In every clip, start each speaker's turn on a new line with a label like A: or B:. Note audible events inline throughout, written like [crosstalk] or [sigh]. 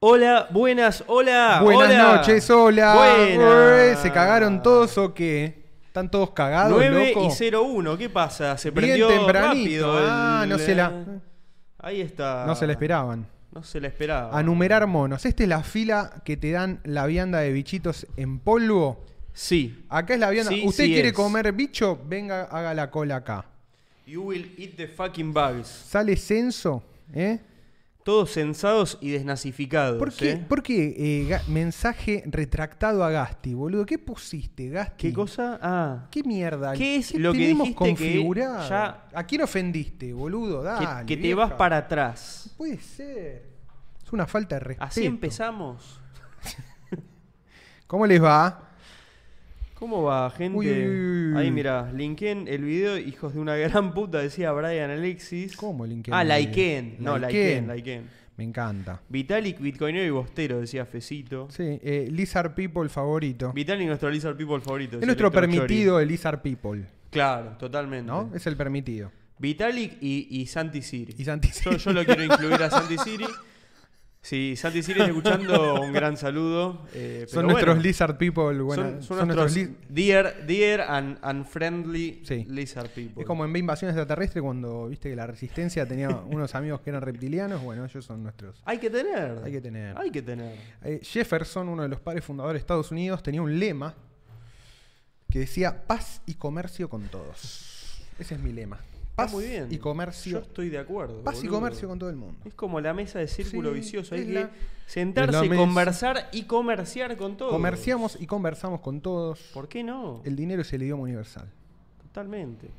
A: Hola, buenas, hola.
B: Buenas
A: Ah, hola.
B: noches, hola.
A: Buenas.
B: Ué, ¿Se cagaron todos o qué? ¿Están todos cagados,
A: 9
B: loco?
A: y 01, ¿qué pasa? Se
B: Bien
A: prendió
B: tempranito.
A: rápido el- eh, Ah.
B: Ah, no se la-
A: Ahí está.
B: No se la esperaban.
A: No se la esperaba.
B: A numerar monos. Esta es la fila que te dan la vianda de bichitos en polvo.
A: Sí.
B: Acá es la vianda.
A: Sí,
B: ¿Usted
A: sí
B: quiere
A: es.
B: comer bicho? Venga, haga la cola acá.
A: You will eat the fucking bugs.
B: Sale censo, ¿eh?
A: Todos censados y desnazificados.
B: ¿Por qué,
A: ¿eh?
B: por qué, eh, ga- mensaje retractado a Gasti, boludo? ¿Qué pusiste, Gasti?
A: ¿Qué cosa? Ah.
B: ¿Qué mierda?
A: ¿Qué es
B: ¿Qué
A: lo que
B: tenemos
A: dijiste que
B: configurado?
A: ya-
B: ¿A quién ofendiste, boludo?
A: Que,
B: Dale,
A: que te
B: vieja.
A: vas para atrás.
B: Puede ser. Es una falta de respeto.
A: Así empezamos.
B: ¿Cómo les va?
A: ¿Cómo va, gente?
B: Uy, uy, uy, uy.
A: Ahí mira, linken el video, hijos de una gran puta, decía Brian Alexis.
B: ¿Cómo linken
A: Ah,
B: el
A: Laiken.
B: video?
A: No, Laiken,
B: Laiken.
A: Laiken.
B: Me encanta.
A: Vitalik, Bitcoinero y Bostero, decía Fecito.
B: Sí, eh, Lizard People favorito.
A: Vitalik, nuestro Lizard People favorito.
B: es
A: decía
B: nuestro
A: Electro
B: permitido el Lizard People,
A: Chori. Claro, totalmente.
B: ¿no? Es el permitido.
A: Vitalik y, y Santi Siri.
B: Y Santi [laughs]
A: Yo, yo lo quiero incluir a Santi Siri. Si Santi Siri está escuchando, un gran saludo. eh, pero
B: Son nuestros
A: bueno,
B: Lizard People, bueno.
A: son, son nuestros
B: li-
A: dear, dear and, and friendly
B: Sí.
A: Lizard People.
B: Es como en Invasión Extraterrestre cuando viste que la
A: [laughs]
B: Resistencia tenía unos amigos que eran reptilianos. Bueno, ellos son nuestros.
A: Hay que tener.
B: Hay que tener.
A: Hay que tener.
B: Eh, Jefferson, uno de los padres fundadores de Estados Unidos, tenía un lema que decía paz y comercio con todos. Ese es mi lema.
A: Está
B: Paz
A: muy bien.
B: y
A: Yo
B: comercio.
A: estoy de acuerdo.
B: Paz y
A: boludo.
B: comercio con todo el mundo.
A: Es como la mesa de círculo
B: Sí,
A: vicioso. Hay
B: es
A: que
B: la-
A: sentarse,
B: es la
A: conversar y comerciar con todo.
B: Comerciamos y conversamos con todos.
A: ¿Por qué no?
B: El dinero es el idioma universal.
A: Totalmente.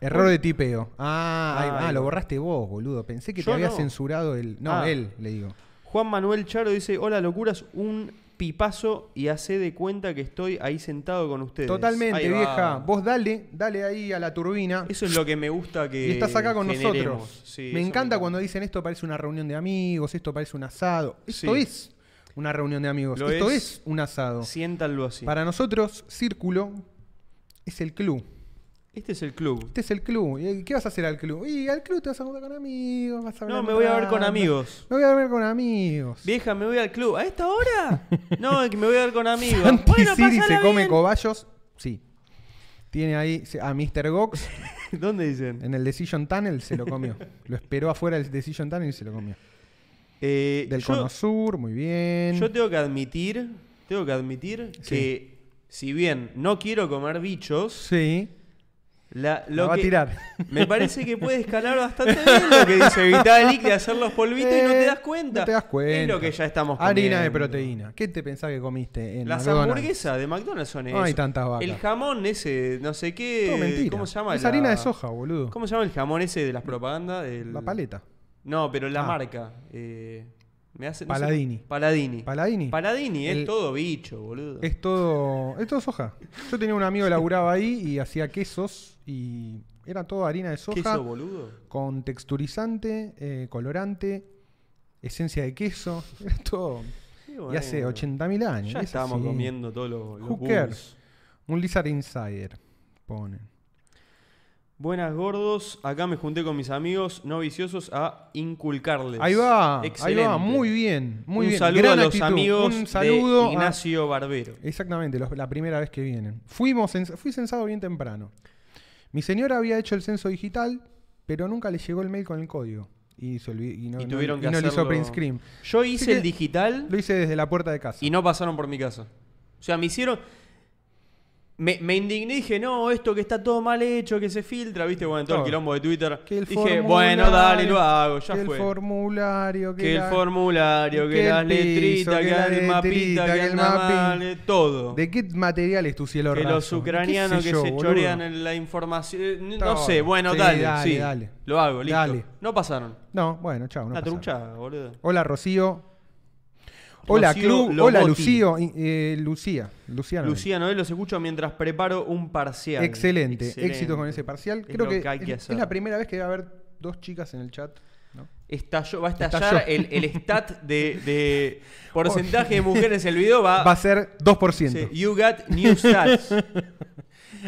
B: Error de tipeo. Ah,
A: Ah,
B: ahí va.
A: ahí
B: Ah, lo
A: va.
B: borraste vos, boludo. Pensé que
A: Yo
B: te había
A: no.
B: censurado el. No,
A: Ah.
B: él, le digo.
A: Juan Manuel Charo dice: Hola, locuras, un pipazo y hace de cuenta que estoy ahí sentado con ustedes.
B: Totalmente,
A: Ahí va.
B: vieja. Vos dale, dale ahí a la turbina.
A: Eso es lo que me gusta que.
B: Y estás acá con
A: generemos.
B: nosotros.
A: Sí, eso
B: me encanta cuando dicen esto parece una reunión de amigos, esto parece un asado. Esto
A: Sí.
B: es una reunión de amigos,
A: Lo
B: esto
A: es.
B: es, un asado.
A: Siéntanlo así.
B: Para nosotros, Círculo es el club.
A: Este es el club.
B: Este es el club. ¿Y ¿Qué vas a hacer al club? Y al club te vas a juntar con amigos, vas a
A: No,
B: hablar
A: me voy a ver con
B: random.
A: amigos.
B: Me voy a ver con amigos.
A: Vieja, me voy al club. ¿A esta hora? No, que me voy a ver con amigos.
B: [laughs] Santi
A: Bueno,
B: Siri se
A: pasala
B: come
A: bien.
B: cobayos. Sí. Tiene ahí a Mr. Gox
A: [laughs] ¿Dónde dicen?
B: en el Decision Tunnel, se lo comió. lo esperó afuera del Decision Tunnel y se lo comió.
A: Eh,
B: Del
A: yo,
B: Cono Sur, muy bien.
A: yo tengo que admitir, tengo que admitir
B: Sí.
A: que si bien no quiero comer bichos,
B: Sí.
A: la,
B: Lo
A: lo
B: va
A: que-
B: a tirar.
A: Me parece que puede
B: [laughs]
A: escalar bastante bien lo que dice Vitalik de hacer los polvitos y no te
B: Eh,
A: das cuenta.
B: No te das cuenta.
A: Es lo que ya estamos
B: Harina de
A: comiendo.
B: proteína. ¿Qué te pensás que comiste en
A: Las
B: McDonald's?
A: hamburguesas de McDonald's son eso.
B: No hay tantas vacas.
A: El jamón ese, no sé qué.
B: Todo mentira.
A: eh, ¿Cómo se llama?
B: Es
A: la-
B: harina de soja, boludo.
A: ¿Cómo se llama el jamón ese de las propagandas? El-
B: La paleta.
A: No, pero la
B: Ah.
A: marca. eh, me hace, no sé-
B: Paladini.
A: Paladini.
B: Paladini.
A: Paladini es
B: El-
A: todo bicho, boludo.
B: Es todo, es todo soja. Yo tenía un amigo que laburaba ahí y hacía quesos y era todo harina de soja
A: Queso, boludo.
B: con texturizante, eh, colorante, esencia de queso. [laughs] Era todo.
A: Sí,
B: Y
A: bueno.
B: hace 80.000 años.
A: Ya
B: es
A: estábamos
B: así.
A: comiendo todos los, los
B: Who
A: bugs.
B: cares? Un Lizard Insider, ponen.
A: Buenas gordos, acá me junté con mis amigos no viciosos a inculcarles.
B: Ahí va,
A: Excelente.
B: ahí va, muy bien, muy
A: un
B: bien.
A: saludo
B: Gran
A: a los
B: actitud.
A: amigos
B: un saludo
A: de
B: a-
A: Ignacio Barbero.
B: Exactamente, los- la primera vez que vienen. Fuimos, cens- fui censado bien temprano. Mi señora había hecho el censo digital, pero nunca le llegó el mail con el código. Y, se olvi- y no,
A: y
B: no-
A: tuvieron
B: y
A: que
B: no le hizo
A: hacerlo-
B: print screen.
A: Yo
B: que
A: hice el digital
B: Lo hice desde la puerta de casa.
A: y no pasaron por mi casa. O sea, me hicieron... Me, me indigné y dije, no, esto que está todo mal hecho, que se filtra, viste, bueno, todo el
B: Todo.
A: quilombo de Twitter.
B: Que el
A: Dije, bueno, dale,
B: formulario,
A: lo hago, ya
B: que
A: fue.
B: el formulario, que,
A: que el
B: la-
A: formulario, que,
B: que el
A: las
B: piso,
A: letritas, que,
B: que la
A: el mapita,
B: letrita,
A: que,
B: que
A: el
B: el
A: mapita, todo.
B: ¿De qué material es tu cielo
A: que
B: raso?
A: los
B: ¿Qué
A: ucranianos
B: sé
A: que
B: yo,
A: se
B: boludo?
A: chorean en la información. eh, n- No
B: Todo.
A: sé, bueno,
B: Sí,
A: dale,
B: dale,
A: sí.
B: dale.
A: Lo hago, listo.
B: Dale.
A: No pasaron.
B: No, bueno, chao. No
A: Una
B: pasa nada.
A: truchada, boludo.
B: Hola Rocío. Hola
A: Rocío
B: Club. Hola
A: Lobotti.
B: Lucío. I- eh, Lucía. Luciano.
A: Lucía Noel los escucho mientras preparo un parcial.
B: Excelente. Éxito con ese parcial.
A: Es
B: Creo
A: lo
B: que,
A: que hay que
B: es,
A: hacer.
B: es la primera vez que va a haber dos chicas en el chat. ¿no?
A: Estalló- va a estallar
B: Estalló.
A: el, el stat de,
B: [laughs]
A: de porcentaje de mujeres en el video. Va,
B: Va a ser 2%.
A: dice, You got new stats.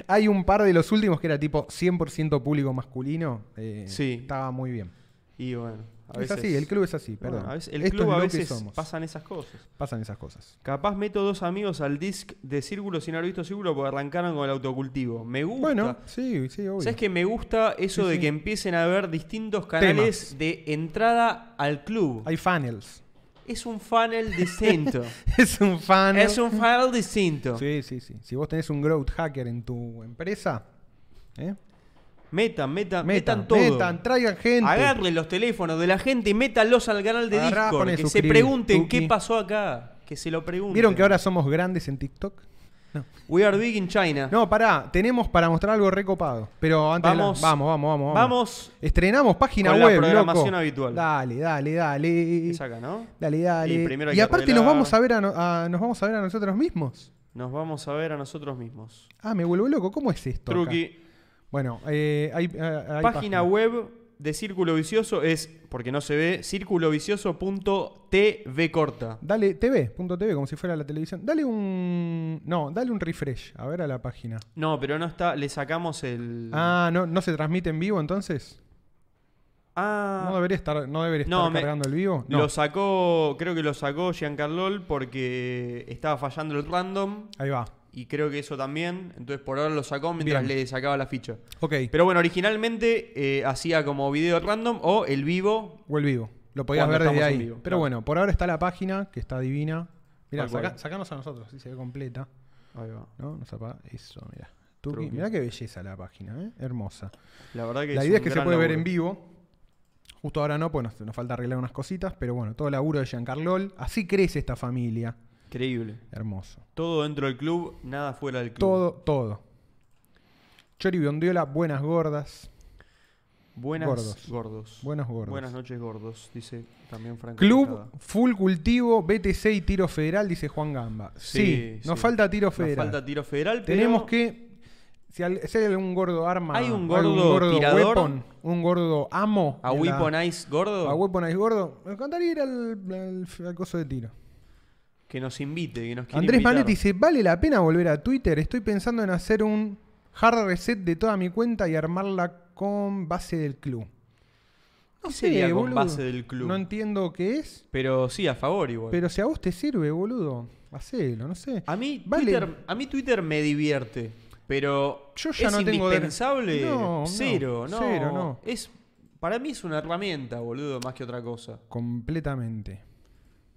B: Hay un par de los últimos que era tipo 100% público masculino. eh,
A: Sí.
B: Estaba muy bien.
A: y bueno, A
B: es
A: veces-
B: así, el club es así,
A: Bueno,
B: perdón.
A: a veces- el
B: Esto
A: club
B: es
A: a
B: lo que
A: veces
B: somos.
A: pasan esas cosas.
B: Pasan esas cosas.
A: Capaz meto dos amigos al disc de círculo sin haber visto círculo porque arrancaron con el autocultivo. Me gusta.
B: Bueno, sí, sí, obvio.
A: ¿Sabes que me gusta eso
B: Sí,
A: de
B: sí.
A: que empiecen a haber distintos canales de entrada al club?
B: Hay funnels. [laughs]
A: Es un funnel distinto.
B: es un [laughs] funnel.
A: es un funnel distinto.
B: Sí, sí, sí. Si vos tenés un growth hacker en tu empresa, ¿eh?
A: Metan, metan,
B: metan,
A: Ah, metan todo.
B: metan, traigan gente.
A: Agarren los teléfonos de la gente y métanlos al canal de
B: Agarrá,
A: Discord.
B: poné
A: Que se
B: suscribir,
A: pregunten
B: tuki.
A: qué pasó acá. Que se lo pregunten.
B: ¿Vieron que ahora somos grandes en TikTok? No.
A: We are big in China.
B: No, pará, tenemos para mostrar algo recopado. Pero antes de la-
A: Vamos.
B: vamos, vamos, vamos,
A: Vamos
B: Estrenamos página
A: con la
B: web.
A: programación
B: loco.
A: habitual.
B: Dale, dale, dale.
A: Es acá, ¿no?
B: Dale, dale.
A: Y primero hay
B: Y,
A: que
B: aparte nos
A: arreglar-
B: vamos a ver a, no- a- nos vamos a ver a nosotros mismos.
A: Nos vamos a ver a nosotros mismos.
B: Ah, me vuelvo loco. ¿Cómo es esto? acá?
A: Truqui.
B: Bueno, eh, hay, eh, hay
A: página, web de Círculo Vicioso es, porque no se ve, círculovicioso.tv corta.
B: Dale tv.tv como si fuera la televisión. Dale un no, dale un refresh a ver a la página.
A: No, pero no está, le sacamos el...
B: Ah, no no se transmite en vivo entonces.
A: Ah,
B: No debería estar no debería estar
A: No, me-
B: cargando el vivo. No.
A: lo sacó, creo que lo sacó Giancarlol porque estaba fallando el random
B: Ahí va.
A: y creo que eso también, entonces por ahora lo sacó mientras
B: Bien.
A: le sacaba la ficha.
B: Ok,
A: Pero bueno, originalmente eh, hacía como video random o el vivo.
B: o el vivo. Lo podías
A: Cuando
B: ver desde
A: estamos en
B: ahí.
A: vivo,
B: Pero
A: claro.
B: bueno, por ahora está la página que está divina. Mira,
A: Tal cual.
B: sacanos a nosotros, si se ve completa.
A: Ahí va.
B: ¿No? Nos apaga. Eso, mira. Turqui.
A: Truqui.
B: Mirá qué belleza la página, ¿eh? Hermosa.
A: La verdad que
B: la
A: es
B: idea es
A: un
B: que se
A: gran
B: puede ver
A: laburo.
B: en vivo. Justo ahora no, pues nos, nos falta arreglar unas cositas, pero bueno, todo el laburo de Giancarlol. Así crece esta familia.
A: Increíble.
B: Hermoso.
A: Todo dentro del club, nada fuera del club.
B: Todo, todo. Chori Biondiola, buenas gordas.
A: Buenas
B: Gordos.
A: gordos.
B: Buenos gordos.
A: Buenas noches gordos, dice también Franco.
B: Club
A: Quesada.
B: Full Cultivo, BTC y Tiro Federal, dice Juan Gamba. Sí,
A: Sí,
B: nos
A: sí.
B: falta Tiro
A: Nos
B: Federal.
A: falta tiro federal, pero
B: Tenemos que. Si al- si hay algún gordo arma.
A: Hay un
B: o algún
A: gordo tirador.
B: weapon, un gordo amo.
A: a
B: de la-
A: Weapon Ice gordo
B: A Weaponize gordo. Me encantaría ir al, al- al coso de tiro.
A: que nos invite, que nos quiera
B: Andrés
A: invitar.
B: Manet dice: ¿Vale la pena volver a Twitter? Estoy pensando en hacer un hard reset de toda mi cuenta y armarla con base del club. No
A: ¿Qué
B: sé,
A: sería con
B: boludo.
A: base del club?
B: No entiendo qué es.
A: Pero sí, a favor igual.
B: Pero si a vos te sirve, boludo, hacelo, no sé.
A: a mí
B: Vale.
A: Twitter, a mí Twitter me divierte, pero
B: Yo ya
A: es
B: no tengo de-
A: indispensable.
B: No, no,
A: cero, no.
B: cero, no.
A: Es para mí es una herramienta, boludo, más que otra cosa.
B: Completamente.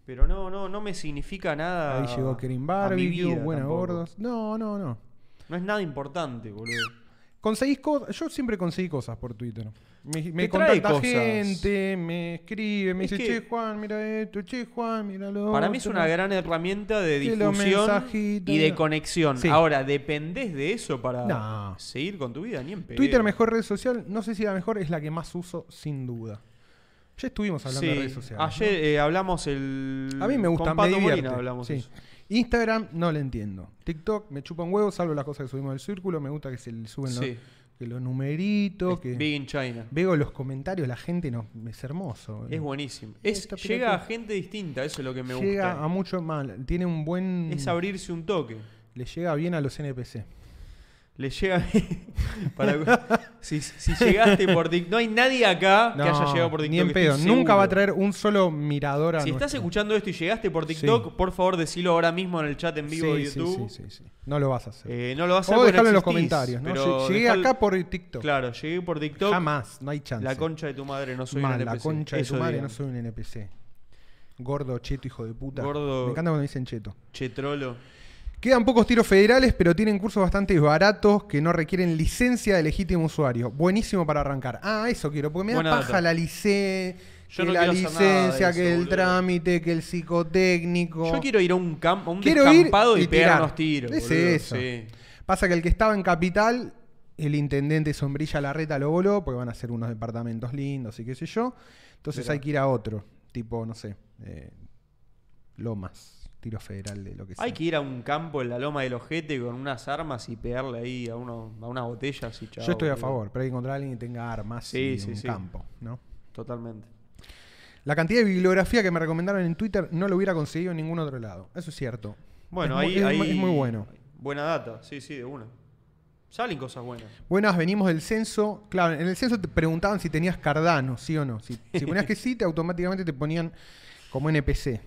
A: Pero no, no, no me significa nada.
B: Ahí llegó Kerim
A: Ah, a mi
B: Barbie,
A: vida
B: buena
A: tampoco.
B: gordos. No, no, no.
A: No es nada importante, boludo.
B: Conseguís cosas. Yo siempre conseguí cosas por Twitter. Me, me
A: Te trae
B: contacta
A: cosas.
B: gente, me escribe, me
A: Es
B: dice,
A: que-
B: che Juan, mira esto, che Juan, mira lo
A: Para mí es
B: otro".
A: una gran herramienta de
B: Que los
A: difusión
B: mensajitos,
A: y de
B: no.
A: conexión.
B: Sí.
A: Ahora, ¿dependés de eso para
B: No.
A: seguir con tu vida? Ni en pedo.
B: Twitter, mejor red social, no sé si la mejor, es la que más uso, sin duda. Ya estuvimos hablando
A: Sí.
B: de redes sociales.
A: Ayer eh, hablamos el.
B: ¿no? A mí me gusta,
A: con
B: me
A: Pato Molina
B: divierte.
A: hablamos
B: Sí.
A: eso.
B: Instagram no le entiendo. TikTok me chupa un huevo, salvo las cosas que subimos del círculo. Me gusta que se le suben
A: Sí.
B: los, que los numeritos. Que...
A: Es Big in China.
B: Veo los comentarios, la gente no, es hermoso. boludo.
A: Es buenísimo. Es,
B: Esta
A: llega a
B: pelota.
A: gente distinta, eso es lo que me
B: llega a
A: gusta.
B: mucho mal, tiene un buen.
A: Es abrirse un toque.
B: Le llega bien a los NPC.
A: Le llega. [laughs]
B: [laughs]
A: para- si, si llegaste por TikTok. No hay nadie acá Ah, que haya llegado por TikTok.
B: Ni en
A: estoy
B: pedo. Nunca va a
A: seguro.
B: traer un solo mirador a
A: Si estás
B: nuestro-
A: escuchando esto y llegaste por
B: Sí.
A: TikTok, por favor decilo ahora mismo en el chat en vivo
B: Sí,
A: de
B: sí,
A: YouTube.
B: sí, sí, sí. No lo vas a hacer.
A: Eh, no lo vas a hacer
B: o
A: porque
B: dejalo en los
A: existís,
B: comentarios. ¿no?
A: pero
B: Lle- Llegué
A: dejalo-
B: acá por TikTok.
A: Claro, llegué por TikTok.
B: Jamás, no hay chance.
A: La concha de tu madre, no soy
B: Mal,
A: un
B: la
A: NPC.
B: concha de tu
A: Eso
B: madre,
A: digan.
B: no soy un NPC. Gordo, cheto, hijo de puta.
A: Gordo-
B: Me encanta cuando dicen cheto.
A: Chetrolo.
B: Quedan pocos tiros federales, pero tienen cursos bastante baratos que no requieren licencia de legítimo usuario. Buenísimo para arrancar. Ah, eso quiero, porque me da
A: Buena
B: paja
A: data.
B: la licencia,
A: Yo
B: que
A: no
B: la
A: quiero hacer nada de
B: licencia,
A: eso,
B: que el
A: boludo.
B: trámite, que el psicotécnico.
A: Yo quiero ir a un, campo, a un
B: Quiero ir
A: descampado
B: y
A: y, pegar
B: tirar.
A: unos tiros.
B: Es
A: boludo,
B: eso.
A: sí.
B: Pasa que el que estaba en Capital, el intendente Sombrilla Larreta lo voló, porque van a ser unos departamentos lindos y qué sé yo. Entonces
A: Mirá.
B: hay que ir a otro, tipo, no sé, eh, Lomas, tiro federal de lo que sea.
A: Hay que ir a un campo en la loma del ojete con unas armas y pegarle ahí a, uno, a unas botellas y chao.
B: Yo estoy a
A: boludo.
B: favor, pero hay que encontrar a alguien que tenga armas
A: Sí,
B: y
A: sí,
B: un
A: sí.
B: campo, ¿no?
A: Totalmente.
B: La cantidad de bibliografía que me recomendaron en Twitter no lo hubiera conseguido en ningún otro lado. Eso es cierto.
A: Bueno,
B: Es
A: ahí,
B: muy- es
A: ahí-
B: muy- es muy bueno.
A: Buena data, sí, sí, de una. Salen cosas buenas.
B: [laughs] Buenas, venimos del censo. Claro, en el censo te preguntaban si tenías Cardano, sí o no. Si, si ponías que sí, te automáticamente te ponían como NPC.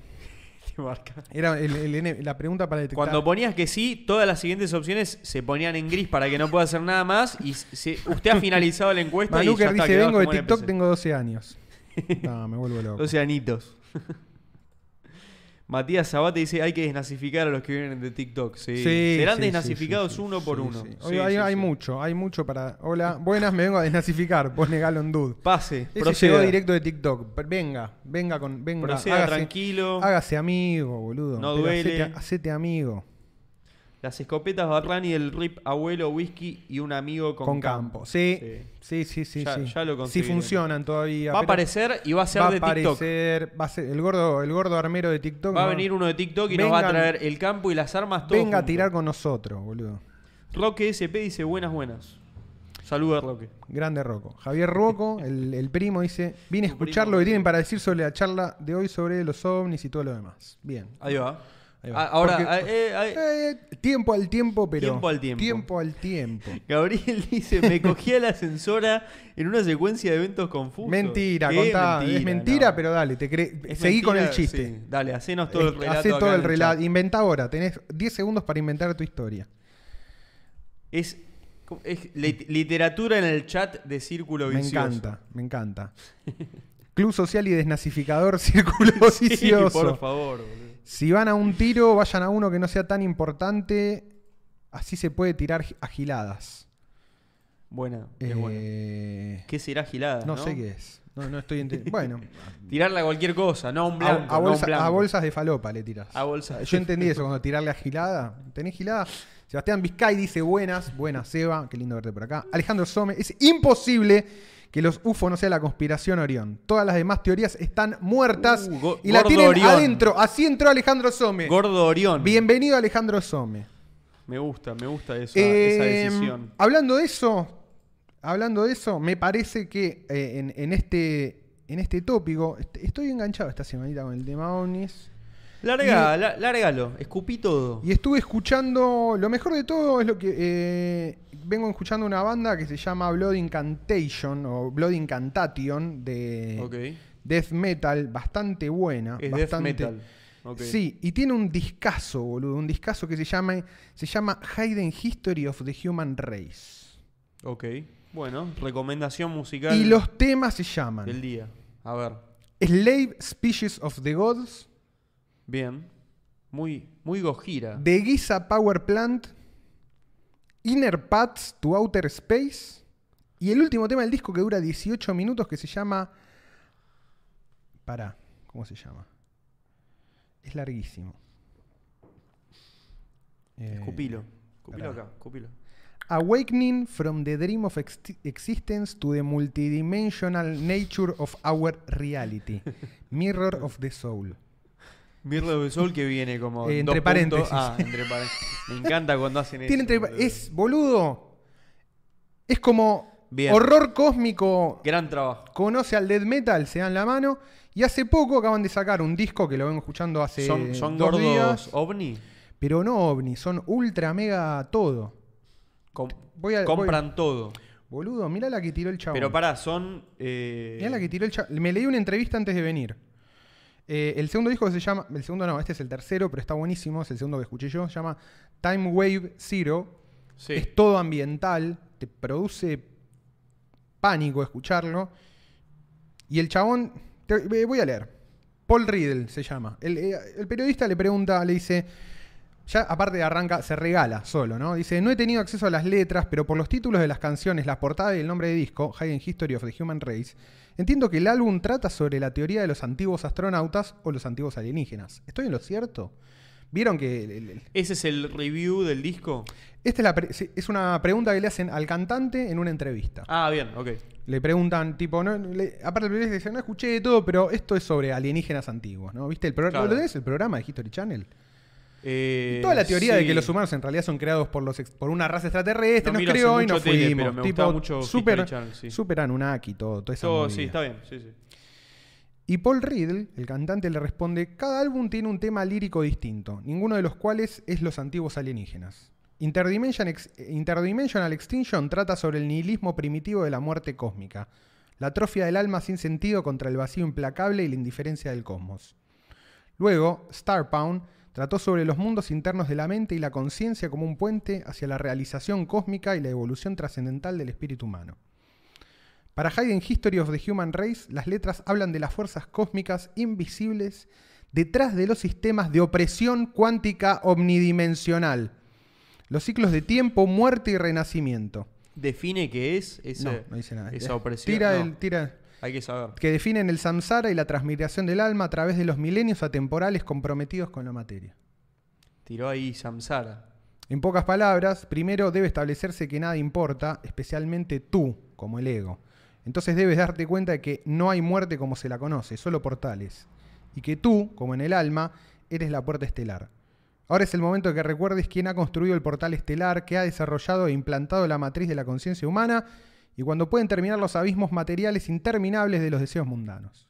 A: Te marca.
B: Era el- el N- la pregunta para detectar.
A: Cuando ponías que sí, todas las siguientes opciones se ponían en gris para que no pueda hacer nada más. Y se- usted ha finalizado la encuesta y
B: Manuker
A: ya está,
B: dice,
A: quedabas
B: vengo de
A: como
B: TikTok,
A: NPC.
B: tengo
A: [laughs]
B: 12 años. No, me vuelvo loco.
A: Los anitos. [laughs] Matías Zabate dice, hay que desnazificar a los que vienen de TikTok. Sí.
B: Sí,
A: Serán
B: sí,
A: desnazificados
B: sí, sí,
A: uno
B: sí,
A: por
B: sí,
A: uno.
B: sí.
A: Sí,
B: Hoy hay,
A: sí,
B: hay
A: sí.
B: mucho, hay mucho para... Hola, buenas, me vengo a desnazificar, pone Galon Dude.
A: Pase,
B: Ese
A: proceda.
B: llegó directo de TikTok. Pero Venga, venga con... Venga,
A: Proceda tranquilo.
B: Hágase amigo, boludo.
A: No
B: Pero
A: duele.
B: Hacete, hacete amigo
A: Las escopetas Barrani, el rip abuelo, whisky y un amigo con,
B: con, campo. Sí, sí, sí, sí.
A: Ya-
B: sí.
A: ya lo
B: Sí
A: conseguiremos.
B: funcionan todavía.
A: Va a
B: pero
A: aparecer y va a ser
B: va a
A: de TikTok.
B: aparecer, va a ser el gordo, el gordo armero de TikTok.
A: Va a
B: ¿no?
A: venir uno de TikTok y nos va a
B: Vengan-
A: traer el campo y las armas todo
B: Venga a
A: junto.
B: tirar con nosotros, boludo.
A: Roque SP dice buenas, buenas. Saluda Roque.
B: Grande Rocco.
A: [laughs]
B: Javier Rocco, el, el primo, dice: Vine a
A: Tu primo,
B: escuchar lo que
A: sí.
B: tienen para decir sobre la charla de hoy sobre los ovnis y todo lo demás. Bien.
A: Ahí va.
B: Ahí va.
A: Ah, Ahora,
B: Porque-
A: ah, eh, ah, eh.
B: Eh, tiempo al tiempo, pero.
A: Tiempo al tiempo.
B: Tiempo al tiempo.
A: Gabriel [laughs] dice, me cogí a la ascensora en una secuencia de eventos confusos.
B: Mentira,
A: ¿Qué?
B: contá. es mentira,
A: no.
B: pero dale, te cre-
A: Es
B: seguí con el
A: mentira,
B: chiste.
A: sí. Dale, hacenos todo el
B: Eh,
A: relato.
B: Hacé
A: acá
B: todo
A: en
B: el relato.
A: chat.
B: Inventa ahora. Tenés 10 segundos para inventar tu historia.
A: Es, es lit- literatura en el chat de Círculo
B: Me
A: Vicioso.
B: encanta, me encanta. Club social y desnazificador, [laughs] círculo
A: [laughs] Sí,
B: vicioso.
A: por favor. boludo.
B: Si van a un tiro, vayan a uno que no sea tan importante. Así se puede tirar gi- a giladas.
A: Buena, es
B: Eh,
A: buena. ¿Qué será gilada?
B: no,
A: No,
B: sé qué es. No, no
A: [laughs]
B: estoy entendiendo. bueno,
A: Tirarla a cualquier cosa, no a un blanco.
B: a, a
A: no
B: bolsa-
A: un blanco.
B: a bolsas de falopa le tiras.
A: A bolsa.
B: Yo entendí eso cuando tirarle a gilada. ¿Tenés gilada? Sebastián Vizcay dice buenas, buenas Seba, qué lindo verte por acá. Alejandro Some, es imposible que los UFO no sea la conspiración Orión. Todas las demás teorías están muertas
A: Uh, go-
B: y la
A: gordo
B: tienen
A: Orión.
B: adentro. Así entró Alejandro Some.
A: Gordo Orión.
B: Bienvenido Alejandro Some.
A: Me gusta, me gusta eso, esa
B: Eh,
A: decisión.
B: Hablando de eso, hablando de eso, me parece que eh, en, en este en este tópico est- estoy enganchado esta semanita con el tema ovnis.
A: Larga, la- largalo, escupí todo.
B: Y estuve escuchando, lo mejor de todo es lo que eh, vengo escuchando una banda que se llama Blood Incantation o Blood Incantation de
A: Ok.
B: death metal, bastante buena,
A: Es death
B: Ah, bastante
A: metal. Ok.
B: Sí, y tiene un discazo, boludo, un discazo que se llama se llama Hidden History of the Human Race.
A: Ok. Bueno, recomendación musical
B: Y los temas se llaman
A: del día. A ver.
B: Slave Species of the Gods,
A: Bien. Muy, muy gojira.
B: The Giza Power Plant, Inner Paths to Outer Space y el último tema del disco que dura 18 minutos que se llama... Pará, ¿cómo se llama? Es larguísimo. Eh,
A: Escupilo. Escupilo
B: pará.
A: acá, escupilo.
B: Awakening from the Dream of Ex- Existence to the Multidimensional Nature of Our Reality. Mirror of the Soul.
A: Mirlo de Sol que viene como.
B: Eh,
A: dos
B: entre
A: puntos.
B: paréntesis.
A: Ah, entre paréntesis. Me encanta cuando hacen eso.
B: Tiene entre-
A: boludo.
B: es, boludo. Es como
A: Bien.
B: horror cósmico.
A: Gran trabajo.
B: Conoce al death metal, se dan la mano. Y hace poco acaban de sacar un disco que lo vengo escuchando hace
A: son son
B: dos
A: gordos
B: días.
A: ovni.
B: Pero no ovni, son ultra mega todo.
A: Com-
B: Voy a-
A: compran todo.
B: Boludo, mirá la que tiró el chabón.
A: Pero pará, son. eh,
B: Mirá la que tiró el cha- Me leí una entrevista antes de venir. Eh, el segundo disco que se llama. El segundo no, este es el tercero, pero está buenísimo. Es el segundo que escuché yo. Se llama Time Wave Zero.
A: sí.
B: Es todo ambiental. Te produce pánico escucharlo. Y el chabón. te- eh, voy a leer. Paul Riddle se llama. El, eh, el periodista le pregunta, le dice. Ya aparte arranca, se regala solo, ¿no? Dice, no he tenido acceso a las letras, pero por los títulos de las canciones, las portadas y el nombre de disco, Hidden History of the Human Race, entiendo que el álbum trata sobre la teoría de los antiguos astronautas o los antiguos alienígenas. ¿Estoy en lo cierto? ¿Vieron que el- el- el-
A: Ese es el review del disco.
B: esta es, la pre- sí, es una pregunta que le hacen al cantante en una entrevista.
A: Ah, bien, ok.
B: Le preguntan, tipo, no, le- aparte el periodista dice, no escuché de todo, pero esto es sobre alienígenas antiguos, ¿no? ¿Viste? El pro-
A: Claro.
B: ¿Lo tenés el programa de History Channel?
A: Eh,
B: Toda la teoría de
A: sí.
B: que los humanos en realidad son creados por los ex- por una raza extraterrestre,
A: No
B: nos
A: miro hace
B: creó y
A: mucho
B: nos
A: tele,
B: fuimos.
A: pero me
B: tipo,
A: gustaba mucho
B: super,
A: History Channel, sí.
B: super Anunnaki, todo, toda esa
A: Todo-
B: movida.
A: sí, está bien, sí, sí.
B: Y Paul Riddle, el cantante, le responde: Cada álbum tiene un tema lírico distinto, ninguno de los cuales es los antiguos alienígenas. Interdimension Ex- Interdimensional Extinction trata sobre el nihilismo primitivo de la muerte cósmica, la atrofia del alma sin sentido contra el vacío implacable y la indiferencia del cosmos. Luego, Star Pound trató sobre los mundos internos de la mente y la conciencia como un puente hacia la realización cósmica y la evolución trascendental del espíritu humano. Para Haydn History of the Human Race, las letras hablan de las fuerzas cósmicas invisibles detrás de los sistemas de opresión cuántica omnidimensional. Los ciclos de tiempo, muerte y renacimiento.
A: Define qué es esa,
B: no, no dice nada.
A: esa opresión.
B: Tira
A: No,
B: el- tira-
A: Hay que saber.
B: que definen el samsara y la transmigración del alma a través de los milenios atemporales comprometidos con la materia.
A: Tiró ahí Samsara.
B: En pocas palabras, primero debe establecerse que nada importa, especialmente tú, como el ego. Entonces debes darte cuenta de que no hay muerte como se la conoce, solo portales. Y que tú, como en el alma, eres la puerta estelar. Ahora es el momento de que recuerdes quién ha construido el portal estelar, que ha desarrollado e implantado la matriz de la conciencia humana, y cuando pueden terminar los abismos materiales interminables de los deseos mundanos.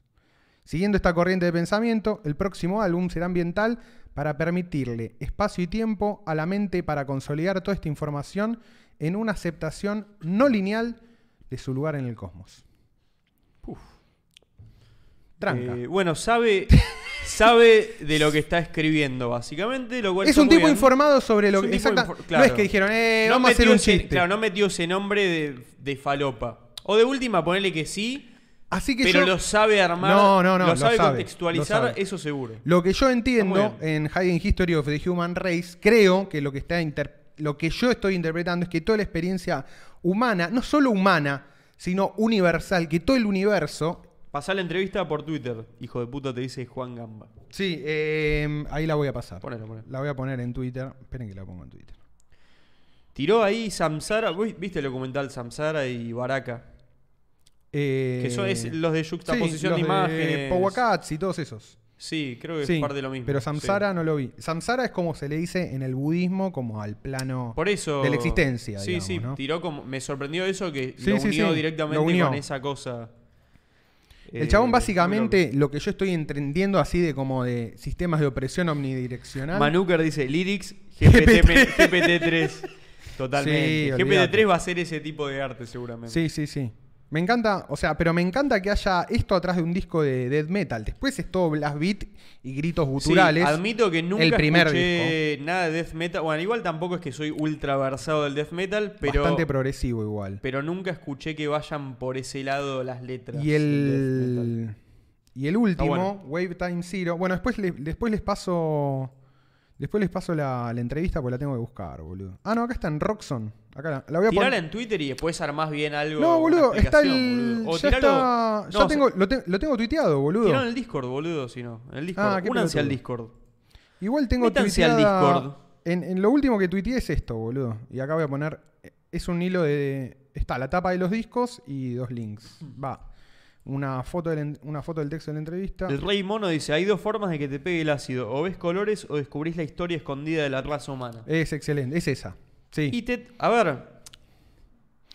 B: Siguiendo esta corriente de pensamiento, el próximo álbum será ambiental para permitirle espacio y tiempo a la mente para consolidar toda esta información en una aceptación no lineal de su lugar en el cosmos. Tranca.
A: Eh, bueno, sabe, [laughs] sabe de lo que está escribiendo, básicamente. Lo cual
B: es
A: está
B: un
A: muy
B: tipo
A: bien.
B: informado sobre lo
A: Es un
B: que.
A: tipo
B: exacta-
A: infor-
B: No
A: claro.
B: es que dijeron, eh,
A: No
B: vamos a hacer
A: metió
B: un
A: ese-
B: chiste.
A: Claro, no metió ese nombre de, de falopa. O de última, ponerle que sí,
B: Así que
A: pero
B: yo-
A: lo sabe armar.
B: No, no, no,
A: Lo
B: lo
A: sabe
B: sabe,
A: contextualizar,
B: lo sabe.
A: eso seguro.
B: Lo que yo entiendo
A: Está muy
B: en Hidden History of the Human Race, creo que lo que, está inter- lo que yo estoy interpretando es que toda la experiencia humana, no solo humana, sino universal, que todo el universo.
A: Pasá la entrevista por Twitter, hijo de puta, te dice Juan Gamba.
B: Sí, eh, ahí la voy a pasar.
A: Ponelo, ponelo.
B: La voy a poner en Twitter. Esperen que la pongo en Twitter.
A: Tiró ahí Samsara, ¿vos ¿viste el documental Samsara y Baraka?
B: Eh,
A: Que son es- los de yuxtaposición
B: sí,
A: de
B: los de
A: imágenes.
B: Powakats y todos esos.
A: Sí, creo que
B: Sí,
A: es parte de lo mismo.
B: Pero
A: sí.
B: Samsara no lo vi. Samsara es como se le dice en el budismo, como al plano.
A: Por eso.
B: de la existencia,
A: Sí,
B: digamos,
A: sí,
B: ¿no?
A: tiró como. Me sorprendió eso que
B: Sí,
A: lo
B: sí,
A: unió
B: sí,
A: directamente
B: lo unió.
A: con esa cosa. Eh,
B: El chabón
A: muy
B: básicamente lo que yo estoy entendiendo así de como de sistemas de opresión
A: loco.
B: omnidireccional.
A: Manuker dice
B: [laughs]
A: lyrics GPT-3.
B: Sí,
A: Totalmente.
B: olvídate.
A: GPT-3 va a ser ese tipo de arte, seguramente.
B: Sí, sí, sí. Me encanta, o sea, pero me encanta que haya esto atrás de un disco de death metal. Después es todo blast beat y gritos
A: Sí,
B: guturales.
A: admito que nunca
B: el primer
A: escuché nada de death metal. Bueno, igual tampoco es que soy ultra versado del death metal, pero,
B: Bastante progresivo igual.
A: pero nunca escuché que vayan por ese lado las letras.
B: Y
A: del death metal.
B: el, y el último,
A: Ah, bueno.
B: Wave Time Zero. Bueno, después, le- después les paso. Después les paso la, la entrevista porque la tengo que buscar, boludo. Ah, no, acá está en Roxon. Acá la, la voy a poner.
A: Tirala en Twitter y después armás bien algo. una
B: No, boludo, está
A: explicación,
B: el.
A: boludo. O
B: ya
A: tiralo-
B: está. Ya
A: no,
B: tengo, lo, te- lo tengo tuiteado, boludo.
A: Tiralo en el Discord, boludo, si no. En el Discord.
B: Ah, qué
A: Únanse al
B: pelotudo.
A: Discord.
B: Igual tengo
A: Métanse al
B: tuiteada-
A: Discord.
B: En, en lo último que tuiteé es esto, boludo. Y acá voy a poner. Es un hilo de. Está la tapa de los discos y dos links. Va. Una foto del, en- una foto del texto de la entrevista.
A: El Rey Mono dice: Hay dos formas de que te pegue el ácido. O ves colores o descubrís la historia escondida de la raza humana.
B: Es excelente, es esa. Sí.
A: Y te- a ver,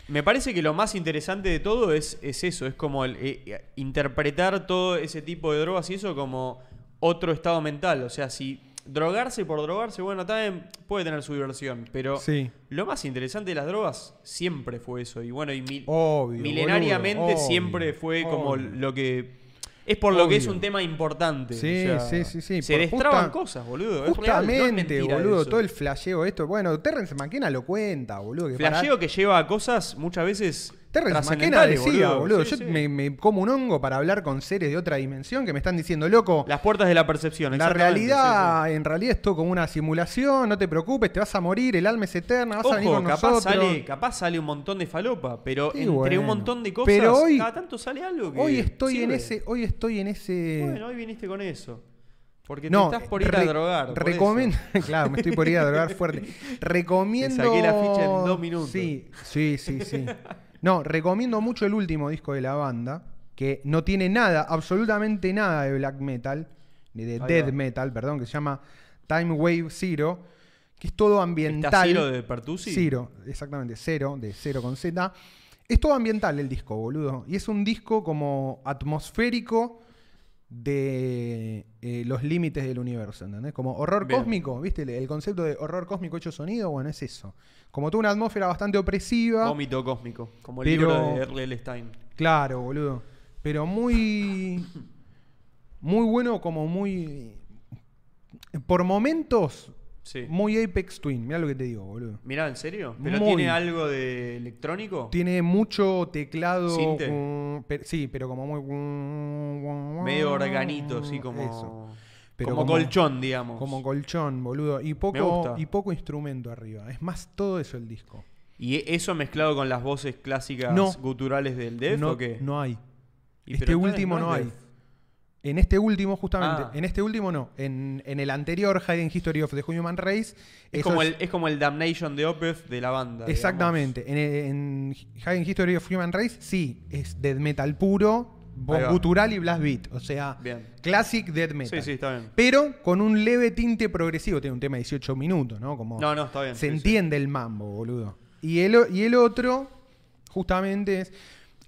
A: me parece que lo más interesante de todo es, es eso, es como el, eh, eh, interpretar todo ese tipo de drogas y eso como otro estado mental. O sea, si drogarse por drogarse, bueno, también puede tener su diversión, pero
B: Sí.
A: lo más interesante de las drogas siempre fue eso. Y bueno, y mi-
B: Obvio,
A: milenariamente
B: boludo, obvio,
A: siempre fue como
B: obvio.
A: lo que... Es por lo que es
B: Obvio.
A: un tema importante. o
B: Sí,
A: sea,
B: sí, sí, sí.
A: Se
B: Por
A: destraban
B: justa-
A: cosas, boludo. es real, no es
B: Justamente,
A: mentira
B: boludo,
A: eso.
B: todo el flasheo esto. Bueno, Terrence McKenna lo cuenta, boludo. Que para-
A: Flasheo que lleva a cosas muchas veces.
B: Terrence McKenna
A: trascendentales,
B: decía, boludo,
A: Sí,
B: yo
A: sí.
B: Me, me como un hongo para hablar con seres de otra dimensión que me están diciendo, loco, la,
A: Las puertas de la percepción. exactamente,
B: realidad, en realidad es todo como una simulación, no te preocupes, te vas a morir, el alma es
A: sí,
B: eterna, vas
A: sí.
B: a venir
A: Ojo,
B: con
A: capaz
B: nosotros.
A: sale, capaz sale un montón de falopa, pero
B: Sí,
A: entre
B: bueno.
A: un montón de cosas,
B: Pero hoy-
A: cada tanto sale algo que
B: hoy estoy en
A: sirve.
B: ese, hoy estoy en ese.
A: Bueno, hoy viniste con eso. Porque
B: no,
A: te estás por ir a
B: re-
A: drogar. por
B: recomiendo- [laughs]
A: eso.
B: claro, me estoy por ir
A: [laughs]
B: a drogar fuerte. Recomiendo.
A: Te saqué la ficha en dos minutos.
B: Sí, sí, sí, sí. No, recomiendo mucho el último disco de la banda, que no tiene nada, absolutamente nada de black metal, ni de
A: va.
B: death metal, perdón, que se llama Time Wave Zero, que es todo ambiental.
A: ¿Está Ciro de Pertusi?
B: Ciro, exactamente, cero, de cero con Z. Es todo ambiental el disco, boludo. Y es un disco como atmosférico de eh, los límites del universo, ¿entendés? Como horror
A: Bien.
B: cósmico, ¿viste? El, el concepto de horror cósmico hecho sonido, bueno, es eso. Como tuvo una atmósfera bastante opresiva.
A: Vómito cósmico, como el
B: Pero-
A: libro de R.L. Stein.
B: Claro, boludo. Pero muy. Muy bueno, como muy. Por momentos,
A: Sí.
B: muy Apex Twin. Mira lo que te digo, boludo.
A: Mirá, ¿en serio? ¿Pero
B: Muy.
A: tiene algo de electrónico?
B: Tiene mucho teclado.
A: Sinte.
B: mm, pero- sí, pero como muy.
A: Medio organito, así como.
B: Ah, Eso. Pero
A: como,
B: como-
A: colchón, digamos.
B: Como colchón, boludo. Y
A: Me
B: poco,
A: gusta.
B: y poco instrumento arriba. Es más todo eso el disco.
A: ¿Y e- eso mezclado con las voces clásicas
B: No.
A: guturales del Def
B: no,
A: o qué?
B: no hay.
A: Y
B: Este
A: pero está-
B: último no
A: es
B: hay.
A: Def.
B: En este último, justamente.
A: Ah.
B: En este último no. En, en el anterior, Hidden History of the Human Race.
A: Es
B: eso
A: como,
B: es-
A: el, es como el Damnation de Opeth de la banda. digamos.
B: Exactamente. En, en Hidden History of Human Race, sí. Es death metal puro, voz
A: Ahí va.
B: gutural y blast beat. O sea,
A: Bien.
B: classic death metal.
A: Sí, sí, está bien.
B: Pero con un leve tinte progresivo. Tiene un tema de 18 minutos, ¿no? Como
A: No, no, está bien.
B: se
A: sí, sí.
B: entiende el mambo, boludo. Y el, o- y el otro, justamente, es.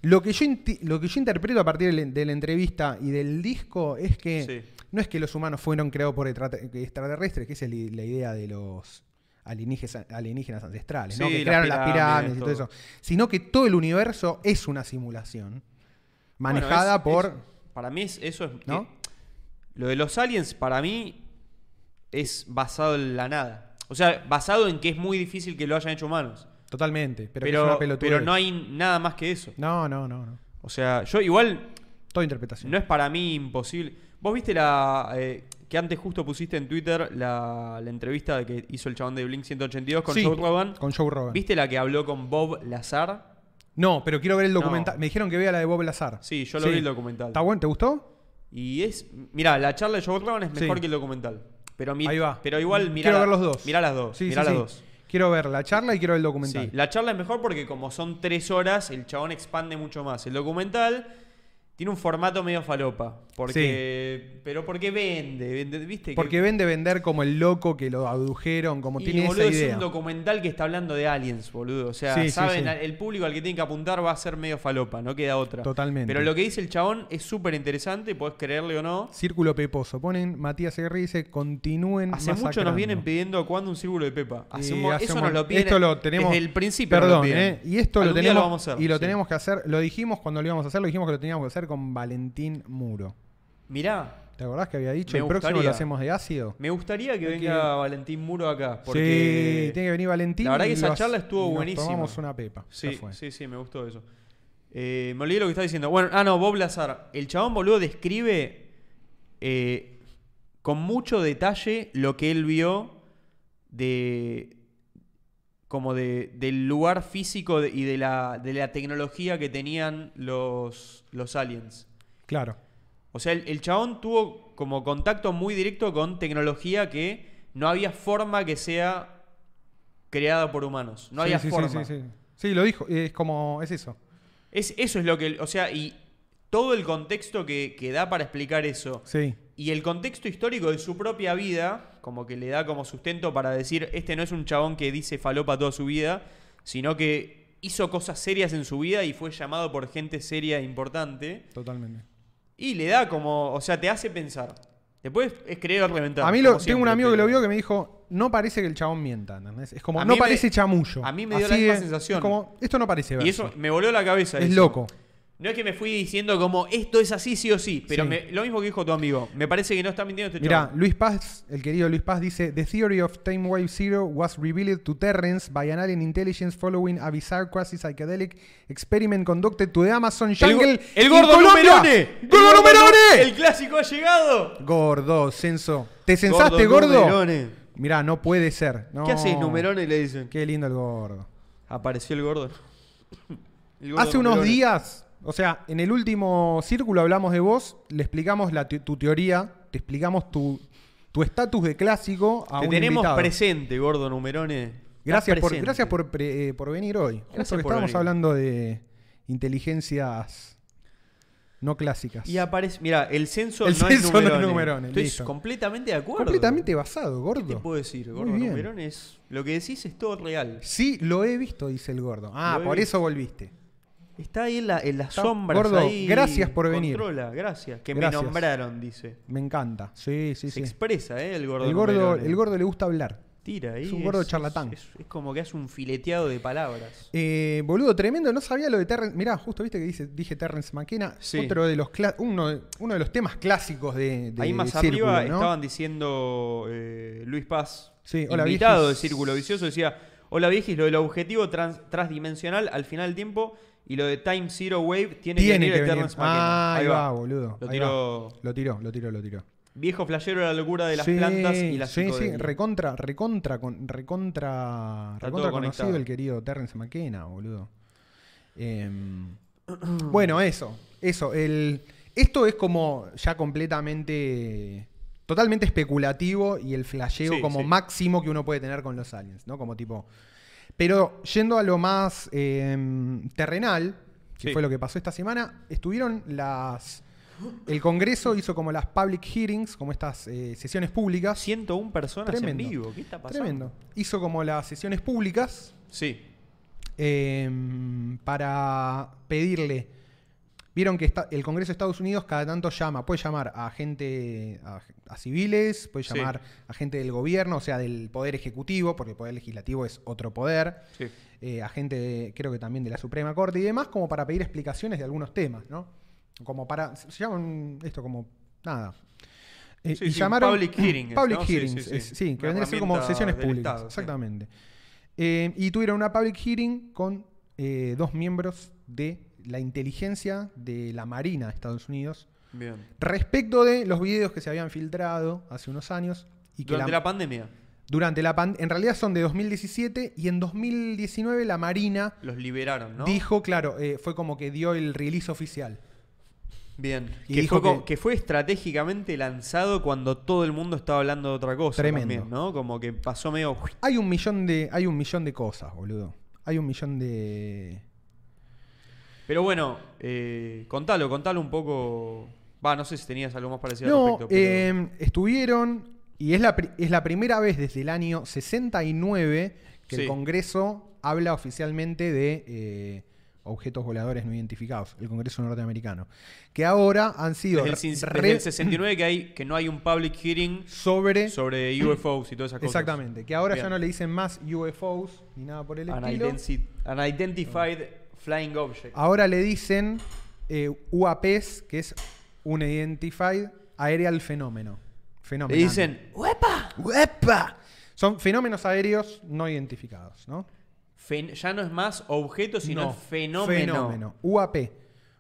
B: Lo que, yo inti- lo que yo interpreto a partir de la, de la entrevista y del disco es que
A: Sí.
B: no es que los humanos fueron creados por extrate- extraterrestres, que esa es la, la idea de los alienígenas, alienígenas ancestrales, ¿no?
A: Sí,
B: que
A: las
B: crearon las pirámides
A: pirámides,
B: y todo eso,
A: todo.
B: sino que todo el universo es una simulación
A: Bueno,
B: manejada
A: es-
B: por...
A: es- para mí, es- eso es.
B: ¿No?
A: eh, lo de los aliens, para mí, es basado en la nada. O sea, basado en que es muy difícil que lo hayan hecho humanos.
B: totalmente, pero, que es
A: Pero,
B: una
A: pero,
B: pelotudez.
A: no hay nada más que eso.
B: No, no, no, no.
A: O sea, yo igual
B: Toda interpretación.
A: no es para mí imposible. Vos viste la. eh, que antes justo pusiste en Twitter la, la entrevista que hizo el chabón de Blink 182 con
B: Sí,
A: Joe Rogan.
B: Con Joe Rogan.
A: ¿Viste la que habló con Bob Lazar?
B: No, pero quiero ver el documental.
A: No.
B: Me dijeron que vea la de Bob Lazar.
A: Sí, yo lo vi el documental.
B: ¿Está bueno? ¿Te gustó?
A: Y es. Mira, la charla de Joe Rogan es mejor
B: Sí.
A: que el documental. Pero, mi-
B: Ahí va.
A: pero igual, mirá,
B: Quiero
A: la-
B: ver los dos.
A: mirá las dos.
B: Sí,
A: mirá
B: sí,
A: las
B: sí.
A: dos.
B: Quiero ver la charla y quiero ver el
A: Sí,
B: documental.
A: La charla es mejor porque, como son tres horas, el chabón expande mucho más. El documental tiene un formato medio falopa. Porque, Pero porque vende, vende, ¿viste? Que-
B: Porque ven de vender como el loco que lo adujeron, como
A: y,
B: tiene
A: boludo,
B: esa
A: es
B: idea.
A: un documental que está hablando de aliens, boludo. O sea,
B: Sí, sí,
A: saben,
B: sí.
A: al- el público al que tienen que apuntar va a ser medio falopa, no queda otra.
B: Totalmente.
A: Pero lo que dice el chabón es súper interesante, podés creerle o no.
B: Círculo peposo. Ponen Matías Aguirre y dice, continúen
A: Hace mucho
B: masacrando".
A: nos vienen pidiendo cuándo un círculo de Pepa. Hace
B: Y
A: un mo-
B: hace
A: eso
B: un
A: nos
B: mon-
A: lo piden
B: Esto lo tenemos.
A: desde el principio. nos lo
B: Perdón,
A: piden.
B: ¿eh? Y esto lo
A: Algún día
B: tenemos.
A: vamos a hacer,
B: y lo
A: sí.
B: tenemos que hacer. Lo dijimos cuando lo íbamos a hacer, lo dijimos que lo teníamos que hacer con Valentín Muro.
A: Mirá,
B: ¿Te acordás que había dicho?
A: Me
B: el próximo lo
A: gustaría.
B: hacemos de ácido.
A: me gustaría que
B: Hay que-
A: venga Valentín Muro acá.
B: sí,
A: Porque
B: tiene que venir Valentín.
A: la verdad
B: y
A: que esa
B: lo hace-
A: charla estuvo
B: y nos
A: buenísima.
B: Tomamos una pepa. ya
A: Sí,
B: fue.
A: sí, sí, me gustó eso. Eh, me olvidé lo que estaba diciendo. Bueno, ah, no, Bob Lazar. El chabón, boludo, describe eh, con mucho detalle lo que él vio de. como de, del lugar físico de- y de la, de la tecnología que tenían los, los aliens.
B: Claro.
A: O sea, el, el chabón tuvo como contacto muy directo con tecnología que no había forma que sea creada por humanos. No
B: Sí,
A: había
B: sí, sí,
A: forma.
B: Sí, sí. Sí, lo dijo. Es como. Es eso.
A: Es, eso es lo que. O sea, y todo el contexto que, que da para explicar eso.
B: Sí.
A: Y el contexto histórico de su propia vida, como que le da como sustento para decir: este no es un chabón que dice falopa toda su vida, sino que hizo cosas serias en su vida y fue llamado por gente seria e importante.
B: Totalmente.
A: Y le da como. O sea, te hace pensar. Después es creer o reventar.
B: A mí lo,
A: como
B: tengo
A: siempre,
B: un amigo que
A: pero-
B: lo vio que me dijo, no parece que el chabón mienta, ¿entendés? Es como,
A: A
B: no
A: mí me-
B: parece chamullo.
A: a mí me dio la misma sensación.
B: es como, esto no parece
A: Y
B: verso.
A: eso me voló la cabeza.
B: es
A: eso.
B: loco.
A: No es que me fui diciendo como esto es así, sí o sí, pero
B: Sí.
A: me- lo mismo que dijo tu amigo. Me parece que no está mintiendo este
B: Mirá,
A: chabón.
B: Luis Paz, el querido Luis Paz dice, The theory of Time Wave Zero was revealed to Terrence by an alien intelligence following a bizarre quasi psychedelic experiment conducted to the Amazon jungle
A: El, el
B: in
A: gordo
B: Colombia".
A: numerone.
B: ¡El ¡Gordo numerone!
A: El clásico ha llegado.
B: Gordo, censo. ¿Te censaste, gordo?
A: Numerone.
B: Mirá, no puede ser. No.
A: ¿Qué haces, numerone? Le dicen.
B: Qué lindo el gordo.
A: Apareció el
B: [laughs]
A: gordo. El gordo
B: Hace unos
A: numerone.
B: días, o sea, en el último círculo hablamos de vos, le explicamos la te- tu teoría, te explicamos tu tu estatus de clásico a
A: Te
B: un
A: tenemos
B: invitado.
A: presente, gordo numerone. Estás
B: Gracias por,
A: presente.
B: gracias por, pre- eh, por venir hoy. Justo
A: Gracias
B: que
A: por
B: estábamos
A: venir.
B: hablando de inteligencias no clásicas.
A: Y aparece. Mira, el censo,
B: El
A: no, es
B: censo no es
A: numerone.
B: numerone,
A: Estoy
B: listo.
A: completamente de acuerdo.
B: Completamente basado,
A: ¿Qué te
B: gordo.
A: puedo decir?
B: Muy
A: Gordo
B: bien.
A: numerone es. Lo que decís es todo real.
B: Sí, lo he visto, dice el gordo. Ah,
A: Lo he
B: por
A: visto.
B: eso volviste.
A: Está ahí en, la- en las
B: Está-
A: sombras.
B: Gordo,
A: ahí
B: gracias por venir.
A: Controla, gracias. Que
B: Gracias.
A: me nombraron, dice.
B: Me encanta. Sí, sí,
A: Se
B: sí.
A: expresa, ¿eh? El gordo.
B: El gordo,
A: Pomerone.
B: el gordo le gusta hablar.
A: Tira ahí.
B: es un gordo charlatán.
A: Es, es como que hace un fileteado de palabras.
B: Eh, boludo, tremendo, no sabía lo de Terrence. Mirá, justo viste que dice, dije Terrence McKenna.
A: Sí.
B: Otro de los cla- uno, de- uno de los temas clásicos de, de
A: ahí más
B: Círculo,
A: arriba
B: ¿no?
A: estaban diciendo eh, Luis Paz,
B: Sí, hola,
A: invitado
B: viejis.
A: de Círculo Vicioso, decía: Hola viejis, lo del objetivo trans- transdimensional al final del tiempo y lo de Time Zero Wave tiene, que
B: Tiene
A: venir
B: que
A: de
B: venir.
A: Terrence McKenna.
B: Ah, ahí va, boludo.
A: Lo
B: Ahí va.
A: tiró
B: Lo tiró, lo tiró, lo tiró.
A: Viejo flashero de la locura de las
B: Sí,
A: plantas y las
B: Sí, sí,
A: psicodelia.
B: recontra, recontra, con, recontra,
A: Está
B: recontra
A: todo
B: conocido
A: conectado.
B: el querido Terrence McKenna, boludo. Em, [clears throat] bueno, eso, eso. El, esto es como ya completamente, totalmente especulativo y el flasheo
A: Sí,
B: como
A: sí.
B: máximo que uno puede tener con los aliens, ¿no? Como tipo... Pero yendo a lo más em, terrenal, que
A: Sí.
B: fue lo que pasó esta semana, estuvieron las... El Congreso hizo como las public hearings, como estas eh, sesiones públicas.
A: 101 personas
B: Tremendo.
A: en vivo. ¿Qué está pasando?
B: Tremendo. Hizo como las sesiones públicas
A: Sí.
B: eh, para pedirle. Vieron que está- el Congreso de Estados Unidos cada tanto llama, puede llamar a gente, a, a civiles, puede
A: Sí.
B: llamar a gente del gobierno, o sea, del poder ejecutivo, porque el poder legislativo es otro poder,
A: sí.
B: eh, a gente, de- creo que también de la Suprema Corte y demás, como para pedir explicaciones de algunos temas, ¿no? Como para, se llaman esto como, nada. Eh,
A: Sí,
B: y
A: sí,
B: llamaron [clears throat]
A: public hearings,
B: Public
A: ¿no? Sí,
B: hearings, es-
A: sí,
B: sí,
A: sí. Una
B: que vendrían a ser como
A: herramienta
B: sesiones
A: del
B: públicas,
A: Estado, sí.
B: exactamente. Eh, y tuvieron una public hearing con eh, dos miembros de la inteligencia de la Marina de Estados Unidos
A: Bien.
B: respecto de los videos que se habían filtrado hace unos años y que
A: Durante
B: la-
A: la pandemia,
B: durante la pandemia, en realidad son de 2017 y en 2019 la Marina
A: los liberaron, ¿no?
B: dijo, claro, eh, fue como que dio el release oficial.
A: Bien.
B: Y
A: que,
B: dijo
A: fue co-
B: que-
A: que... fue estratégicamente lanzado cuando todo el mundo estaba hablando de otra cosa.
B: Tremendo.
A: también, ¿no? Como que pasó medio.
B: Hay un millón de, hay un millón de cosas, boludo. Hay un millón de...
A: Pero bueno, eh, contalo, contalo un poco. Va, no sé si tenías algo más parecido
B: no,
A: al respecto. pero-
B: eh, estuvieron, y es la, pri- es la primera vez desde el año 69 que el
A: Sí.
B: Congreso habla oficialmente de eh, objetos voladores no identificados, el Congreso norteamericano, que ahora han sido
A: desde, el, sin-
B: re-
A: desde el 69 que, hay, que no hay un public hearing
B: sobre...
A: sobre UFOs y todas esas cosas.
B: Exactamente, que ahora ya
A: Bien.
B: no le dicen más UFOs ni nada por el estilo. Ah.
A: Unidenti- Unidentified Flying Object.
B: Ahora le dicen eh, UAPs, que es Unidentified Aerial Fenómeno.
A: Le
B: Fenómeno.
A: dicen, ¡Uepa!
B: ¡Uepa! Son fenómenos aéreos no identificados, ¿no?
A: Fen- ya no es más objeto, sino
B: No,
A: fenómeno.
B: UAP.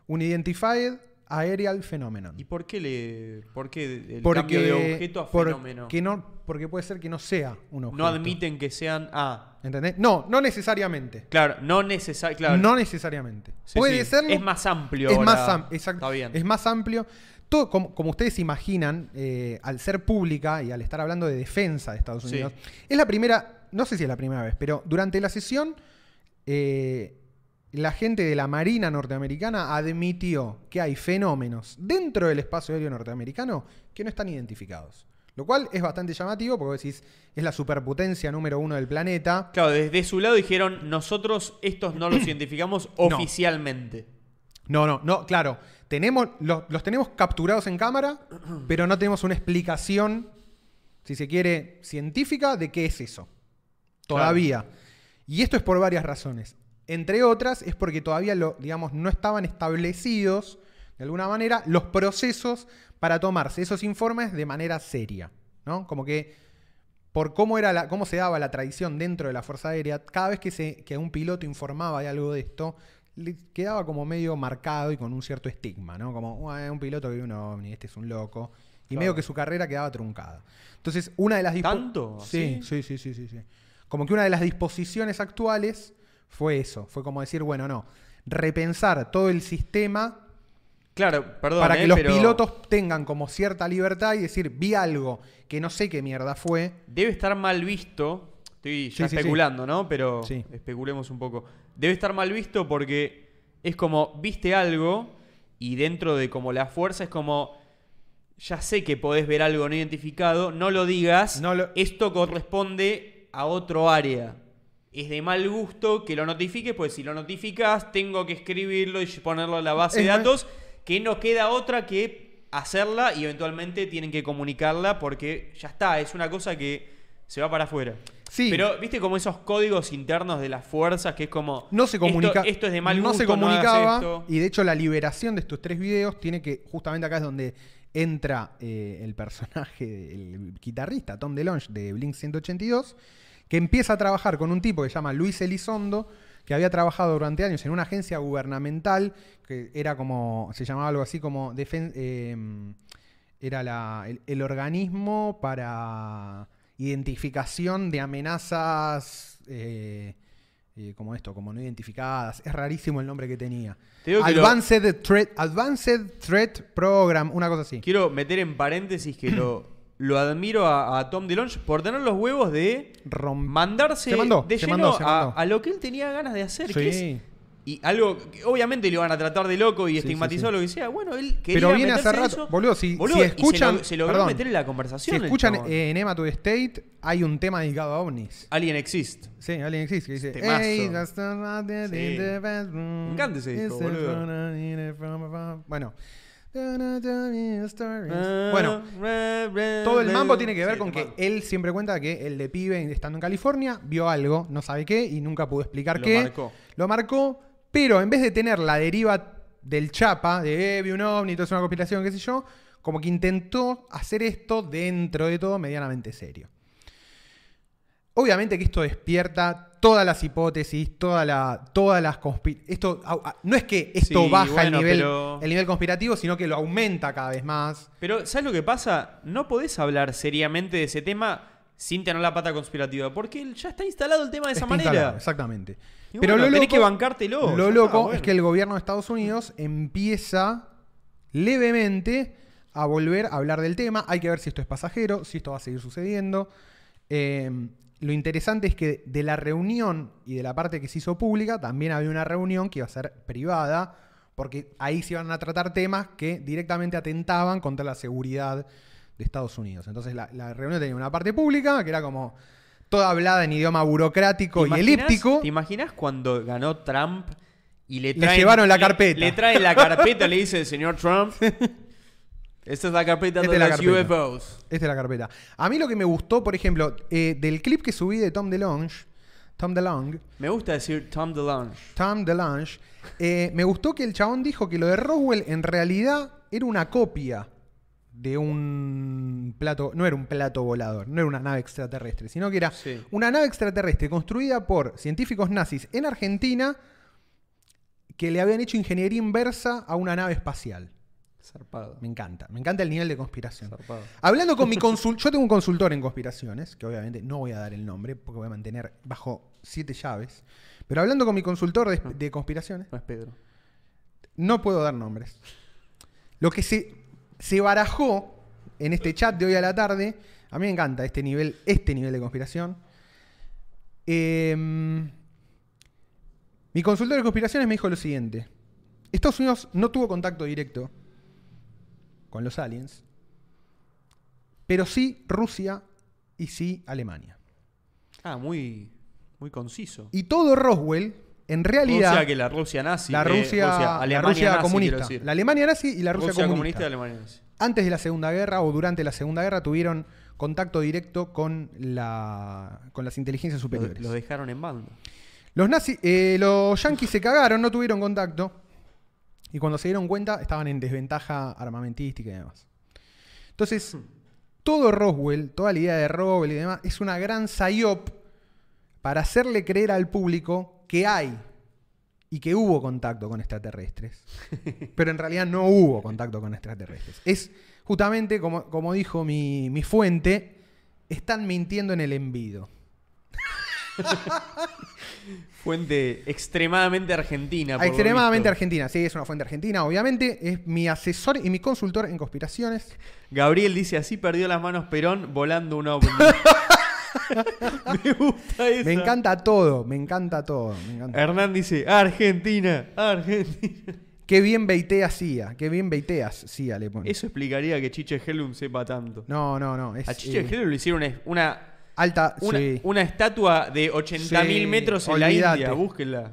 B: Unidentified Aerial Phenomenon.
A: ¿Y por qué le por qué el
B: Porque-
A: cambio de objeto a fenómeno?
B: porque no, porque puede ser que no sea un objeto.
A: No admiten que sean ah,
B: ¿Entendés? No, no necesariamente.
A: claro, no necesario, claro.
B: No necesariamente.
A: Sí,
B: puede
A: sí.
B: serlo.
A: Es más amplio
B: Es
A: ahora.
B: más, am- exacto.
A: Está bien.
B: es más amplio. Todo, como, como ustedes imaginan, eh, al ser pública y al estar hablando de defensa de Estados
A: Sí.
B: Unidos, es la primera, no sé si es la primera vez, pero durante la sesión, eh, la gente de la Marina norteamericana admitió que hay fenómenos dentro del espacio aéreo norteamericano que no están identificados. Lo cual es bastante llamativo porque vos decís, es la superpotencia número uno del planeta.
A: Claro, desde su lado dijeron, nosotros estos no los [clears throat] identificamos oficialmente.
B: No, no, no, claro. Tenemos, los, los tenemos capturados en cámara, [clears throat] pero no tenemos una explicación, si se quiere, científica de qué es eso. Todavía. Y esto es por varias razones. Entre otras, es porque todavía lo, digamos, no estaban establecidos, de alguna manera, los procesos para tomarse esos informes de manera seria. ¿No? Como que por cómo, era la, cómo se daba la tradición dentro de la Fuerza Aérea, cada vez que, se, que un piloto informaba de algo de esto, le quedaba como medio marcado y con un cierto estigma, ¿no? Como, "Ué, un piloto que vio un ovni, este es un loco. Y
A: Claro.
B: medio que su carrera quedaba truncada. Entonces, una de las dispo-
A: ¿Tanto?
B: Sí,
A: ¿Así?
B: sí, sí, sí, sí, sí. Como que una de las disposiciones actuales fue eso. Fue como decir, bueno, no, repensar todo el sistema
A: Claro, perdón,
B: para
A: eh,
B: que los
A: pero
B: pilotos tengan como cierta libertad y decir, vi algo que no sé qué mierda fue.
A: debe estar mal visto. Estoy ya
B: Sí, sí,
A: especulando, ¿no? Pero
B: Sí.
A: especulemos un poco. Debe estar mal visto porque es como viste algo y dentro de como la fuerza es como ya sé que podés ver algo no identificado, no lo digas.
B: No lo-
A: Esto corresponde a otro área. es de mal gusto que lo notifiques, pues si lo notificas, tengo que escribirlo y ponerlo en la base
B: Es
A: de
B: más-
A: datos, que no queda otra que hacerla y eventualmente tienen que comunicarla porque ya está, es una cosa que se va para afuera.
B: Sí.
A: Pero, ¿viste como esos códigos internos de las fuerzas que es como.
B: No se comunica,
A: Esto, esto es de mal
B: no
A: gusto.
B: se
A: hagas
B: comunicaba
A: esto.
B: y de hecho la liberación de estos tres videos tiene que justamente acá es donde entra eh, el personaje, el guitarrista Tom DeLonge de Blink 182, que empieza a trabajar con un tipo que se llama Luis Elizondo, que había trabajado durante años en una agencia gubernamental que era como se llamaba algo así como defen- eh, era la- el, el organismo para identificación de amenazas eh, eh, como esto, como no identificadas. Es rarísimo el nombre que tenía.
A: Te digo que lo-
B: Advanced, Threat, Advanced Threat Program, una cosa así.
A: Quiero meter en paréntesis que [clears throat] lo, lo admiro a, a Tom DeLonge por tener los huevos de
B: Rom-
A: mandarse
B: Se mandó,
A: de
B: se
A: lleno
B: mandó, se
A: a-
B: mandó.
A: A, lo que él tenía ganas de hacer. que
B: Sí.
A: es- y algo que obviamente lo iban a tratar de loco y
B: Sí,
A: estigmatizado
B: sí, sí.
A: lo que sea. Bueno, él quería
B: Pero viene
A: meterse
B: hace
A: en
B: rato,
A: eso.
B: boludo, si-
A: Boludo,
B: si
A: y se
B: escuchan-
A: lo- se, logró
B: perdón.
A: meter en la
B: Si
A: conversación. el
B: escuchan
A: chabón.
B: eh, en Emma to State, hay un tema dedicado a ovnis.
A: Alien Exist.
B: Sí, alguien existe que dice.
A: Temazo.
B: "Hey, that's the night that
A: Sí.
B: in the bedroom
A: Me encanta ese disco,
B: is the
A: boludo.
B: phone in it from above". Bueno. Bueno,
A: Bueno,
B: eh, todo el mambo tiene que ver con que
A: que
B: él siempre cuenta que el de pibe estando en California vio algo, no sabe qué y nunca pudo explicar
A: Lo
B: qué.
A: marcó.
B: Lo marcó, pero en vez de tener la deriva del chapa de eh, vi un ovni, todo es una conspiración, qué sé yo, como que intentó hacer esto dentro de todo medianamente serio. Obviamente que esto despierta todas las hipótesis, toda la, todas las conspi- esto au- a- No es que esto
A: Sí,
B: baja el,
A: bueno,
B: nivel,
A: pero-
B: el nivel conspirativo, sino que lo aumenta cada vez más.
A: Pero, ¿sabes lo que pasa? No podés hablar seriamente de ese tema sin tener la pata conspirativa, porque él ya está instalado el tema de esa
B: Está instalado,
A: manera.
B: exactamente.
A: Y
B: Pero
A: bueno,
B: lo
A: tenés
B: loco,
A: que bancártelo,
B: Lo
A: ya
B: loco
A: está, bueno.
B: es que el gobierno de Estados Unidos empieza levemente a volver a hablar del tema. Hay que ver si esto es pasajero, si esto va a seguir sucediendo. Eh, lo interesante es que de la reunión y de la parte que se hizo pública, también había una reunión que iba a ser privada, porque ahí se iban a tratar temas que directamente atentaban contra la seguridad de Estados Unidos. Entonces la, la reunión tenía una parte pública, que era como toda hablada en idioma burocrático
A: ¿Te
B: y
A: imaginás-
B: elíptico.
A: ¿Te imaginas cuando ganó Trump y le
B: Le
A: traen.
B: llevaron la
A: le-
B: carpeta.
A: Le, traen la carpeta, le dice el señor Trump.
B: [laughs]
A: Esta es la carpeta
B: Esta
A: de
B: es la
A: los
B: carpeta.
A: UFOs.
B: Esta es la carpeta. A mí lo que me gustó, por ejemplo, eh, del clip que subí de Tom DeLonge, Tom DeLonge,
A: Me gusta decir Tom DeLonge.
B: Tom DeLonge, eh, me gustó que el chabón dijo que lo de Roswell en realidad era una copia de un plato, no era un plato volador, no era una nave extraterrestre, sino que era
A: Sí.
B: una nave extraterrestre construida por científicos nazis en Argentina que le habían hecho ingeniería inversa a una nave espacial.
A: Zarpado.
B: Me encanta, me encanta el nivel de conspiración.
A: Zarpado.
B: Hablando con mi consultor, yo tengo un consultor en conspiraciones, que obviamente no voy a dar el nombre porque voy a mantener bajo siete llaves, pero hablando con mi consultor de, de conspiraciones,
A: No es Pedro.
B: no puedo dar nombres. Lo que se, se barajó en este chat de hoy a la tarde, a mí me encanta este nivel, este nivel de conspiración. Eh, mi consultor de conspiraciones me dijo lo siguiente. Estados Unidos no tuvo contacto directo con los aliens, pero sí Rusia y sí Alemania.
A: Ah, muy, muy conciso.
B: Y todo Roswell, en realidad...
A: Rusia que la Rusia nazi.
B: la
A: eh,
B: Rusia, la
A: Alemania nazi,
B: Rusia
A: quiero
B: comunista.
A: decir.
B: La Alemania nazi y la Rusia, comunista.
A: de Alemania nazi.
B: Antes de la Segunda Guerra o durante la Segunda Guerra tuvieron contacto directo con, la, con las inteligencias
A: Lo-
B: superiores.
A: Los dejaron en banda.
B: Los nazis, eh, los yanquis se cagaron, no tuvieron contacto. Y cuando se dieron cuenta, estaban en desventaja armamentística y demás. Entonces, todo Roswell, toda la idea de Roswell y demás, es una gran psyop para hacerle creer al público que hay y que hubo contacto con extraterrestres. Pero en realidad no hubo contacto con extraterrestres. Es justamente, como, como dijo mi, mi fuente, están mintiendo en el envido.
A: Fuente extremadamente argentina. por lo
B: Ah, Extremadamente
A: visto.
B: argentina, sí, es una fuente argentina, obviamente. Es mi asesor y mi consultor en conspiraciones.
A: Gabriel dice: Así perdió las manos Perón volando un ovni. [laughs] me gusta eso.
B: Me encanta todo, me encanta todo. Me encanta.
A: Hernán dice: Argentina, Argentina.
B: Qué bien beitea CIA, qué bien beiteas CIA le pone.
A: Eso explicaría que Chiche Hellum sepa tanto.
B: No, no, no. es,
A: A Chiche
B: eh,
A: Hellum le hicieron una, una
B: Alta,
A: Una,
B: sí.
A: una estatua de 80.000
B: Sí,
A: metros en la
B: olvídate.
A: India. Búsquenla.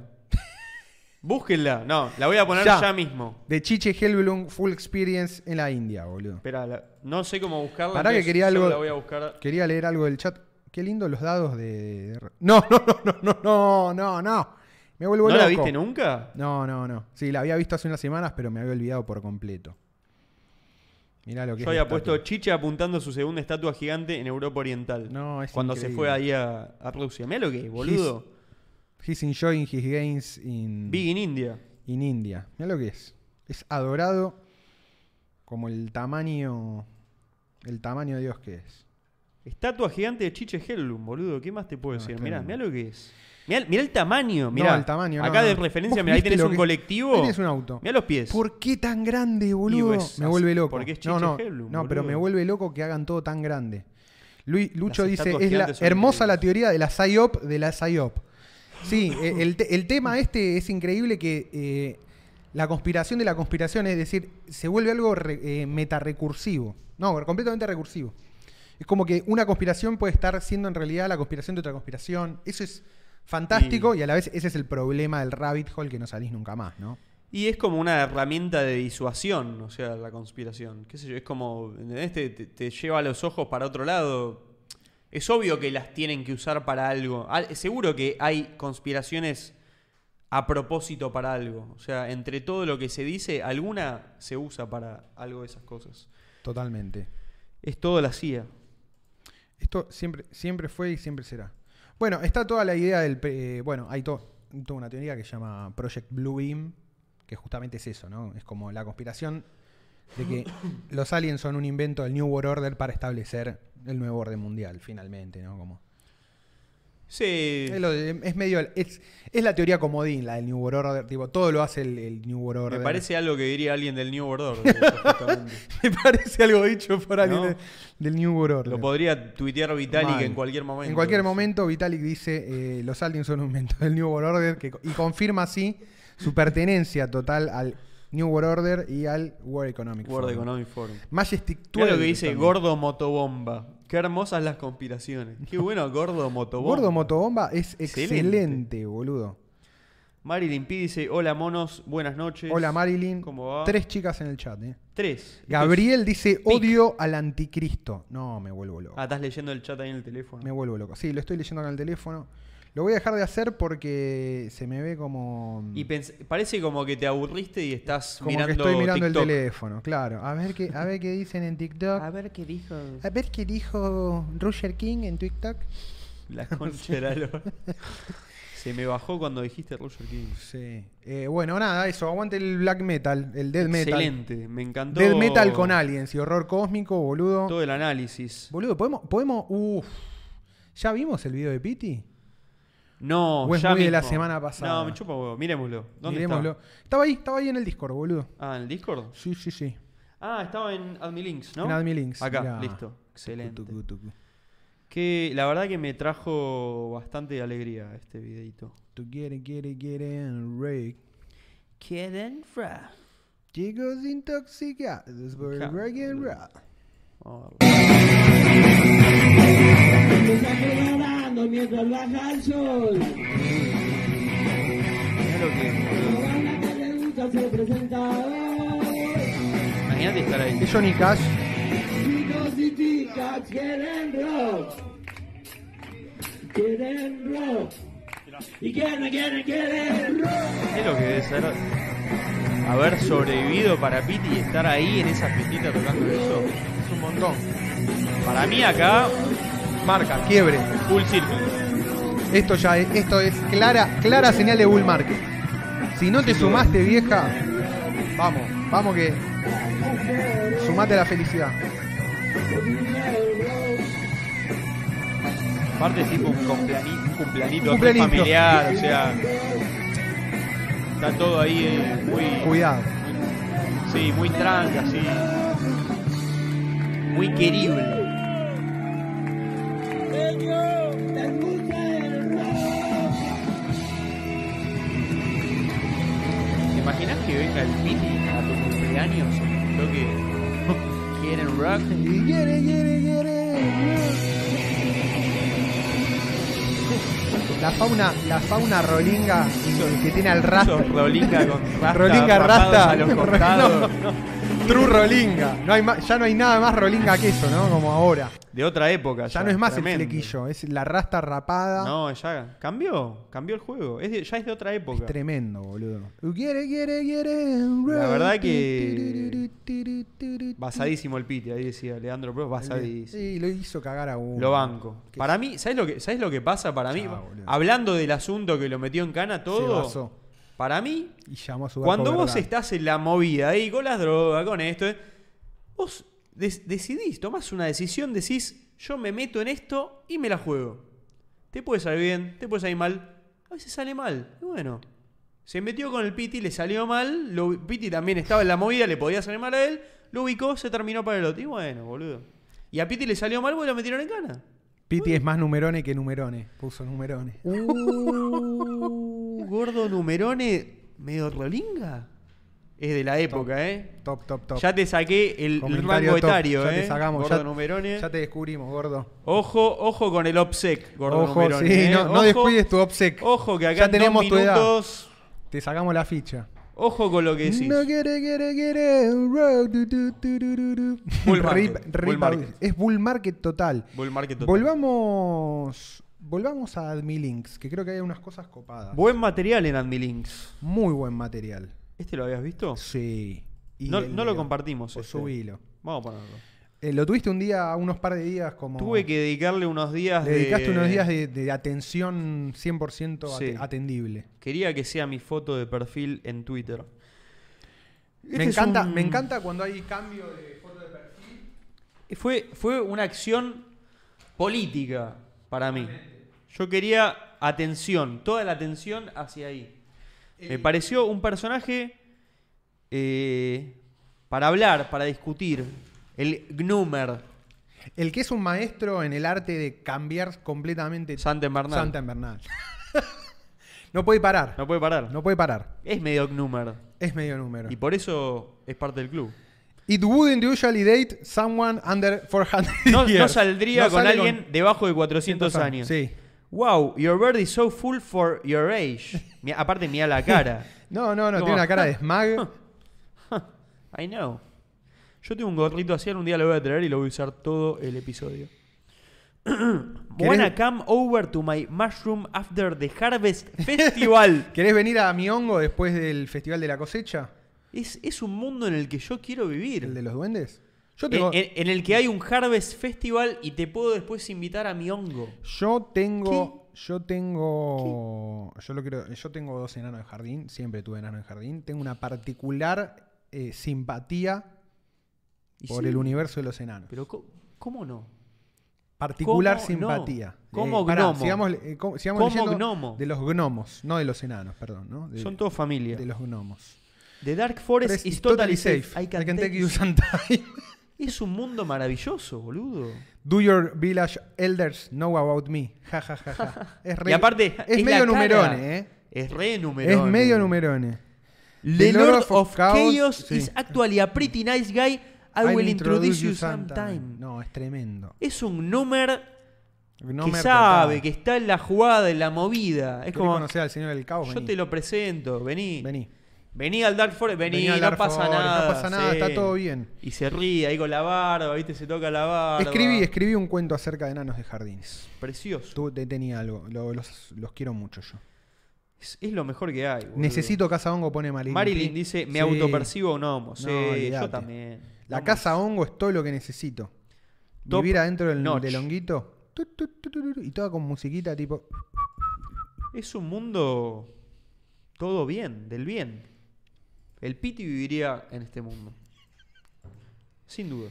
A: Búsquenla. No, la voy a poner ya,
B: Ya.
A: mismo.
B: De Chiche Helblum Full Experience en la India, boludo.
A: Espera, la- no sé cómo buscarla.
B: Pará que
A: entonces
B: quería
A: solo
B: algo-
A: La voy a buscar.
B: Quería leer algo del chat. Qué lindo los dados de. de- No, no, no, no, no, no, no. Me vuelvo
A: ¿No
B: loco.
A: la viste nunca?
B: No, no, no. Sí, la había visto hace unas semanas, pero me había olvidado por completo. Mirá lo que
A: Yo
B: es.
A: había
B: la
A: puesto
B: estatua.
A: Chicha apuntando su segunda estatua gigante en Europa Oriental.
B: No, es
A: Cuando se
B: increíble.
A: fue ahí a, a Rusia. Mirá lo que es, boludo.
B: He's enjoying his games in,
A: Big in India.
B: in India. Mirá lo que es. Es adorado como el tamaño. El tamaño de Dios que es.
A: Estatua gigante de Chiche Hellum, boludo. ¿Qué más te puedo
B: No,
A: decir?
B: está
A: Mirá,
B: bien.
A: mirá lo que es. Mirá, mirá el tamaño, mirá.
B: No, el tamaño. no,
A: Acá de
B: no.
A: referencia,
B: ¿Vos
A: mirá, ahí
B: viste
A: tenés
B: lo
A: un
B: que-
A: colectivo.
B: Tenés un auto.
A: Mirá los pies.
B: ¿Por qué tan grande, boludo?
A: ves,
B: me
A: así-
B: vuelve loco.
A: porque es Chiche
B: no, no,
A: Hellblum,
B: no, pero
A: boludo.
B: me vuelve loco que hagan todo tan grande. Lu- Lucho
A: Las
B: dice,
A: estatuas
B: es la,
A: gigantes son
B: hermosa la
A: increíbles".
B: teoría de la PSYOP de
A: [laughs]
B: la PSYOP. Sí, eh, el, te- el tema este es increíble que eh, la conspiración de la conspiración, es decir, se vuelve algo re- eh, metarrecursivo. No, completamente recursivo. Es como que una conspiración puede estar siendo en realidad la conspiración de otra conspiración. Eso es fantástico
A: Y-
B: y, a la vez ese es el problema del rabbit hole que no salís nunca más, ¿no?
A: Y es como una herramienta de disuasión, o sea, la conspiración. ¿Qué sé yo? Es como, ¿entendés? Te, te- te lleva los ojos para otro lado. Es obvio que las tienen que usar para algo. Al- seguro que hay conspiraciones a propósito para algo. O sea, entre todo lo que se dice, alguna se usa para algo de esas cosas.
B: Totalmente.
A: Es todo la CIA.
B: Esto siempre, siempre fue y siempre será. Bueno, está toda la idea del. pre- eh, bueno, hay to- toda una teoría que se llama Project Blue Beam, que justamente es eso, ¿no? Es como la conspiración de
A: [coughs]
B: que los aliens son un invento del New World Order para establecer el nuevo orden mundial, finalmente, ¿no? Como,
A: Sí.
B: es, lo de- es medio. Es, es la teoría comodín, la del New World Order. Tipo, todo lo hace el, el New World Order.
A: Me parece algo que diría alguien del New World Order. justamente.
B: [laughs] Me parece algo dicho por alguien
A: ¿No?
B: de- del New World Order.
A: Lo podría tuitear Vitalik
B: Mal.
A: en cualquier momento.
B: En cualquier momento, Vitalik dice: eh, Los aliens son un invento del New World Order que, y confirma así su pertenencia total al New World Order y al World Economic
A: World
B: Forum.
A: Economic Forum.
B: Majestic
A: Todo
B: 12.
A: lo que dice
B: también.
A: Gordo Motobomba. Qué hermosas las conspiraciones.
B: [laughs]
A: Qué bueno, Gordo Motobomba.
B: Gordo Motobomba es
A: Excelente.
B: excelente, boludo.
A: Marilyn P dice: Hola monos, buenas noches.
B: Hola Marilyn.
A: ¿Cómo va?
B: Tres chicas en el chat, eh.
A: Tres.
B: Gabriel dice: Odio al anticristo. No, me vuelvo loco.
A: Ah, estás leyendo el chat ahí en el teléfono.
B: Me vuelvo loco. Sí, lo estoy leyendo con el teléfono. Lo voy a dejar de hacer porque se me ve como. mm,
A: Y pens- parece como que te aburriste y estás
B: Como
A: mirando,
B: que estoy mirando
A: TikTok.
B: el teléfono, claro. A ver qué, a ver qué dicen en TikTok.
A: ver qué dijo.
B: A ver qué dijo Roger King en TikTok. [laughs]
A: La concha de la lora. [laughs] Se me bajó cuando dijiste Roger King.
B: Sí. Eh, bueno, nada, eso. Aguante el black metal, el dead metal.
A: Excelente, me encantó.
B: Dead metal con aliens y horror cósmico, boludo.
A: Todo el análisis.
B: Boludo, podemos, podemos. Uf. ¿Ya vimos el video de Pity?
A: No,
B: O es
A: ya
B: muy de
A: mismo.
B: la semana pasada.
A: No, me chupa huevo. Miremoslo. ¿Dónde
B: Miremoslo.
A: está?
B: Estaba ahí, estaba ahí en el Discord, boludo.
A: Ah, ¿en el Discord?
B: Sí, sí, sí.
A: Ah, estaba en AdmiLinks, ¿no?
B: En AdmiLinks,
A: Acá,
B: mirá.
A: listo. Excelente.
B: Tucu, tucu,
A: Que la verdad que me trajo bastante alegría este videito.
B: Tú quiere, quiere, quiere, Rick.
A: Quieren fra.
B: Chicos intoxicados por el
A: Claro,
B: rock and
A: boludo.
B: roll.
A: Vamos a ver.
C: Se está preparando mientras baja el sol.
A: Mirá lo que es,
C: La
A: boludo.
C: banda que te gusta se presenta hoy.
A: Imagínate estar ahí.
B: De Johnny Cash.
C: Chicos y chicas quieren rock. Quieren rock. Y quieren, quieren, quieren rock.
A: ¿Qué es lo que debe ser haber sobrevivido para Piti y estar ahí en esa fiestita tocando eso?
B: Es un montón.
A: Para mí acá,
B: Marca, quiebre.
A: full circle.
B: Esto ya es, esto es clara, clara señal de bull market. Si no te sumaste, vieja, vamos, vamos que sumate a la felicidad.
A: Aparte es tipo un cumpleañito, un cumpleañito, re
B: Cumpleañito.
A: familiar, o sea... Está todo ahí eh, muy...
B: Cuidado.
A: Sí, muy tranca, así. Muy querible.
C: Te gusta el rock.
A: ¿Te imaginas que venga el Piti a tu cumpleaños? Toque. [laughs] ¿Quieren rock?
B: Y quiere, quiere, quiere. La fauna, la fauna rolinga que tiene al rasta.
A: Esos rolinga
B: [laughs]
A: con rasta.
B: rolinga
A: rapados
B: rasta.
A: A los
B: [laughs] No,
A: costados.
B: no. True rolinga. No hay ma- ya no hay nada más rolinga que eso, ¿no? Como ahora.
A: De otra época.
B: Ya, no es más
A: tremendo.
B: el flequillo, es la rasta rapada.
A: No, ya cambió. Cambió el juego. Es de- ya es de otra época.
B: Tremendo, boludo. Quiere, quiere, quiere.
A: La verdad que- Basadísimo el piti, ahí decía Leandro Pro, basadísimo.
B: Sí, lo hizo cagar a uno.
A: Lo banco.
B: Que
A: Para mí, ¿sabes lo que, ¿sabes lo que pasa? Para mí,
B: Ya, boludo.
A: hablando del asunto que lo metió en cana
B: basó.
A: todo, para mí,
B: Y llamó a su
A: cuando
B: barco
A: vos
B: verdad.
A: estás en la movida ahí con las drogas, con esto, eh, vos des- decidís, tomás una decisión, decís, yo me meto en esto y me la juego. Te puede salir bien, te puede salir mal, a veces sale mal. Y bueno, se metió con el Piti, le salió mal, lo, Piti también estaba en la movida, le podía salir mal a él, lo ubicó, se terminó para el otro. Y bueno, boludo. Y a Piti le salió mal, vos lo metieron en cana.
B: Piti es más numerone que numerone. Puso numerone.
A: Uh, gordo numerone, medio rolinga. Es de la época, ¿eh?
B: Top, top, top.
A: Ya te saqué el
B: Comentario
A: rango
B: top.
A: etario,
B: ya
A: ¿eh?
B: te sacamos.
A: Gordo
B: ya,
A: Numerone.
B: ya te descubrimos, gordo.
A: Ojo, ojo con el OPSEC, gordo
B: Ojo,
A: Numerone.
B: sí,
A: ¿eh?
B: no, no
A: Ojo,
B: descuides tu OPSEC.
A: Ojo que acá
B: Ya
A: en dos
B: tenemos tu edad.
A: minutos.
B: Te sacamos la ficha.
A: Ojo con lo que decís.
B: No quiere, quiere, quiere. un rock, du, du, du, du, du, du.
A: Bull
B: Rip-
A: market,
B: rip
A: bull
B: out.
A: market.
B: Es bull market total.
A: Bull market total.
B: Volvamos, volvamos a AdmiLinks, que creo que hay unas cosas copadas.
A: Buen material en AdmiLinks.
B: Muy buen material.
A: ¿Este lo habías visto?
B: Sí. Y
A: No,
B: el
A: no lo
B: de-
A: compartimos.
B: O
A: este.
B: subilo.
A: Vamos a ponerlo.
B: Eh, lo tuviste un día, unos par de días como...
A: Tuve que dedicarle unos días
B: Le
A: de-
B: dedicaste unos días de, de atención 100% ate-
A: Sí.
B: atendible.
A: Quería que sea mi foto de perfil en Twitter. Este
B: me,
A: es
B: encanta,
A: un-
B: me encanta cuando hay cambio de foto de perfil.
A: Fue, fue una acción política para mí. Yo quería atención, toda la atención hacia ahí. Me pareció un personaje eh, para hablar, para discutir. El Gnumer,
B: El que es un maestro en el arte de cambiar completamente
A: Santa Bernal.
B: Santa Bernal. [laughs] no puede parar.
A: No puede parar.
B: No puede parar.
A: Es medio Gnumer.
B: Es medio número.
A: Y por eso es parte del
B: [laughs]
A: club.
B: It wouldn't usually date someone under 400
A: No, no
B: years.
A: saldría
B: No
A: con
B: sale
A: alguien debajo de 400 años.
B: Sí.
A: Wow, your bird is so full for your
B: [laughs]
A: age. Mira, aparte, mira la cara.
B: No, no, no.
A: Como-
B: Tiene
A: [laughs]
B: una cara de smag.
A: I know. Yo tengo un gorrito así, algún día lo voy a traer y lo voy a usar todo el episodio. [clears throat] Wanna come over to my mushroom after the harvest festival. [laughs]
B: ¿Querés venir a mi hongo después del Festival de la Cosecha?
A: es, es un mundo en el que yo quiero vivir.
B: ¿El de los duendes? Yo
A: en,
B: tengo,
A: en- en el que hay un harvest festival y te puedo después invitar a mi hongo.
B: yo tengo, yo tengo, yo lo quiero, yo tengo dos enanos de jardín, siempre tuve enanos de jardín. Tengo una particular eh, simpatía
A: Y
B: por
A: sí,
B: el universo de los enanos.
A: Pero co- ¿cómo no?
B: Particular
A: ¿Cómo no?
B: simpatía.
A: ¿Cómo
B: pará,
A: gnomo?
B: sigamos, eh, co- sigamos
A: ¿Cómo
B: leyendo
A: gnomo?
B: de los gnomos, no de los enanos, perdón, ¿no? De,
A: Son todos familia.
B: de los gnomos.
A: The Dark Forest
B: Press
A: is
B: is
A: totally safe.
B: I can take you
A: it.
B: sometime. [laughs]
A: Es un mundo maravilloso, boludo.
B: Do your village elders know about me? Ja, ja, ja,
A: [laughs]
B: ja. Es re-
A: y aparte,
B: [laughs] es,
A: la
B: medio
A: cara.
B: numerone, ¿eh?
A: Es re numerone.
B: Es medio numerone.
A: The
B: The
A: Lord of Chaos,
B: sí.
A: is actually a pretty nice guy. I, will introduce you sometime.
B: No, es tremendo.
A: Es un número
B: No
A: que sabe, que está en la jugada, en la movida. Es como,
B: conocer al señor del caos?
A: yo
B: Vení.
A: te lo presento, vení. Vení,
B: Vení.
A: al Dark Forest, vení,
B: Vení al
A: no,
B: Dark
A: pasa
B: Forest, no
A: nada,
B: pasa nada,
A: sí.
B: está todo bien.
A: Y se ríe ahí con la barba, ¿viste? Se toca la barba.
B: Escribí, escribí un cuento acerca de enanos de jardines.
A: Precioso.
B: Tú te tenía algo. lo- los, los quiero mucho yo.
A: Es, es lo mejor que hay. boludo.
B: Necesito Casa Hongo, pone Marilyn.
A: Marilyn
B: Pri-
A: dice, me
B: Sí.
A: autopercibo un homo. Sí,
B: olvidate.
A: yo también.
B: La
A: Vamos.
B: casa hongo es todo lo que necesito.
A: Top
B: Vivir adentro del,
A: notch.
B: del honguito. tu, tu, tu, tu, tu, Y toda con musiquita tipo.
A: Es un mundo todo bien, del bien. El Piti viviría en este mundo. Sin duda.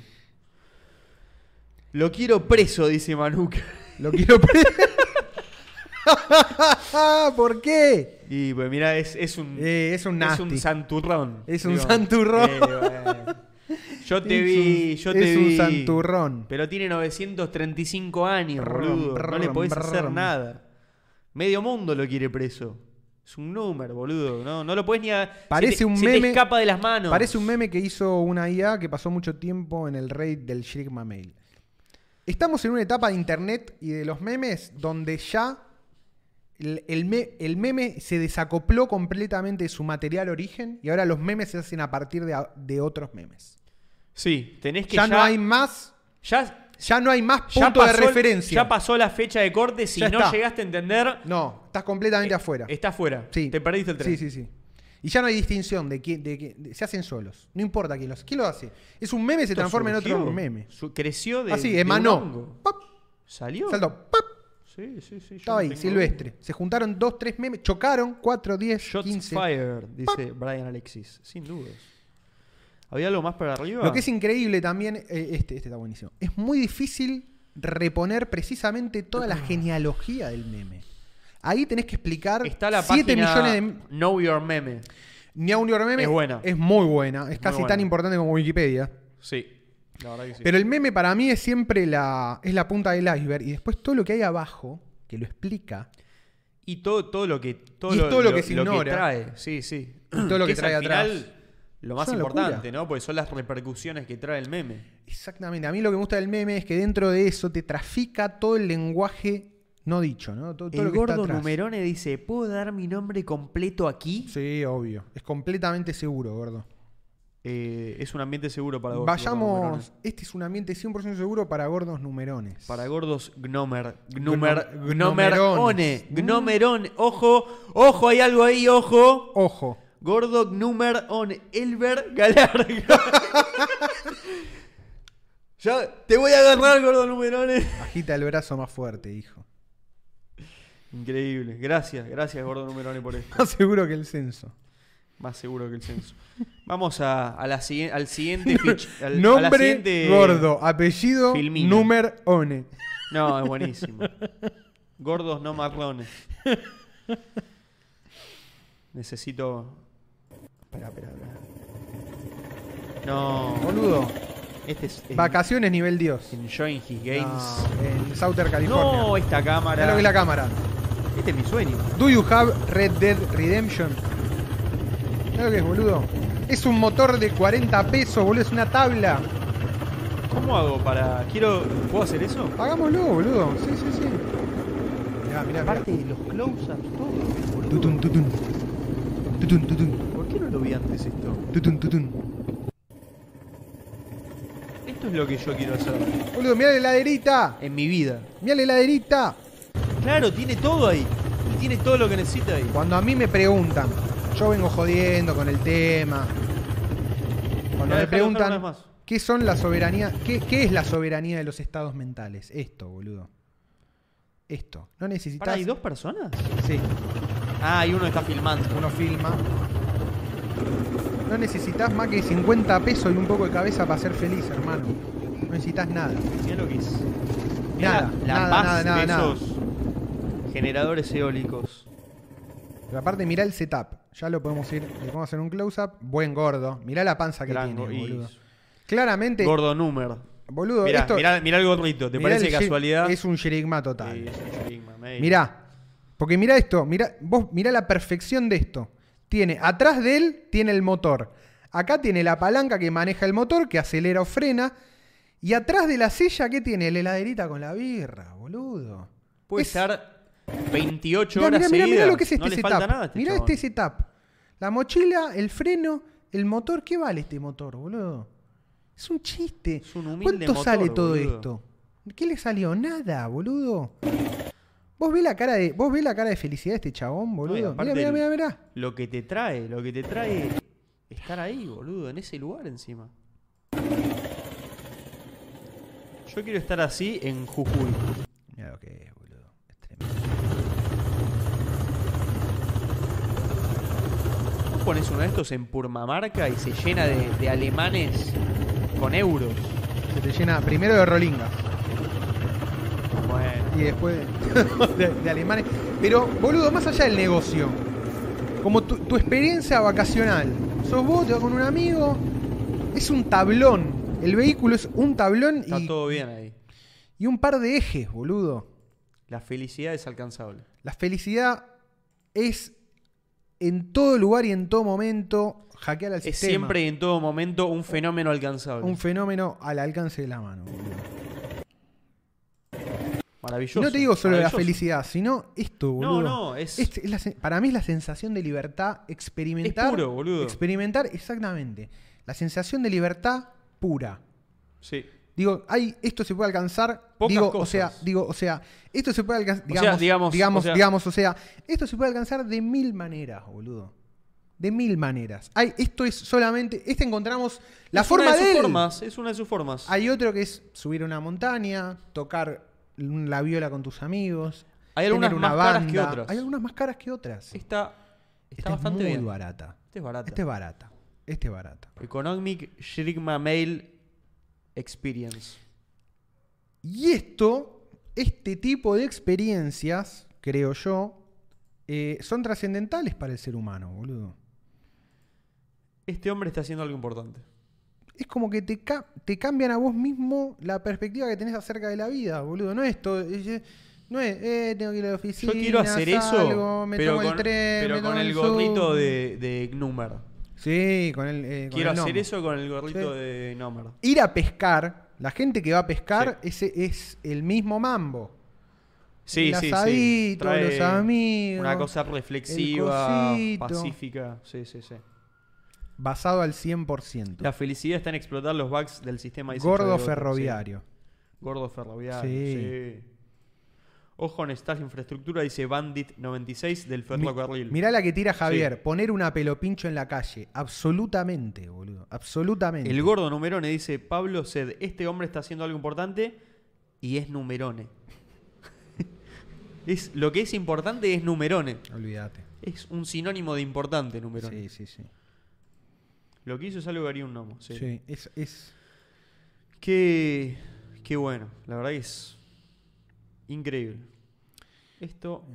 A: Lo quiero preso, dice Manuca.
B: Lo quiero. pre- [laughs] ¿Por qué?
A: [laughs] Y pues mira, es, es un.
B: Eh, es un nasty.
A: Es un santurrón. Eh,
B: Es un santurrón.
A: bueno. Yo te
B: [laughs] Es
A: vi,
B: un-
A: yo te
B: es
A: vi.
B: un santurrón.
A: Pero tiene 935 años,
B: Brum,
A: boludo. No le
B: brum,
A: podés hacer
B: brum.
A: nada. Medio mundo lo quiere preso. Es un número, boludo. No, no lo podés ni. a-
B: Parece
A: se te-
B: un
A: se te
B: meme-
A: escapa de las manos.
B: Parece un meme que hizo una IA que pasó mucho tiempo en el raid del Shigma Mail. Estamos en una etapa de internet y de los memes donde ya el, el me- el meme se desacopló completamente de su material origen y ahora los memes se hacen a partir de, a- de otros memes.
A: Sí, tenés que
B: ya,
A: ya,
B: no hay más,
A: ya,
B: ya no hay más punto
A: ya
B: de
A: pasó-
B: referencia.
A: Ya pasó la fecha de corte. Si
B: Ya
A: no
B: está.
A: llegaste a entender,
B: no, estás completamente afuera.
A: estás fuera.
B: Sí.
A: Te perdiste el tren.
B: Sí, sí, sí. Y ya no hay distinción de quién, de quién- de- se hacen solos. No importa quién los, quién lo hace. Es un meme se
A: Esto
B: transforma en otro
A: surgió,
B: meme. Ah,
A: su- creció de.
B: Así,
A: de un
B: emanó.
A: hongo.
B: Pap,
A: ¿Salió?
B: saltó. Pap,
A: Sí, sí, sí. yo
B: estaba ahí,
A: tengo-
B: silvestre. Se juntaron dos, tres memes, chocaron, cuatro, diez,
A: Shots
B: quince.
A: fired, dice Brian Alexis. Sin dudas. ¿Había algo más para arriba?
B: Lo que es increíble también, eh, este, este está buenísimo. Es muy difícil reponer precisamente toda
A: Ah.
B: la genealogía del meme. Ahí tenés que explicar
A: Está la
B: 7
A: página
B: millones de.
A: Know Your Meme.
B: Ni a un meme
A: Es buena.
B: Es muy buena. Es,
A: muy
B: casi
A: buena.
B: tan importante como Wikipedia.
A: Sí. La verdad que sí.
B: Pero el meme para mí es siempre la, es la punta del iceberg. Y después todo lo que hay abajo, que lo explica,
A: y todo, todo lo que. Todo
B: Y es
A: lo,
B: todo lo que se ignora.
A: trae. Sí, sí.
B: todo lo que
A: es
B: trae
A: al
B: atrás.
A: final Lo más
B: una
A: importante,
B: locura.
A: ¿no? Porque son las repercusiones que trae el meme.
B: Exactamente. A mí lo que me gusta del meme es que dentro de eso te trafica todo el lenguaje no dicho, ¿no? Todo, todo lo
A: el
B: que está
A: gordo
B: atrás.
A: Numerone dice: ¿Puedo dar mi nombre completo aquí?
B: Sí, obvio. Es completamente seguro, gordo.
A: Eh, es un ambiente seguro para vos. gordo Numerone.
B: Vayamos. Este es un ambiente 100% seguro para gordos numerones.
A: Para gordos, gnomer. Gnomer.
B: Gnom-
A: Gnomerone.
B: gnomerones. Mm.
A: Gnomerón. Ojo. Ojo, hay algo ahí, ojo.
B: Ojo.
A: Gordo Gnumer on Elber Galarga. [laughs] ya te voy a agarrar, gordo Numerone.
B: Agita el brazo más fuerte, hijo. [laughs]
A: Increíble. Gracias, gracias, gordo Numerone, por esto.
B: Más seguro que el censo.
A: Más seguro que el censo. Vamos a, a la siguiente, al
B: [laughs]
A: siguiente fich- al- a la
B: Nombre
A: siguiente-
B: gordo. Apellido
A: filmina.
B: numerone.
A: No, es buenísimo. [laughs] Gordos no marrones. Necesito. Espera, espera, espera. No,
B: Boludo.
A: este es. es-
B: Vacaciones nivel Dios.
A: Enjoying his games.
B: No, en Southern
A: No,
B: California.
A: esta cámara.
B: Mirá lo que es la cámara.
A: Este es mi sueño.
B: Do you have Red Dead Redemption? Mirá lo que es, boludo. Es un motor de 40 pesos, boludo. Es una tabla.
A: ¿Cómo hago para.? Quiero. ¿Puedo hacer eso?
B: Hagámoslo, boludo. Sí, sí, sí. Mirá, mirá, mirá.
A: Aparte de los close-ups, todo. boludo.
B: Tutun, tutun. Tutun, tutun.
A: ¿Por qué no lo vi antes esto?
B: Tutun, tutun.
A: Esto es lo que yo quiero hacer
B: Boludo, mirá la heladerita.
A: en mi vida.
B: Mirá la heladerita.
A: Claro, tiene todo ahí. Y tiene todo lo que necesita ahí.
B: Cuando a mí me preguntan, yo vengo jodiendo con el tema.
A: Mirá,
B: Cuando me
A: dejalo, dejalo
B: preguntan
A: una vez más.
B: qué son la soberanía, qué, qué es la soberanía de los estados mentales, esto, boludo. Esto. No necesitas.
A: Pará, ¿Hay dos personas?
B: Sí,
A: Ah, y uno está filmando.
B: uno filma. No necesitas más que 50 pesos y un poco de cabeza para ser feliz, hermano. No necesitas nada.
A: Mirá lo que es.
B: Nada,
A: Mirá la
B: nada,
A: paz
B: nada, nada,
A: de
B: nada.
A: esos generadores eólicos.
B: Pero aparte, mirá el setup. Ya lo podemos ir. Le podemos hacer un close-up. Buen gordo. Mirá la panza que
A: Gran-
B: tiene,
A: y-
B: boludo. Claramente.
A: Gordo Númer.
B: Boludo,
A: Mirá,
B: Este esto,
A: mirá, mirá el gorrito. ¿Te
B: mirá
A: parece
B: el ye-
A: casualidad?
B: Es un yerigma total.
A: Sí, es un enigma, maybe.
B: Mirá. Porque mirá esto, mirá, vos mirá la perfección de esto. Tiene, atrás de él tiene el motor. Acá tiene la palanca que maneja el motor, que acelera o frena. Y atrás de la silla, ¿qué tiene? La heladerita con la birra, boludo.
A: Puede
B: Es-
A: estar 28
B: Mirá,
A: horas
B: mirá, mirá, mirá
A: seguidas.
B: lo que es este
A: no le
B: setup.
A: falta nada a este
B: mirá
A: chabón.
B: este setup. La mochila, el freno, el motor. ¿Qué vale este motor, boludo? Es un chiste.
A: Es un humilde
B: ¿Cuánto
A: motor,
B: sale todo
A: boludo.
B: esto? ¿Qué le salió? Nada, boludo. Vos ves la cara de, vos ves la cara de felicidad de este chabón,
A: No, y
B: boludo.
A: aparte
B: mirá, mirá,
A: el-
B: mirá, mirá.
A: Lo que te trae, lo que te trae estar ahí, boludo, en ese lugar encima. Yo quiero estar así en Jujuy.
B: Mirá lo que es, boludo. Es tremendo.
A: Vos pones uno de estos en Purmamarca y se llena de, de alemanes con euros.
B: Se te llena primero de rolingas
A: Bueno,
B: y después de, de alemanes. Pero, boludo, más allá del negocio, como tu, tu experiencia vacacional, sos vos, te vas con un amigo, es un tablón. El vehículo es un tablón
A: está
B: y,
A: todo bien ahí.
B: y un par de ejes, boludo.
A: La felicidad es alcanzable.
B: La felicidad es en todo lugar y en todo momento hackear al
A: Es
B: sistema.
A: siempre y en todo momento un fenómeno alcanzable.
B: un fenómeno al alcance de la mano, boludo.
A: Maravilloso.
B: Y no te digo solo la
A: maravilloso.
B: felicidad, sino esto, boludo.
A: no, es-
B: la sen- para mí es la sensación de libertad experimentar.
A: Es puro, boludo.
B: Experimentar, exactamente. La sensación de libertad pura.
A: Sí.
B: Digo, hay, esto se puede alcanzar.
A: Pocas
B: digo, o
A: cosas.
B: sea, digo, o sea, esto se puede alcanzar.
A: sea,
B: Digamos, digamos,
A: digamos,
B: digamos,
A: o sea-
B: o sea, esto se puede alcanzar de mil maneras, boludo. De mil maneras. Hay, esto es solamente. Este encontramos la
A: Es
B: forma
A: una de,
B: él.
A: sus formas. Es una de sus formas. Hay,
B: Hay otro que es subir a una montaña, tocar la viola con tus amigos.
A: algunas
B: tener una
A: más
B: banda.
A: caras que otras.
B: Hay algunas más caras que otras.
A: Esta está
B: Esta Este es
A: bastante
B: muy
A: bien.
B: barata.
A: Esta es barata.
B: Este es barata. Este es barata.
A: Economic Shrigma Mail Experience.
B: Y esto, este tipo de experiencias, creo yo, eh, son trascendentales para el ser humano, boludo.
A: Este hombre está haciendo algo importante.
B: Es como que te, ca- te cambian a vos mismo la perspectiva que tenés acerca de la vida, boludo. No es todo. es- es- no es, eh, tengo que ir a la oficina.
A: Yo quiero hacer
B: salgo,
A: eso,
B: me
A: pero
B: tomo
A: con,
B: el tren,
A: pero
B: me
A: con
B: tomo
A: el,
B: el
A: gorrito
B: subte.
A: de, de Gnumer.
B: Sí, con el. eh, con
A: Quiero
B: el
A: hacer
B: gnomo.
A: eso con el gorrito
B: Sí.
A: de Gnomer.
B: Ir a pescar, la gente que va a pescar, ese es el mismo mambo.
A: Sí,
B: El
A: sí, sí.
B: asadito, los amigos,
A: Una cosa reflexiva,
B: el cosito.
A: pacífica. Sí, sí, sí.
B: Basado al 100%.
A: La felicidad está en explotar los bugs del sistema 18 de
B: Gordo
A: Gotham, sí.
B: ferroviario.
A: Gordo ferroviario.
B: Sí.
A: Sí. Ojo en esta infraestructura, dice Bandit 96 del ferrocarril.
B: Mi- Mirá la que tira Javier.
A: Sí.
B: Poner una pelopincho en la calle. Absolutamente, boludo. Absolutamente.
A: El gordo numerone dice: Pablo Sed, este hombre está haciendo algo importante y es numerone. [laughs] es, lo que es importante es numerone.
B: Olvídate.
A: Es un sinónimo de importante, numerone.
B: Sí, sí, sí.
A: Lo que hizo es algo que haría un gnomo. Sí.
B: Sí, es, es-
A: Qué, qué bueno, la verdad que es increíble. Esto.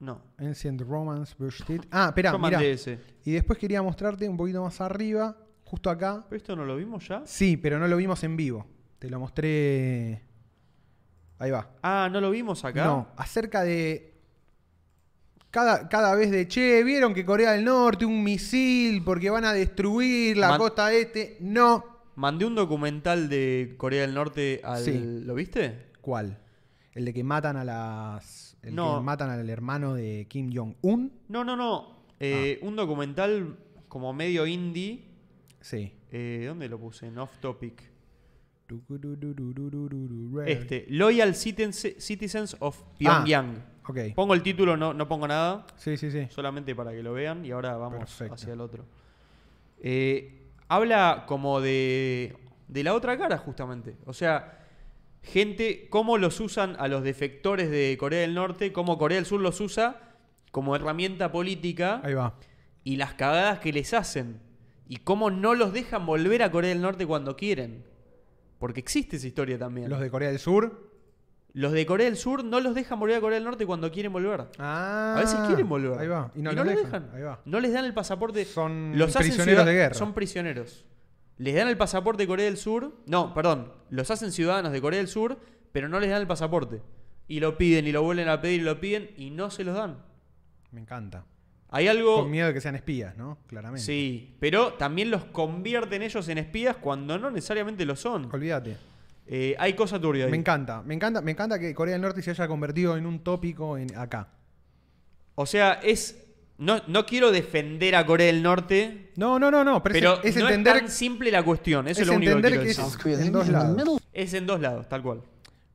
A: No.
B: eh, Ancient Romance, Burst It. Ah, espera,
A: Yo
B: mirá.
A: mandé ese.
B: Y después quería mostrarte un poquito más arriba, justo acá.
A: ¿Pero esto no lo vimos ya?
B: Sí, pero no lo vimos en vivo. Te lo mostré. Ahí va.
A: Ah, ¿no lo vimos acá?
B: No, acerca de. Cada, cada vez de che, vieron que Corea del Norte, un misil, porque van a destruir la
A: Man-
B: costa este. No.
A: Mandé un documental de Corea del Norte al.
B: Sí.
A: ¿Lo viste?
B: ¿Cuál? El de que matan a las. El
A: No.
B: que matan al hermano de Kim Jong-un.
A: No, no, no.
B: Ah.
A: Eh, Un documental como medio indie.
B: Sí.
A: Eh, ¿Dónde lo puse? En Off Topic. Este. Loyal Citizen- Citizens of Pyongyang.
B: Ok.
A: Pongo el título, no, no pongo nada.
B: Sí, sí, sí.
A: solamente para que lo vean y ahora vamos
B: Perfecto.
A: hacia el otro. Eh, habla como de, de la otra cara justamente, o sea, gente, cómo los usan a los defectores de Corea del Norte, cómo Corea del Sur los usa como herramienta política
B: Ahí va.
A: y las cagadas que les hacen y cómo no los dejan volver a Corea del Norte cuando quieren. Porque existe esa historia también.
B: Los de Corea del Sur.
A: Los de Corea del Sur no los dejan volver a Corea del Norte cuando quieren volver.
B: Ah.
A: A veces quieren volver.
B: Ahí va. Y no,
A: lo
B: los
A: dejan.
B: Ahí va.
A: No les dan el pasaporte.
B: Son
A: los hacen
B: prisioneros
A: ciudad-
B: de guerra.
A: Son prisioneros. Les dan el pasaporte de Corea del Sur. No, perdón. Los hacen ciudadanos de Corea del Sur, pero no les dan el pasaporte. Y lo piden, y lo vuelven a pedir, y lo piden, y no se los dan.
B: Me encanta.
A: Hay algo.
B: Con miedo de que sean espías, ¿no? Claramente.
A: Sí, pero también los convierten ellos en espías cuando no necesariamente lo son.
B: Olvídate.
A: Eh, hay cosa turbia ahí.
B: Me encanta, me encanta, me encanta que Corea del Norte se haya convertido en un tópico en acá.
A: O sea, es. No, no quiero defender a Corea del Norte,
B: No, no, no, no, pero, es-
A: pero
B: es,
A: no
B: entender,
A: es tan simple la cuestión. Eso
B: es
A: es, lo único que
B: entender
A: quiero
B: que
A: decir.
B: es en dos lados.
A: Es en dos lados, tal cual.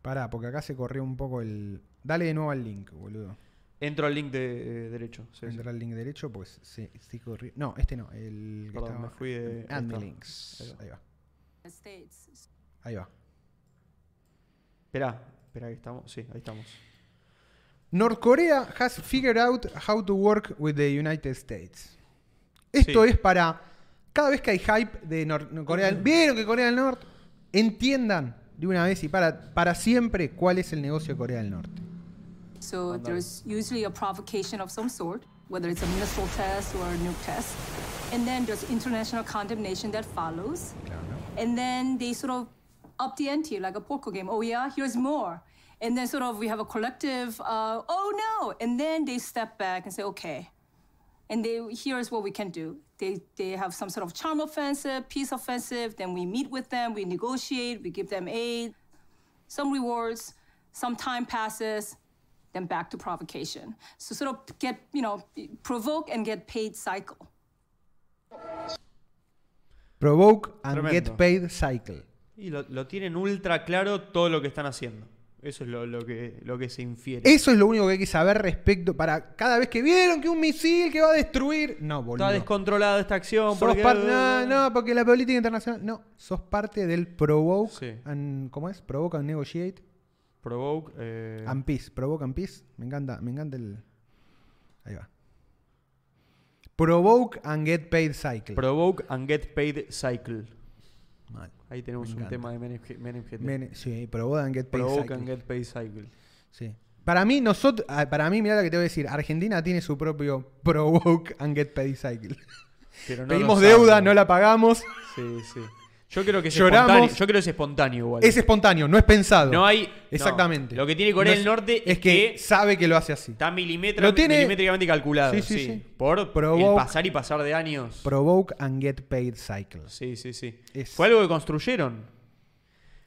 B: Pará, porque acá se corrió un poco el. Dale de nuevo al link, boludo.
A: Entro al link de eh, derecho. sí, sí.
B: Entra al link derecho, pues se, se corrió. No, este no, el que
A: Perdón, me
B: estaba-
A: fui de-
B: Add me
A: ahí está.
B: links. Ahí va.
D: States.
B: Ahí va.
A: Esperá, esperá, ahí estamos. Sí, ahí estamos.
B: North Korea has figured out how to work with the United States. Esto
A: Sí.
B: es para cada vez que hay hype de Nor- Corea del vieron que Corea del Norte entiendan de una vez y para para siempre cuál es el negocio de Corea del Norte.
D: So there's usually a provocation of some sort, whether it's a missile test or a nuke test. And then there's international condemnation that follows. And then they sort of up the ante like a poker game. Oh yeah, here's more. And then sort of we have a collective, uh, oh no. And then they step back and say, okay. And they here's what we can do. They they have some sort of charm offensive, peace offensive. Then we meet with them, we negotiate, we give them aid, some rewards, Some time passes, then back to provocation. So sort of get, you know, provoke and get paid cycle.
B: Provoke and
A: Tremendo.
B: get paid cycle.
A: Y lo, lo tienen ultra claro todo lo que están haciendo. Eso es lo, lo que, lo que se infiere.
B: Eso es lo único que hay que saber respecto para cada vez que vieron que un misil que va a destruir. No, boludo.
A: Está descontrolada esta acción.
B: Sos
A: porque-
B: parte- no, no, porque la política internacional. No, sos parte del provoke
A: Sí.
B: and. ¿Cómo es? Provoke and negotiate.
A: Provoke. eh,
B: And peace. Provoke and peace. Me encanta, me encanta el. Ahí va. Provoke and get paid cycle.
A: provoke and get paid cycle.
B: Mal.
A: Ahí tenemos
B: Me
A: un
B: encanta.
A: tema de Menem, G- Menem GT.
B: Men- sí, provoke and get paid
A: provoke
B: cycle.
A: and get paid cycle.
B: Sí. Para mí, nosotros, ah, para mí, mirá lo que te voy a decir. Argentina tiene su propio provoke and get paid cycle.
A: Pero no
B: Pedimos
A: lo saben.
B: deuda, no la pagamos.
A: Sí, sí. Yo creo que es
B: Lloramos.
A: espontáneo. Yo creo que es espontáneo igual.
B: Es espontáneo, no es pensado.
A: No hay-
B: Exactamente.
A: no. Lo que tiene Corea
B: es-
A: del Norte
B: es
A: es
B: que,
A: que-
B: sabe que lo hace así.
A: Está milimetra-
B: Lo tiene-
A: milimétricamente calculado.
B: Sí,
A: Sí,
B: sí, sí.
A: Por
B: Provoke-
A: el pasar y pasar de años.
B: Provoke and get paid cycles.
A: sí, sí, sí.
B: Es-
A: Fue algo que construyeron.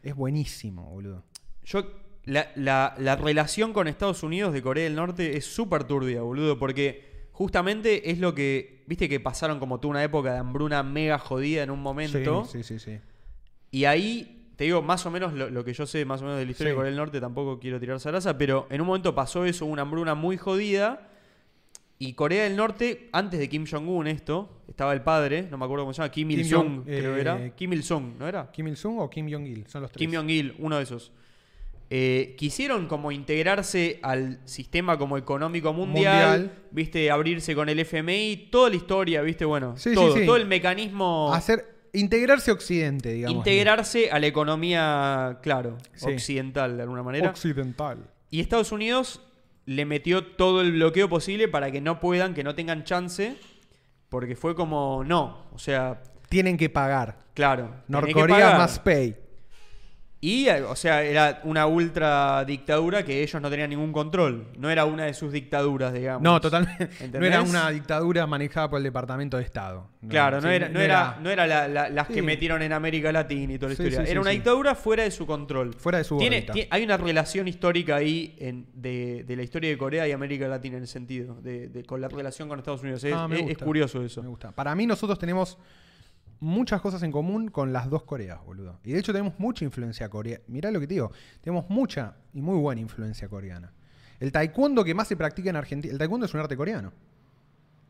B: Es buenísimo, boludo.
A: Yo, la, la- la relación con Estados Unidos de Corea del Norte es súper turbia, boludo, porque justamente es lo que, viste que pasaron como tú una época de hambruna mega jodida en un momento,
B: Sí, sí, sí, sí.
A: y ahí, te digo, más o menos lo, lo que yo sé más o menos de la historia
B: Sí.
A: de Corea del Norte, tampoco quiero tirar zaraza, pero en un momento pasó eso, una hambruna muy jodida, y Corea del Norte, antes de Kim Jong-un esto, estaba el padre, no me acuerdo cómo se llama, Kim
B: Kim
A: Il-sung,
B: Jong-
A: creo
B: eh,
A: era, Kim Il-sung, ¿no era?
B: ¿Kim Il-sung o Kim Jong-il? Son los tres.
A: Kim Jong-il, uno de esos. Eh, quisieron como integrarse al sistema como económico mundial,
B: Mundial.
A: viste, abrirse con el FMI, toda la historia, viste, bueno,
B: Sí, sí,
A: todo,
B: sí.
A: todo el mecanismo
B: Hacer, integrarse a Occidente, digamos.
A: integrarse a la economía, claro,
B: Sí.
A: occidental de alguna manera.
B: Occidental.
A: y Estados Unidos le metió todo el bloqueo posible para que no puedan, que no tengan chance, porque fue como, no, o sea,
B: Tienen que pagar.
A: claro. tenés que
B: Norcorea
A: pagar.
B: más pay.
A: Y, eh, o sea, era una ultra dictadura que ellos no tenían ningún control. No era una de sus dictaduras, digamos.
B: No, totalmente. [laughs] No
A: ¿Entendés?
B: era una dictadura manejada por el Departamento de Estado.
A: Claro, no
B: sí,
A: era, no era, no era la- la- las
B: Sí.
A: que metieron en América Latina y toda la
B: Sí,
A: historia.
B: sí, sí,
A: era una
B: sí.
A: dictadura fuera de su control.
B: Fuera de su
A: Tiene-
B: órbita.
A: tie- Hay una relación histórica ahí en- de, de la historia de Corea y América Latina en el sentido, de, de- con la relación con Estados Unidos. Es,
B: Ah, me
A: es- es
B: gusta.
A: curioso eso.
B: Me gusta. Para mí nosotros tenemos muchas cosas en común con las dos Coreas, boludo. Y de hecho tenemos mucha influencia coreana. Mirá lo que te digo. Tenemos mucha y muy buena influencia coreana. El taekwondo que más se practica en Argentina, el taekwondo es un arte coreano.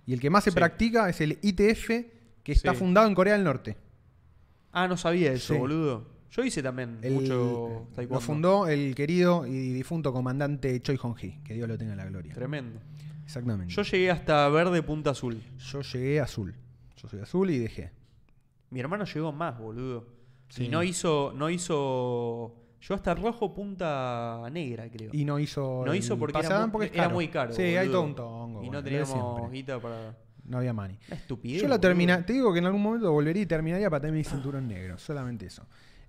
B: Y el que más se
A: Sí.
B: practica es el ITF, que está
A: Sí.
B: fundado en Corea del Norte.
A: Ah, no sabía eso,
B: Sí.
A: boludo. Yo hice también
B: El-
A: mucho
B: lo
A: taekwondo.
B: fundó el querido y difunto comandante Choi Hong-hee, que Dios lo tenga en la gloria.
A: Tremendo.
B: Exactamente.
A: Yo llegué hasta verde punta azul.
B: Yo llegué a azul. Yo soy azul y dejé.
A: Mi hermano llegó más, boludo.
B: Sí.
A: Y no hizo, no hizo. Yo hasta rojo punta negra, creo.
B: Y no hizo.
A: no
B: el
A: hizo porque era,
B: pasadán
A: mu-
B: es
A: era muy caro.
B: Sí, hay
A: boludo.
B: todo un tongo.
A: Y
B: bueno,
A: no
B: lo de
A: teníamos
B: siempre.
A: guita para.
B: No había mani.
A: Una estupidez.
B: Yo la
A: boludo.
B: termina. Te digo que en algún momento volvería y terminaría para tener mi cinturón negro. Solamente eso.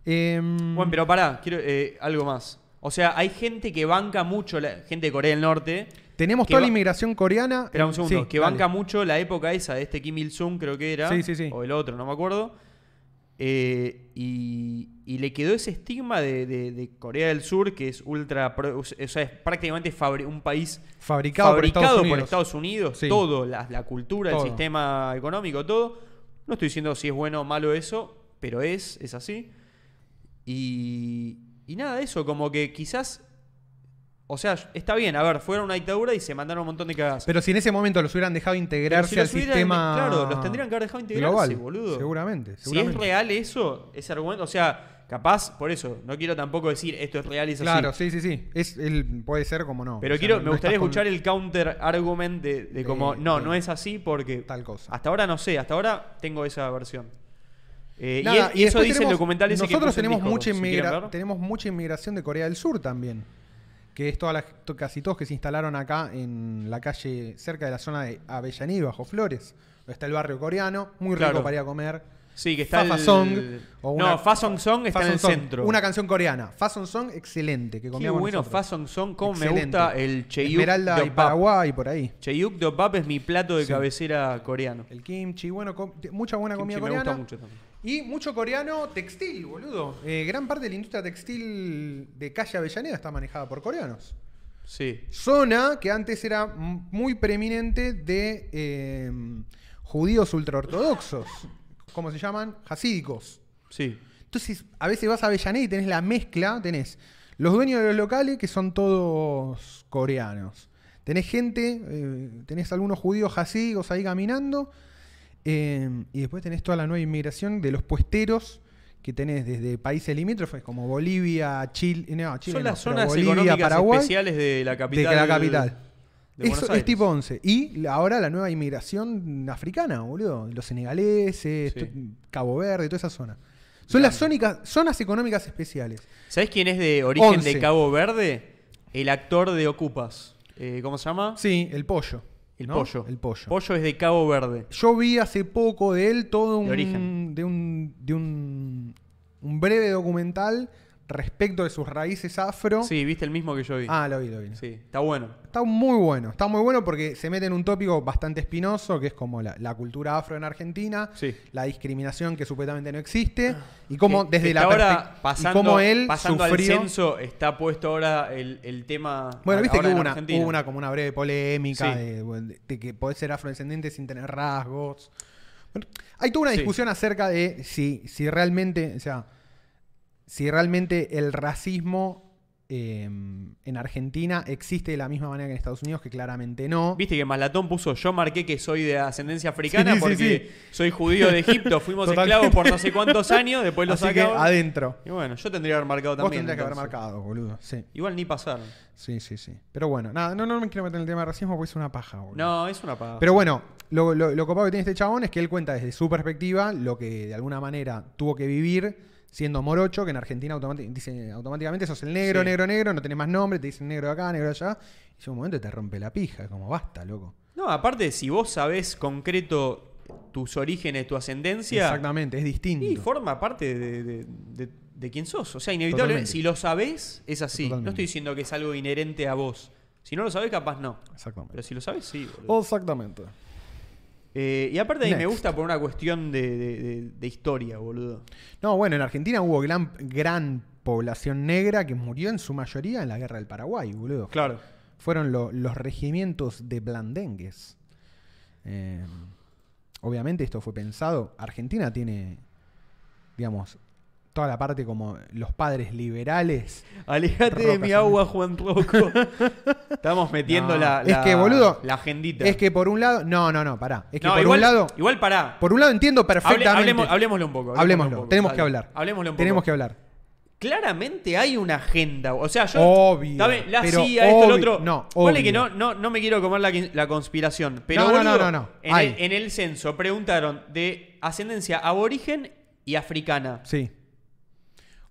B: Em,
A: Bueno, pero pará, quiero eh, algo más. O sea, hay gente que banca mucho, la, gente de Corea del Norte.
B: tenemos
A: que
B: toda la
A: ba-
B: inmigración coreana. eh,
A: Espera un segundo,
B: Sí,
A: que
B: dale.
A: banca mucho la época esa de este Kim Il-sung, creo que era.
B: Sí, sí, sí.
A: O el otro, no me acuerdo. Eh, y, y le quedó ese estigma de, de- de Corea del Sur, que es ultra. pro- O sea, es prácticamente fabri- un país
B: Fabricado, por Estados Unidos.
A: Unidos,
B: Sí.
A: todo, la, la cultura,
B: Todo.
A: el sistema económico, todo. No estoy diciendo si es bueno o malo eso, pero es, es así. Y, y nada, eso, como que quizás. O sea, está bien, a ver, fueron una dictadura y se mandaron un montón de cagadas.
B: Pero si en ese momento los hubieran dejado
A: Pero
B: integrarse
A: si los
B: al
A: hubieran-
B: sistema.
A: Claro, los tendrían que haber dejado integrarse,
B: global,
A: boludo.
B: Seguramente.
A: Si es
B: seguramente.
A: real eso, ese argumento, o sea, capaz, por eso, no quiero tampoco decir esto es real y es así.
B: Claro, sí, sí, sí. Es, el, puede ser como no.
A: Pero
B: O sea,
A: quiero,
B: no-
A: me
B: no
A: gustaría
B: estás con-
A: escuchar el counter argument de, de como,
B: De-
A: no,
B: de-
A: no es así porque...
B: tal cosa.
A: Hasta ahora no sé, hasta ahora tengo esa versión. Eh, y
B: Nada,
A: es- y, eso
B: después
A: dice el
B: tenemos-
A: documental ese que
B: Nosotros
A: puse en
B: tenemos,
A: Discord,
B: mucha
A: si quieren
B: inmigra-
A: ver.
B: tenemos mucha inmigración de Corea del Sur también. Que es toda la- to- casi todos que se instalaron acá en la calle, cerca de la zona de Avellaneda, bajo Flores. Donde está el barrio coreano, muy rico
A: Claro.
B: para ir a comer.
A: Sí, que está
B: Fa
A: el-
B: Song, o una-
A: no, Fa Song Song está
B: Fa
A: en el
B: Song Song,
A: centro.
B: Una canción coreana. Fa Song Song, excelente. Que
A: Qué
B: comíamos
A: bueno,
B: nosotros.
A: Fa Song Song, cómo me
B: Excelente.
A: gusta el Cheyuk
B: Esmeralda y
A: Dobap.
B: Paraguay, por ahí.
A: Cheyuk Dobap es mi plato de
B: Sí.
A: cabecera coreano.
B: El kimchi, bueno, com- mucha buena
A: Kimchi
B: comida
A: me gusta
B: coreana.
A: mucho también.
B: Y mucho coreano textil, boludo. Eh, gran parte de la industria textil de calle Avellaneda está manejada por coreanos.
A: Sí.
B: Zona que antes era m- muy preeminente de eh, judíos ultraortodoxos. ¿Cómo se llaman? Hasídicos.
A: Sí.
B: Entonces, a veces vas a Avellaneda y tenés la mezcla, tenés los dueños de los locales que son todos coreanos. Tenés gente, eh, tenés algunos judíos hasídicos ahí caminando. eh, y después tenés toda la nueva inmigración de los puesteros que tenés desde países limítrofes como Bolivia, Chile, no, Chile
A: Son
B: no,
A: las
B: pero
A: zonas
B: Bolivia,
A: económicas
B: Paraguay,
A: especiales de la
B: de
A: capital.
B: la capital.
A: de Buenos
B: Eso es
A: Aires.
B: tipo 11. Y la- ahora la nueva inmigración africana, boludo. Los senegaleses,
A: Sí.
B: to- Cabo Verde, toda esa zona. Son las zónicas- zonas económicas especiales.
A: ¿Sabés quién es de origen
B: Once.
A: de Cabo Verde? El actor de Ocupas. Eh, ¿Cómo se llama?
B: Sí, el pollo.
A: El
B: ¿no?
A: pollo.
B: El pollo.
A: Pollo es de Cabo Verde.
B: Yo vi hace poco de él todo un.
A: De origen.
B: de un. de un. un breve documental respecto de sus raíces afro.
A: Sí, viste el mismo que yo vi.
B: Ah, lo vi, lo vi.
A: Sí, está bueno.
B: Está muy bueno, está muy bueno porque se mete en un tópico bastante espinoso, que es como la, la cultura afro en Argentina,
A: Sí.
B: la discriminación que supuestamente no existe, y cómo
A: Que-
B: desde
A: que
B: la
A: está
B: perspec-
A: ahora
B: y
A: pasando,
B: cómo él
A: pasando al
B: sufrió.
A: censo está puesto ahora el, el tema.
B: bueno, viste que
A: ahora
B: hubo
A: en
B: una,
A: Argentina.
B: hubo una como una breve polémica
A: Sí.
B: de, bueno, de- de que podés ser afrodescendiente sin tener rasgos. Bueno, hay toda una
A: Sí.
B: discusión acerca de si, si realmente, o sea, si realmente el racismo eh, en Argentina existe de la misma manera que en Estados Unidos, que claramente no.
A: Viste que Malatón puso, yo marqué que soy de ascendencia africana
B: Sí, sí,
A: porque soy judío de Egipto, fuimos
B: Totalmente.
A: esclavos por no sé
B: [laughs]
A: cuántos años, después los
B: Así que
A: sacaron.
B: adentro.
A: Y bueno, yo tendría que haber marcado
B: Vos
A: también.
B: tendrías que haber
A: entonces.
B: marcado, boludo. Sí,
A: Igual ni pasaron.
B: sí, sí, sí. Pero bueno, nada, no, no me quiero meter en el tema de racismo porque es una paja, boludo.
A: No, es una paga.
B: Pero bueno, lo, lo- lo copado que tiene este chabón es que él cuenta desde su perspectiva lo que de alguna manera tuvo que vivir siendo morocho, que en Argentina automáti- dice, automáticamente sos el negro,
A: Sí.
B: negro, negro, no tenés más nombre, te dicen negro de acá, negro de allá. Y llega un momento que te rompe la pija, es como basta, loco.
A: No, aparte, si vos sabés concreto tus orígenes, tu ascendencia,
B: Exactamente, es distinto.
A: y forma parte de, de- de- de quién sos. O sea, inevitablemente,
B: Totalmente.
A: si lo sabés, es así.
B: Totalmente.
A: No estoy diciendo que es algo inherente a vos. Si no lo sabés, capaz no. Pero
B: Exactamente.
A: si lo sabés, sí. boludo.
B: Exactamente.
A: Eh, y aparte, a mí me
B: Oh. Next.
A: gusta por una cuestión de, de- de- de historia, boludo.
B: No, bueno, en Argentina hubo gran, gran población negra que murió en su mayoría en la guerra del Paraguay, boludo.
A: Claro.
B: Fueron lo- los regimientos de blandengues. Eh, obviamente esto fue pensado. Argentina tiene, digamos, toda la parte como los padres liberales.
A: Alejate de
B: Roca,
A: mi
B: sí.
A: agua, Juan
B: [laughs]
A: Rocco. Estamos metiendo
B: No,
A: la,
B: es
A: la-
B: que, boludo,
A: la agendita.
B: Es que por un lado... No, no, no, pará. Es que
A: No,
B: por
A: igual,
B: un lado...
A: Igual pará.
B: Por un lado entiendo
A: Hable-
B: perfectamente...
A: hablemos, hablemoslo un poco.
B: Hablemoslo,
A: un poco,
B: tenemos
A: dale.
B: que hablar.
A: Hablemoslo un poco.
B: Tenemos que hablar.
A: Claramente hay una agenda. O sea, yo.
B: Obvio,
A: Está bien, la
B: pero
A: CIA, esto,
B: obvio,
A: el otro.
B: no,
A: Ponle
B: obvio.
A: que no, no, no me quiero comer la, la conspiración. Pero
B: No, no, no,
A: boludo,
B: no, no.
A: En,
B: Hay.
A: el, en el censo preguntaron de ascendencia aborigen y africana.
B: Sí.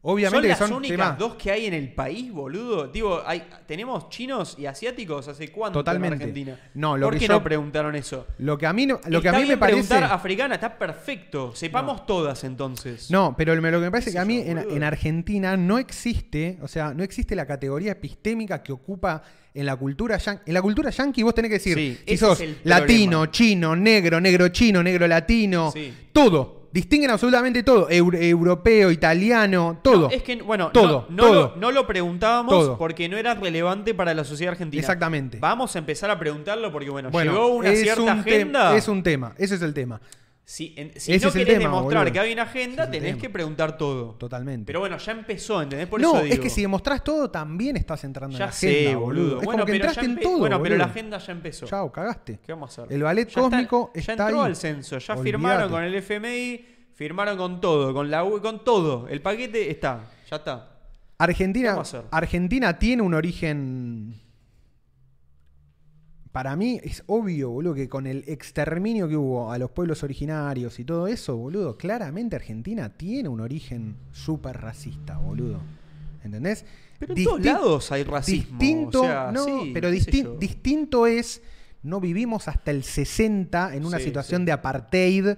B: Obviamente
A: son las
B: que son
A: únicas
B: temas-
A: dos que hay en el país, boludo. Digo, hay, tenemos chinos y asiáticos hace cuánto
B: Totalmente.
A: en Argentina.
B: No, lo
A: ¿Por
B: que
A: qué
B: yo-
A: no preguntaron eso?
B: Lo que a mí, no- lo que a
A: Está
B: mí me
A: bien
B: parece...
A: preguntar africana está perfecto. Sepamos todas entonces.
B: No, pero lo lo que me parece
A: sé
B: que a mí
A: yo,
B: en,
A: boludo.
B: en Argentina no existe, o sea, no existe la categoría epistémica que ocupa en la cultura yanqui. En la cultura yanqui vos tenés que decir
A: Sí,
B: si
A: ese
B: sos
A: es el
B: latino,
A: problema.
B: chino, negro, negro chino, negro latino,
A: Sí.
B: todo. Distinguen absolutamente todo, Eu- europeo, italiano, todo.
A: Es que, bueno,
B: Todo,
A: no, no
B: todo.
A: Lo, no lo preguntábamos
B: Todo.
A: porque no era relevante para la sociedad argentina.
B: Exactamente.
A: Vamos a empezar a preguntarlo porque, bueno,
B: Bueno,
A: llegó una
B: es
A: cierta
B: un tem-
A: agenda.
B: Es un tema, ese es el tema,
A: Si, en- si
B: ese
A: no
B: es el
A: querés
B: tema,
A: demostrar
B: boludo.
A: que hay una
B: Ese
A: agenda,
B: es el
A: tenés
B: tema.
A: que preguntar todo.
B: totalmente.
A: Pero bueno, ya empezó, ¿entendés? Por
B: no,
A: eso digo.
B: es que si demostrás todo también estás entrando en
A: Ya
B: la agenda,
A: sé, boludo. Bueno,
B: Es como que
A: pero,
B: entraste
A: ya
B: en
A: empe-
B: todo,
A: bueno pero la
B: boludo.
A: agenda ya empezó.
B: Chao, cagaste.
A: ¿Qué vamos a hacer?
B: El ballet
A: Ya está-
B: cósmico
A: ya
B: está,
A: entró
B: ahí.
A: al censo, ya
B: Olvídate.
A: firmaron con el FMI, firmaron con todo, con la U- con todo. El paquete está, ya está. ¿Qué
B: Argentina,
A: vamos a hacer?
B: Argentina tiene un origen. Para mí es obvio, boludo, que con el exterminio que hubo a los pueblos originarios y todo eso, boludo, claramente Argentina tiene un origen súper racista, boludo. ¿Entendés?
A: Pero en todos
B: Disti-
A: lados hay racismo.
B: Distinto,
A: o sea,
B: no,
A: sí,
B: pero
A: qué sé
B: disti-
A: yo.
B: distinto es, no vivimos hasta el 60 en una
A: Sí,
B: situación
A: sí.
B: de apartheid.
A: No,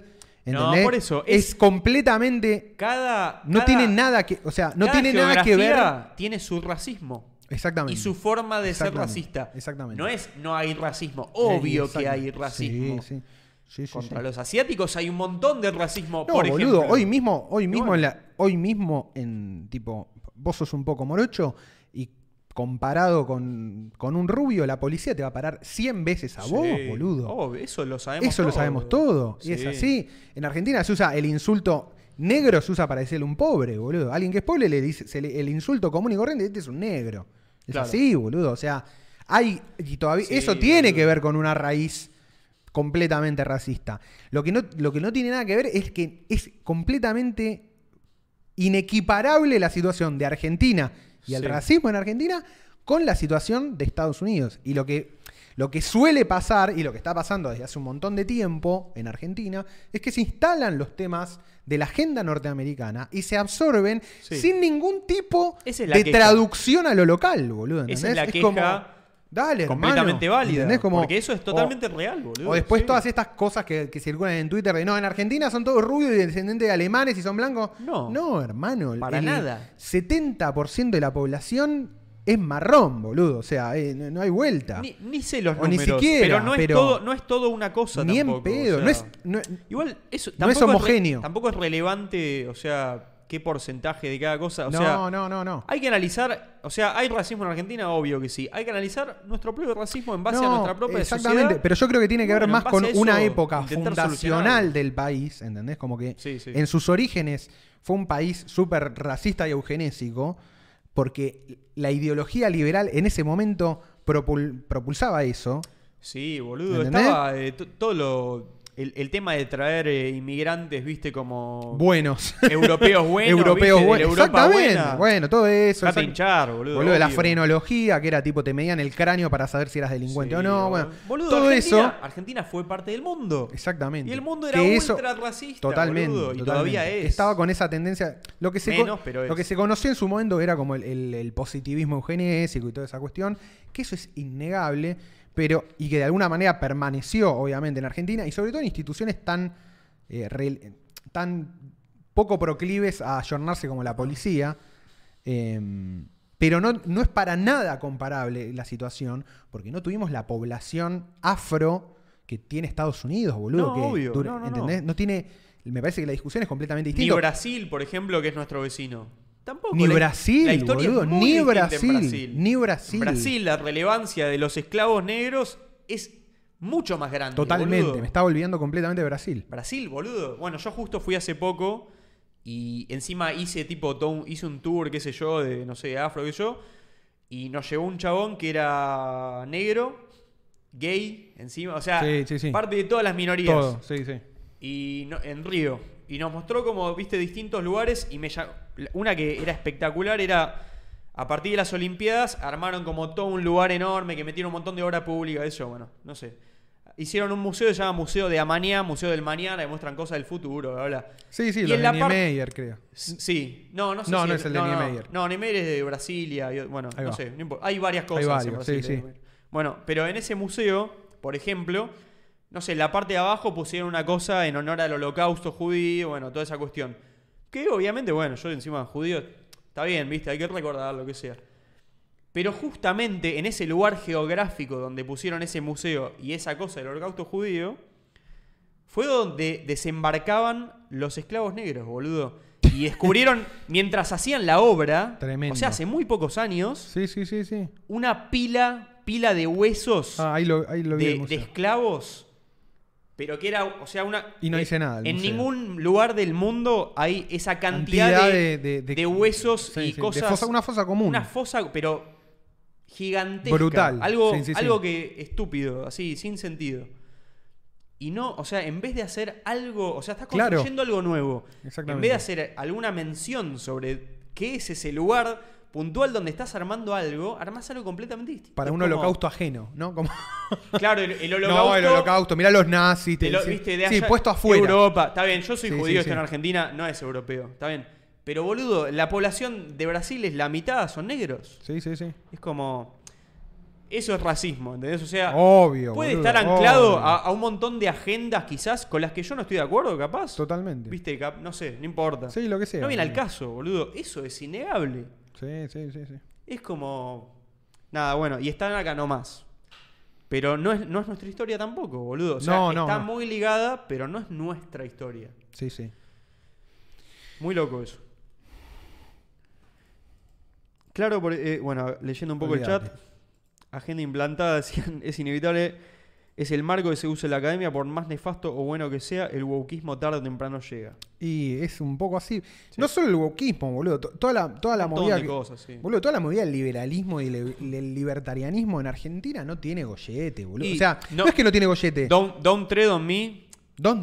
B: ¿Entendés?
A: por eso,
B: Es,
A: es-
B: completamente.
A: Cada.
B: No
A: cada-
B: tiene nada que. O sea, no
A: cada
B: tiene nada que ver.
A: geografía Tiene su racismo. Y
B: Exactamente.
A: su forma de ser
B: Exactamente,
A: racista.
B: exactamente.
A: No es no hay racismo. Obvio que
B: Exactamente.
A: hay racismo.
B: Sí, sí. Sí, sí,
A: Contra
B: sí.
A: los asiáticos hay un montón de racismo,
B: No,
A: por
B: boludo,
A: ejemplo.
B: hoy mismo, hoy mismo,
A: bueno.
B: en la- hoy mismo en tipo, vos sos un poco morocho y comparado con, con un rubio, la policía te va a parar 100 veces a vos,
A: Sí.
B: boludo.
A: Oh, eso lo sabemos
B: Eso lo sabemos todo. Y es
A: Sí.
B: así. En Argentina se usa el insulto negro, se usa para decirle un pobre, boludo. Alguien que es pobre le dice se le- el insulto común y corriente, este es un negro. Es
A: Claro.
B: así, boludo. O sea, hay. Y todavía.
A: Sí,
B: eso tiene
A: boludo.
B: que ver con una raíz completamente racista. Lo que, no, lo que no tiene nada que ver es que es completamente inequiparable la situación de Argentina y el
A: Sí.
B: racismo en Argentina con la situación de Estados Unidos. Y lo que, lo que suele pasar y lo que está pasando desde hace un montón de tiempo en Argentina es que se instalan los temas de la agenda norteamericana y se absorben
A: Sí.
B: sin ningún tipo
A: Esa
B: de
A: es la queja.
B: traducción a lo local, boludo.
A: Esa es
B: ¿entendés?
A: la queja
B: dale, hermano",
A: Completamente válida.
B: ¿entendés? Como-
A: porque eso es
B: o-
A: totalmente real, boludo.
B: o después
A: Sí.
B: todas estas cosas que, que circulan en Twitter de no, en Argentina son todos rubios y descendientes de alemanes y son blancos.
A: No.
B: No, hermano. el-
A: Para
B: el
A: nada.
B: 70% de la población es marrón, boludo. O sea, eh, no, no hay vuelta.
A: Ni, ni sé los
B: O ni
A: números.
B: siquiera,
A: pero no es
B: pero-
A: todo, no es todo una cosa
B: Ni
A: tampoco,
B: en
A: o
B: pedo.
A: sea.
B: no es, no-
A: Igual eso
B: No es
A: tampoco re-
B: homogéneo.
A: tampoco es relevante, o sea, qué porcentaje de cada cosa. O
B: no,
A: sea,
B: no, no, no.
A: Hay que analizar, o sea, hay racismo en Argentina, obvio que sí. Hay que analizar nuestro propio racismo en base a
B: No,
A: nuestra propia
B: Exactamente,
A: sociedad.
B: pero yo creo que tiene que
A: Bueno,
B: ver
A: en
B: más
A: base
B: con
A: a eso,
B: una época
A: intentar
B: fundacional
A: solucionarlo.
B: del país, ¿entendés? Como que
A: Sí, sí.
B: en sus orígenes fue un país súper racista y eugenésico, porque la ideología liberal en ese momento propul- propulsaba eso.
A: Sí, boludo,
B: ¿Entendés?
A: estaba eh, to- todo lo el, el tema de traer eh, inmigrantes, viste como [laughs]
B: Buenos. [laughs]
A: europeos buenos,
B: europeos
A: ¿viste? De la
B: buenos.
A: Europa
B: Exactamente.
A: buena.
B: Bueno, todo eso.
A: Dejate
B: exact-
A: hinchar, boludo,
B: Boludo, la
A: obvio.
B: frenología, que era tipo, te medían el cráneo para saber si eras delincuente
A: Sí,
B: o no. Bueno,
A: boludo,
B: todo
A: Argentina,
B: eso.
A: Argentina fue parte del mundo.
B: Exactamente.
A: Y el mundo era
B: Que eso-
A: ultra racista.
B: Totalmente.
A: boludo, y
B: totalmente.
A: todavía es.
B: Estaba con esa tendencia. Lo que se,
A: Menos,
B: con-
A: pero es.
B: lo que se conoció en su momento era como el, el- el positivismo eugenésico y toda esa cuestión, que eso es innegable, pero y que de alguna manera permaneció, obviamente, en Argentina y sobre todo en instituciones tan, eh, rel- tan poco proclives a ayornarse como la policía. Eh, pero no, no es para nada comparable la situación, porque no tuvimos la población afro que tiene Estados Unidos, boludo.
A: No,
B: que
A: obvio,
B: dura-
A: no, no, no.
B: ¿entendés? No tiene. Me parece que la discusión es completamente
A: Ni
B: distinta.
A: Brasil, por ejemplo, que es nuestro vecino. Tampoco.
B: Ni
A: la-
B: Brasil,
A: la historia es
B: boludo,
A: muy
B: ni
A: distinta en
B: Brasil, ni Brasil.
A: En Brasil, la relevancia de los esclavos negros es mucho más grande.
B: Totalmente,
A: boludo.
B: me estaba olvidando completamente de Brasil.
A: Brasil, boludo. Bueno, yo justo fui hace poco y encima hice tipo todo un- hice un tour, qué sé yo, de no sé, afro, qué sé yo. Y nos llegó un chabón que era negro, gay, encima, o sea,
B: Sí, sí, sí.
A: parte de todas las minorías
B: Todo, sí, sí.
A: y no- en Río. Y nos mostró como, viste, distintos lugares y me llam- una que era espectacular era, a partir de las Olimpiadas, armaron como todo un lugar enorme que metieron un montón de obra pública, eso, bueno, no sé. Hicieron un museo que se llama Museo de Amañá, Museo del Mañana, que muestran cosas del futuro, bla, bla.
B: Sí, sí,
A: Y
B: los
A: en
B: de
A: la par-
B: Niemeyer, creo.
A: S- Sí, no, no sé
B: No,
A: si
B: no es el de
A: no,
B: Niemeyer.
A: No, Niemeyer es de Brasilia. y- bueno,
B: Ahí
A: no
B: va.
A: sé, no importa. Hay varias cosas.
B: Hay varios,
A: en Brasil
B: sí,
A: de
B: sí.
A: Niemeyer. Bueno, pero en ese museo, por ejemplo, no sé, en la parte de abajo pusieron una cosa en honor al holocausto judío, bueno, toda esa cuestión. Que obviamente, bueno, yo encima judío, está bien, viste, hay que recordar lo que sea. Pero justamente en ese lugar geográfico donde pusieron ese museo y esa cosa del holocausto judío, fue donde desembarcaban los esclavos negros, boludo. Y
B: [laughs]
A: descubrieron, mientras hacían la obra,
B: Tremendo.
A: o sea, hace muy pocos años,
B: Sí, sí, sí, sí.
A: una pila, pila de huesos
B: Ah, ahí lo, ahí lo vi. el
A: de, de
B: museo.
A: esclavos, pero que era, o sea, una... eh,
B: Y no dice nada el
A: En
B: museo.
A: ningún lugar del mundo hay esa cantidad, de, de huesos
B: sí,
A: y
B: sí, de
A: cosas...
B: fosa- una fosa común.
A: Una fosa, pero gigantesca.
B: Brutal.
A: Algo,
B: Sí, sí, sí.
A: algo que estúpido, así, sin sentido. Y no, o sea, en vez de hacer algo, o sea, estás
B: Claro.
A: construyendo algo nuevo.
B: Exactamente.
A: En vez de hacer alguna mención sobre qué es ese lugar puntual donde estás armando algo, armás algo completamente distinto.
B: Para
A: Es
B: un
A: como-
B: holocausto ajeno, ¿no? Como... [laughs]
A: Claro, el, el holocausto.
B: No, el holocausto. Mirá los nazis. te
A: de lo-
B: decía.
A: viste, de
B: sí,
A: allá-
B: puesto afuera.
A: Europa. Está bien, yo soy
B: Sí,
A: judío,
B: sí,
A: estoy
B: sí.
A: en Argentina, no es europeo. Está bien. Pero boludo, la población de Brasil es la mitad, son negros.
B: Sí, sí, sí.
A: Es como. Eso es racismo, ¿entendés? O sea,
B: Obvio,
A: puede
B: boludo,
A: estar anclado
B: obvio.
A: a, a un montón de agendas, quizás, con las que yo no estoy de acuerdo, capaz.
B: Totalmente.
A: Viste, cap- no sé, no importa.
B: Sí, lo que sea,
A: No viene al
B: boludo.
A: caso, boludo. Eso es innegable.
B: Sí, sí, sí, sí.
A: Es como. Nada, bueno, y están acá nomás. Pero no es, no es nuestra historia tampoco, boludo. O sea,
B: No, no,
A: está
B: no.
A: muy ligada, pero no es nuestra historia.
B: Sí, sí.
A: Muy loco eso. Claro, por- eh, bueno, leyendo un poco el
B: Olvídate.
A: chat, agenda implantada, [laughs] decían, es inevitable, es el marco que se usa en la academia, por más nefasto o bueno que sea, el wokismo tarde o temprano llega.
B: Y es un poco así. No solo el wokismo, boludo. to- Toda la, toda Ah, la
A: Un montón
B: movida.
A: de
B: que-
A: cosas, sí.
B: Boludo, toda la movida del liberalismo y le- el libertarianismo en Argentina no tiene gollete, boludo.
A: Y
B: o sea,
A: no-
B: no, es que no tiene gollete. Don,
A: Don't, don't tread on me,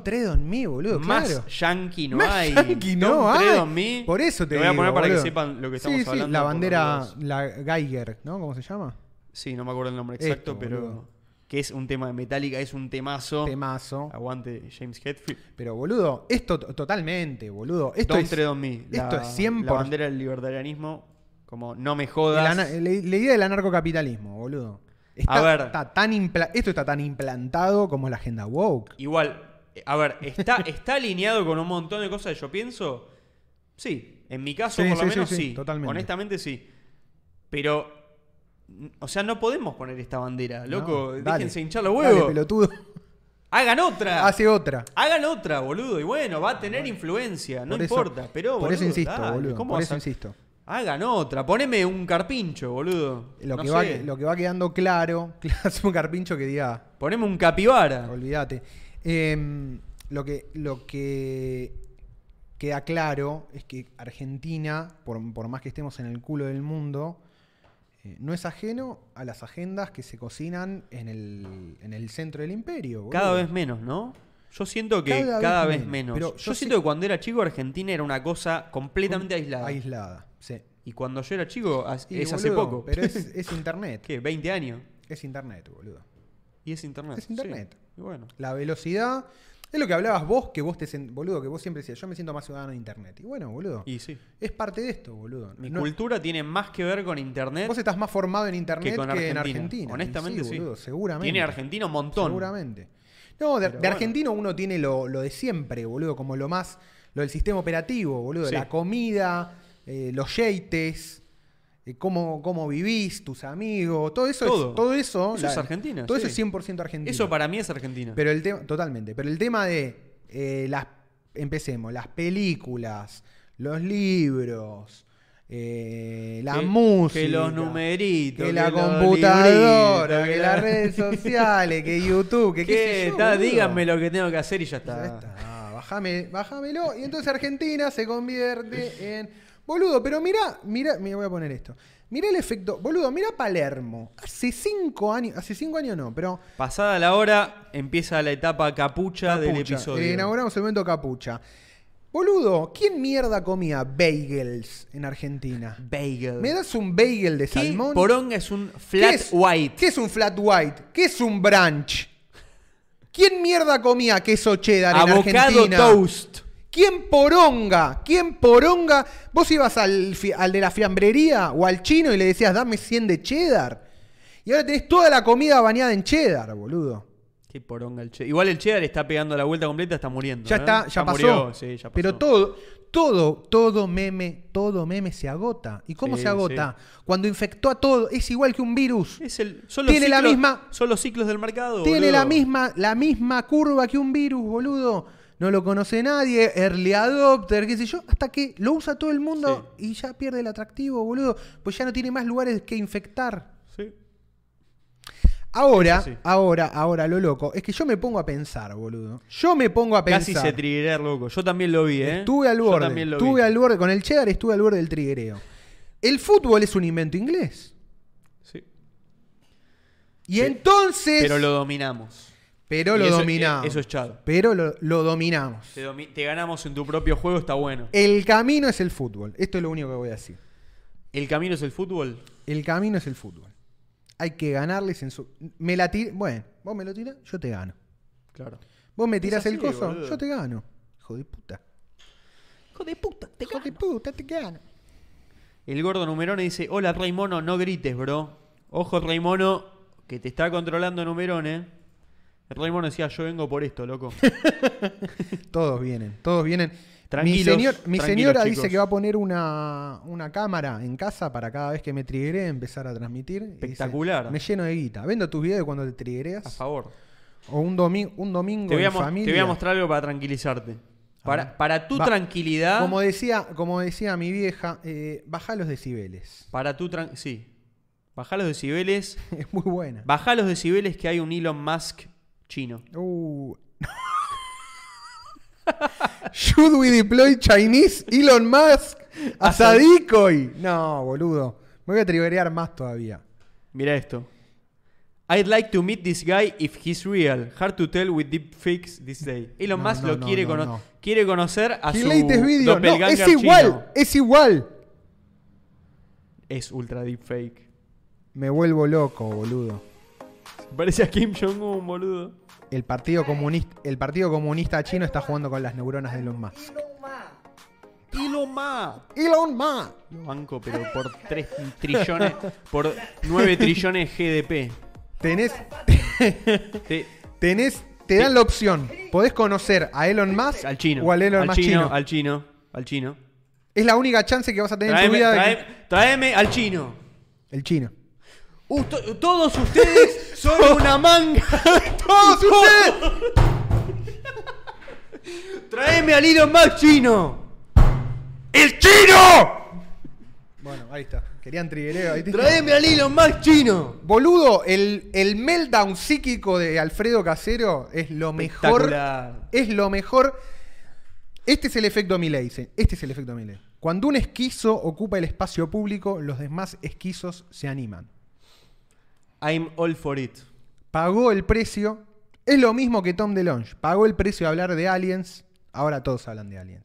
B: Tredo en mí, boludo,
A: más
B: claro.
A: yankee no
B: Más
A: hay.
B: yankee no
A: Don't tread
B: hay.
A: on me.
B: Por eso te
A: Lo voy a
B: digo,
A: poner para que
B: boludo.
A: sepan lo que estamos
B: sí, sí,
A: hablando.
B: la
A: por
B: bandera,
A: los-
B: la Geiger, ¿no? ¿Cómo se llama?
A: Sí, no me acuerdo el nombre
B: Esto,
A: exacto, pero...
B: boludo.
A: Que es un tema de Metallica, es un temazo. Ah,
B: Temazo.
A: Aguante James Hetfield.
B: Pero, boludo, esto to- totalmente, boludo. Esto
A: Don't
B: es,
A: tread on me. La,
B: esto es 100%.
A: la bandera del libertarianismo, como no me
B: el
A: jodas.
B: ana- la, la idea del anarcocapitalismo, boludo. Está,
A: ver.
B: está tan impla- esto está tan implantado como la agenda woke.
A: Igual, eh, a ver, está,
B: [laughs]
A: está alineado con un montón de cosas que yo pienso. Sí, en mi caso
B: Sí,
A: por lo
B: sí, sí,
A: menos sí,
B: sí, totalmente.
A: Honestamente sí. Pero, n- o sea, no podemos poner esta bandera, loco.
B: No, dale.
A: déjense hinchar los
B: Dale, Ah,
A: huevos. [laughs] Ah.
B: pelotudo.
A: Hagan otra.
B: Hace otra.
A: Hagan otra, boludo. Y bueno, va a tener influencia, no
B: Por eso-
A: importa. pero,
B: por eso
A: boludo,
B: insisto,
A: dale,
B: boludo.
A: ¿cómo
B: Por
A: vas
B: eso
A: a-
B: insisto.
A: Hagan otra. Poneme un carpincho, boludo.
B: Lo,
A: No
B: que va,
A: sé.
B: lo que va quedando claro, [laughs] es un carpincho que diga,
A: Poneme un capibara.
B: Ah, olvídate. Em, lo que, lo que queda claro es que Argentina, por, por más que estemos en el culo del mundo, eh, no es ajeno a las agendas que se cocinan en el, en el centro del imperio. boludo.
A: Cada vez menos, ¿no? Yo siento que cada,
B: Cada
A: vez,
B: vez
A: menos.
B: menos. Pero
A: yo
B: yo
A: siento
B: sé-
A: que cuando era chico Argentina era una cosa completamente aislada.
B: Aislada, sí.
A: Y cuando yo era chico as-
B: Y,
A: es hace
B: boludo,
A: poco.
B: Pero es, es internet.
A: [laughs] ¿Qué? 20 años.
B: Es internet, boludo.
A: Y es internet.
B: Es internet.
A: sí. Y bueno.
B: La velocidad. Es lo que hablabas vos, que vos te sen- boludo, que vos siempre decías, yo me siento más ciudadano de internet. Y bueno, boludo.
A: Y sí.
B: Es parte de esto, boludo.
A: Mi
B: No-
A: cultura tiene más que ver con internet
B: vos estás más formado en internet
A: ¿Eh? que
B: que,
A: con Argentina.
B: en Argentina.
A: Honestamente,
B: Y
A: sí.
B: boludo, seguramente.
A: Tiene argentino un montón.
B: Seguramente. No, de,
A: Pero
B: de
A: bueno.
B: argentino uno tiene lo, lo de siempre, boludo, como lo más. Lo del sistema operativo, boludo.
A: Sí.
B: La comida, eh, los yeites, eh, cómo, cómo vivís, tus amigos, todo eso. es-
A: Todo.
B: todo eso,
A: Eso es Argentina,
B: Todo
A: sí.
B: eso es 100% argentino.
A: Eso para mí es Argentina.
B: Pero el tema, totalmente. Pero el tema de eh, las, empecemos, las películas, los libros, eh, la
A: Que-
B: música,
A: Que los numeritos.
B: que la
A: los
B: computadora,
A: libritos,
B: que
A: la-
B: las
A: [laughs]
B: redes sociales, que YouTube, que
A: ¿Qué?
B: qué, sé yo,
A: Está-
B: boludo.
A: díganme lo que tengo que hacer y ya
B: Ya
A: está.
B: está, bajame- bájamelo. Y entonces Argentina se convierte en. Boludo, pero mirá, mirá, me voy a poner esto. Mirá el efecto. Boludo, mirá Palermo. Hace cinco años, hace cinco años no, pero
A: Pasada la hora, empieza la etapa capucha, del
B: Capucha.
A: episodio.
B: Eh, inauguramos el momento capucha. Boludo, ¿quién mierda comía bagels en Argentina?
A: Bagel.
B: ¿Me das un bagel de
A: ¿Qué
B: salmón?
A: poronga es un
B: ¿Qué
A: flat
B: es-
A: white?
B: ¿Qué es un flat white? ¿Qué es un brunch? ¿Quién mierda comía queso cheddar en
A: Avocado
B: Argentina?
A: toast.
B: ¿Quién poronga? ¿Quién poronga? Vos ibas al, fi- al de la fiambrería o al chino y le decías, dame 100 de cheddar. Y ahora tenés toda la comida bañada en cheddar, boludo.
A: Qué poronga el cheddar. Igual el cheddar está pegando la vuelta completa, está muriendo.
B: Ya
A: ¿eh?
B: está, ya, pasó.
A: murió, sí, ya pasó.
B: Pero todo, todo, todo meme, todo meme se agota. ¿Y cómo
A: Sí,
B: se agota? Cuando infectó a todo, es igual que un virus.
A: Es el, son los
B: Tiene la
A: ciclos-
B: misma-
A: Son los ciclos del mercado.
B: Tiene
A: boludo.
B: la misma, la misma curva que un virus, boludo. No lo conoce nadie, early adopter, qué sé yo, hasta que lo usa todo el mundo y ya pierde el atractivo, boludo. Pues ya no tiene más lugares que infectar.
A: Sí.
B: Ahora,
A: Sí, sí.
B: ahora, ahora, lo loco, es que yo me pongo a pensar, boludo. Yo me pongo a
A: Casi
B: pensar.
A: se triguea loco. Yo también lo vi, ¿eh?
B: Estuve al
A: Yo
B: borde.
A: también lo
B: estuve
A: vi.
B: al borde. Con el cheddar estuve al borde del triguereo. El fútbol es un invento inglés.
A: Sí.
B: Y entonces.
A: Pero lo dominamos.
B: pero
A: y
B: lo
A: eso- eh,
B: dominamos.
A: eso es Chad.
B: Pero lo, lo dominamos.
A: Te, domi- te ganamos en tu propio juego, está bueno.
B: El camino es el fútbol. Esto es lo único que voy a decir.
A: ¿El camino es el fútbol?
B: El camino es el fútbol. Hay que ganarles en su. Me la tir- Bueno, vos me lo tirás, yo te gano.
A: Claro.
B: Vos me tirás
A: así,
B: el coso,
A: boludo.
B: yo te gano. Hijo de puta.
A: Hijo de puta, te
B: Hijo de puta, te gano.
A: El gordo Numerone dice: Hola, Rey Mono, no grites, bro. Ojo, Rey Mono, que te está controlando eh." Numerone.
B: [laughs]
A: El Rey Mono decía: Yo vengo por esto, loco.
B: Todos vienen, todos vienen. Mi,
A: Tranquilos,
B: señor, mi
A: tranquilos,
B: señora dice
A: chicos.
B: que va a poner una, una cámara en casa para cada vez que me triggeré empezar a transmitir. Y dice,
A: Espectacular.
B: me lleno de guita. Vendo tus videos de cuando te triggereas.
A: A favor.
B: O un, domi- un domingo
A: Te voy, a
B: en
A: mo-
B: familia.
A: te voy a mostrar algo para tranquilizarte. Para, para tu
B: Va.
A: tranquilidad.
B: Como decía, como decía mi vieja, eh, baja los decibeles. [laughs]
A: Para tu tran- Sí. Bajá los decibeles.
B: Es muy buena.
A: Bajá los decibeles que hay un Elon Musk chino.
B: Uh. [laughs] Should we deploy Chinese Elon Musk a Sadikoi? No, boludo. Me voy a triverear más todavía.
A: Mira esto. I'd like to meet this guy if he's real. Hard to tell with deep fakes this day. Elon
B: No,
A: Musk
B: no,
A: lo
B: no,
A: quiere,
B: no,
A: cono-
B: no.
A: quiere conocer a
B: His
A: su
B: latest video. No,
A: doppelganger
B: es igual,
A: chino.
B: es igual.
A: Es ultra deep fake.
B: Me vuelvo loco, boludo.
A: Parece a Kim Jong-un, boludo.
B: El partido, comunista, el partido Comunista Chino está jugando con las neuronas de Elon Musk.
A: Elon Musk.
B: Elon Musk.
A: Lo banco, pero por 3 trillones, por 9 trillones GDP.
B: Tenés, [laughs]
A: Te-
B: tenés, te dan la opción. Podés conocer a Elon Musk
A: al chino.
B: o al Elon
A: al
B: Musk
A: chino,
B: chino.
A: Al chino, al chino.
B: Es la única chance que vas a tener en tu
A: Traeme,
B: vida. de que-
A: traeme- traeme al chino.
B: El chino.
A: Uh, to- todos ustedes son
B: [laughs]
A: una manga.
B: ¡Todos ustedes!
A: Traeme al Elon Musk chino.
B: ¡El chino! Bueno, ahí está. Querían triguereo. Ahí está.
A: Traeme al Elon Musk chino.
B: Boludo, el, el meltdown psíquico de Alfredo Casero es lo mejor.
A: Espectacular.
B: Es lo mejor. Este es el efecto Milei, dice. Este es el efecto Milei. Cuando un esquizo ocupa el espacio público, los demás esquizos se animan.
A: I'm all for it.
B: Pagó el precio. Es lo mismo que Tom DeLonge. Pagó el precio de hablar de aliens. Ahora todos hablan de aliens.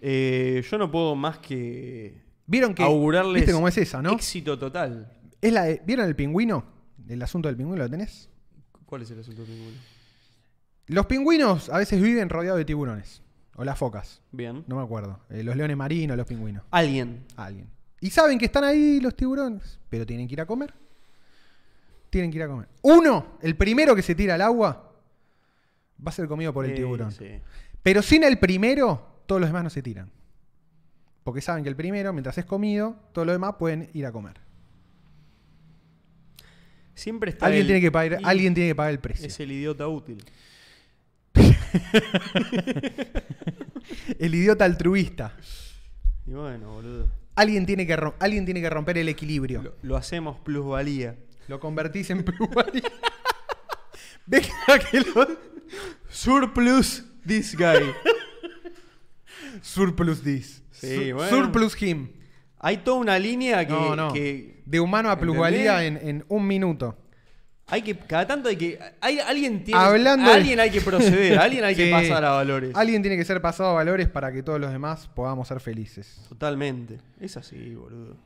A: Eh, yo no puedo más que
B: Vieron que.
A: augurarles
B: ¿Viste cómo es esa, no?
A: éxito total.
B: Es la de- ¿Vieron el pingüino? ¿El asunto del pingüino lo tenés?
A: ¿Cuál es el asunto pingüino?
B: Los pingüinos a veces viven rodeados de tiburones. O las focas.
A: Bien.
B: No me acuerdo. Eh, los leones marinos, los pingüinos.
A: Alguien.
B: Alguien. Y saben que están ahí los tiburones. Pero tienen que ir a comer. Tienen que ir a comer. Uno, el primero que se tira al agua, va a ser comido por el
A: Eh,
B: tiburón.
A: sí.
B: Pero sin el primero, todos los demás no se tiran. Porque saben que el primero, mientras es comido, todos los demás pueden ir a comer.
A: Siempre está
B: Alguien,
A: el-
B: tiene, que pagar,
A: y-
B: alguien tiene que pagar el precio.
A: Es el idiota útil.
B: El idiota altruista.
A: Y bueno, boludo.
B: Alguien tiene que, rom- alguien tiene que romper el equilibrio. [laughs]
A: Lo,
B: Lo,
A: lo hacemos
B: [laughs]
A: plusvalía.
B: convertís en [laughs] plusvalía. Deja Ah, que lo...
A: Surplus this guy.
B: Surplus this.
A: Sí,
B: Sur-
A: bueno.
B: Surplus him.
A: [laughs] Hay toda una línea que,
B: no, no.
A: que-
B: De humano a plusvalía en, en un minuto.
A: hay que cada tanto hay que hay alguien tiene
B: Hablando
A: a
B: de-
A: alguien hay que
B: [laughs]
A: proceder, a alguien hay que
B: Sí.
A: pasar a valores.
B: Alguien tiene que ser pasado a valores para que todos los demás podamos ser felices.
A: Totalmente. Es así, boludo.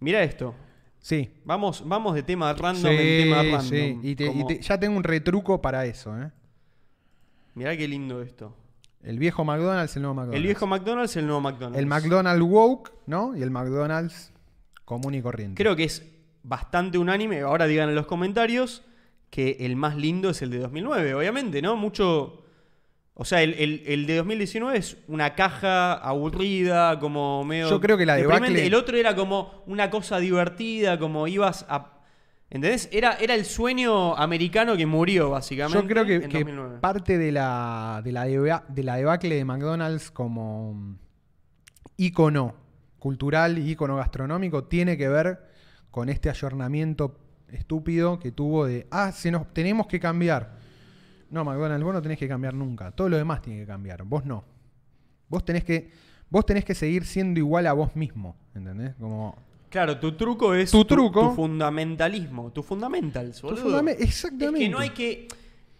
A: Mira esto.
B: Sí.
A: Vamos vamos de tema random
B: Sí,
A: en tema random.
B: sí. Y, te- y
A: Como-
B: te- ya tengo un retruco para eso. ¿eh?
A: Mirá qué lindo esto.
B: El viejo McDonald's, el nuevo McDonald's.
A: El viejo McDonald's, el nuevo McDonald's.
B: El McDonald's woke, ¿no? Y el McDonald's común y corriente.
A: Creo que es bastante unánime. Ahora digan en los comentarios que el más lindo es el de 2009, obviamente, ¿no? Mucho. O sea, el, el- el de 2019 es una caja aburrida, como medio.
B: Yo creo que la
A: deprimente.
B: debacle-
A: El otro era como una cosa divertida, como ibas a. ¿Entendés? Era, era el sueño americano que murió, básicamente.
B: Yo creo que,
A: en
B: que
A: 2009.
B: parte de la, de, la deba- de la debacle de McDonald's como mm, ícono cultural y ícono gastronómico tiene que ver con este ayornamiento estúpido que tuvo de, ah, se nos, tenemos que cambiar. No, McDonald's, vos no tenés que cambiar nunca. Todo lo demás tiene que cambiar. Vos no. Vos tenés que, vos tenés que seguir siendo igual a vos mismo. ¿Entendés? Como...
A: Claro, tu truco es.
B: Tu truco.
A: Tu, fundamentalismo. Tu fundamentals, boludo.
B: fundame-
A: Es que
B: exactamente.
A: no hay que.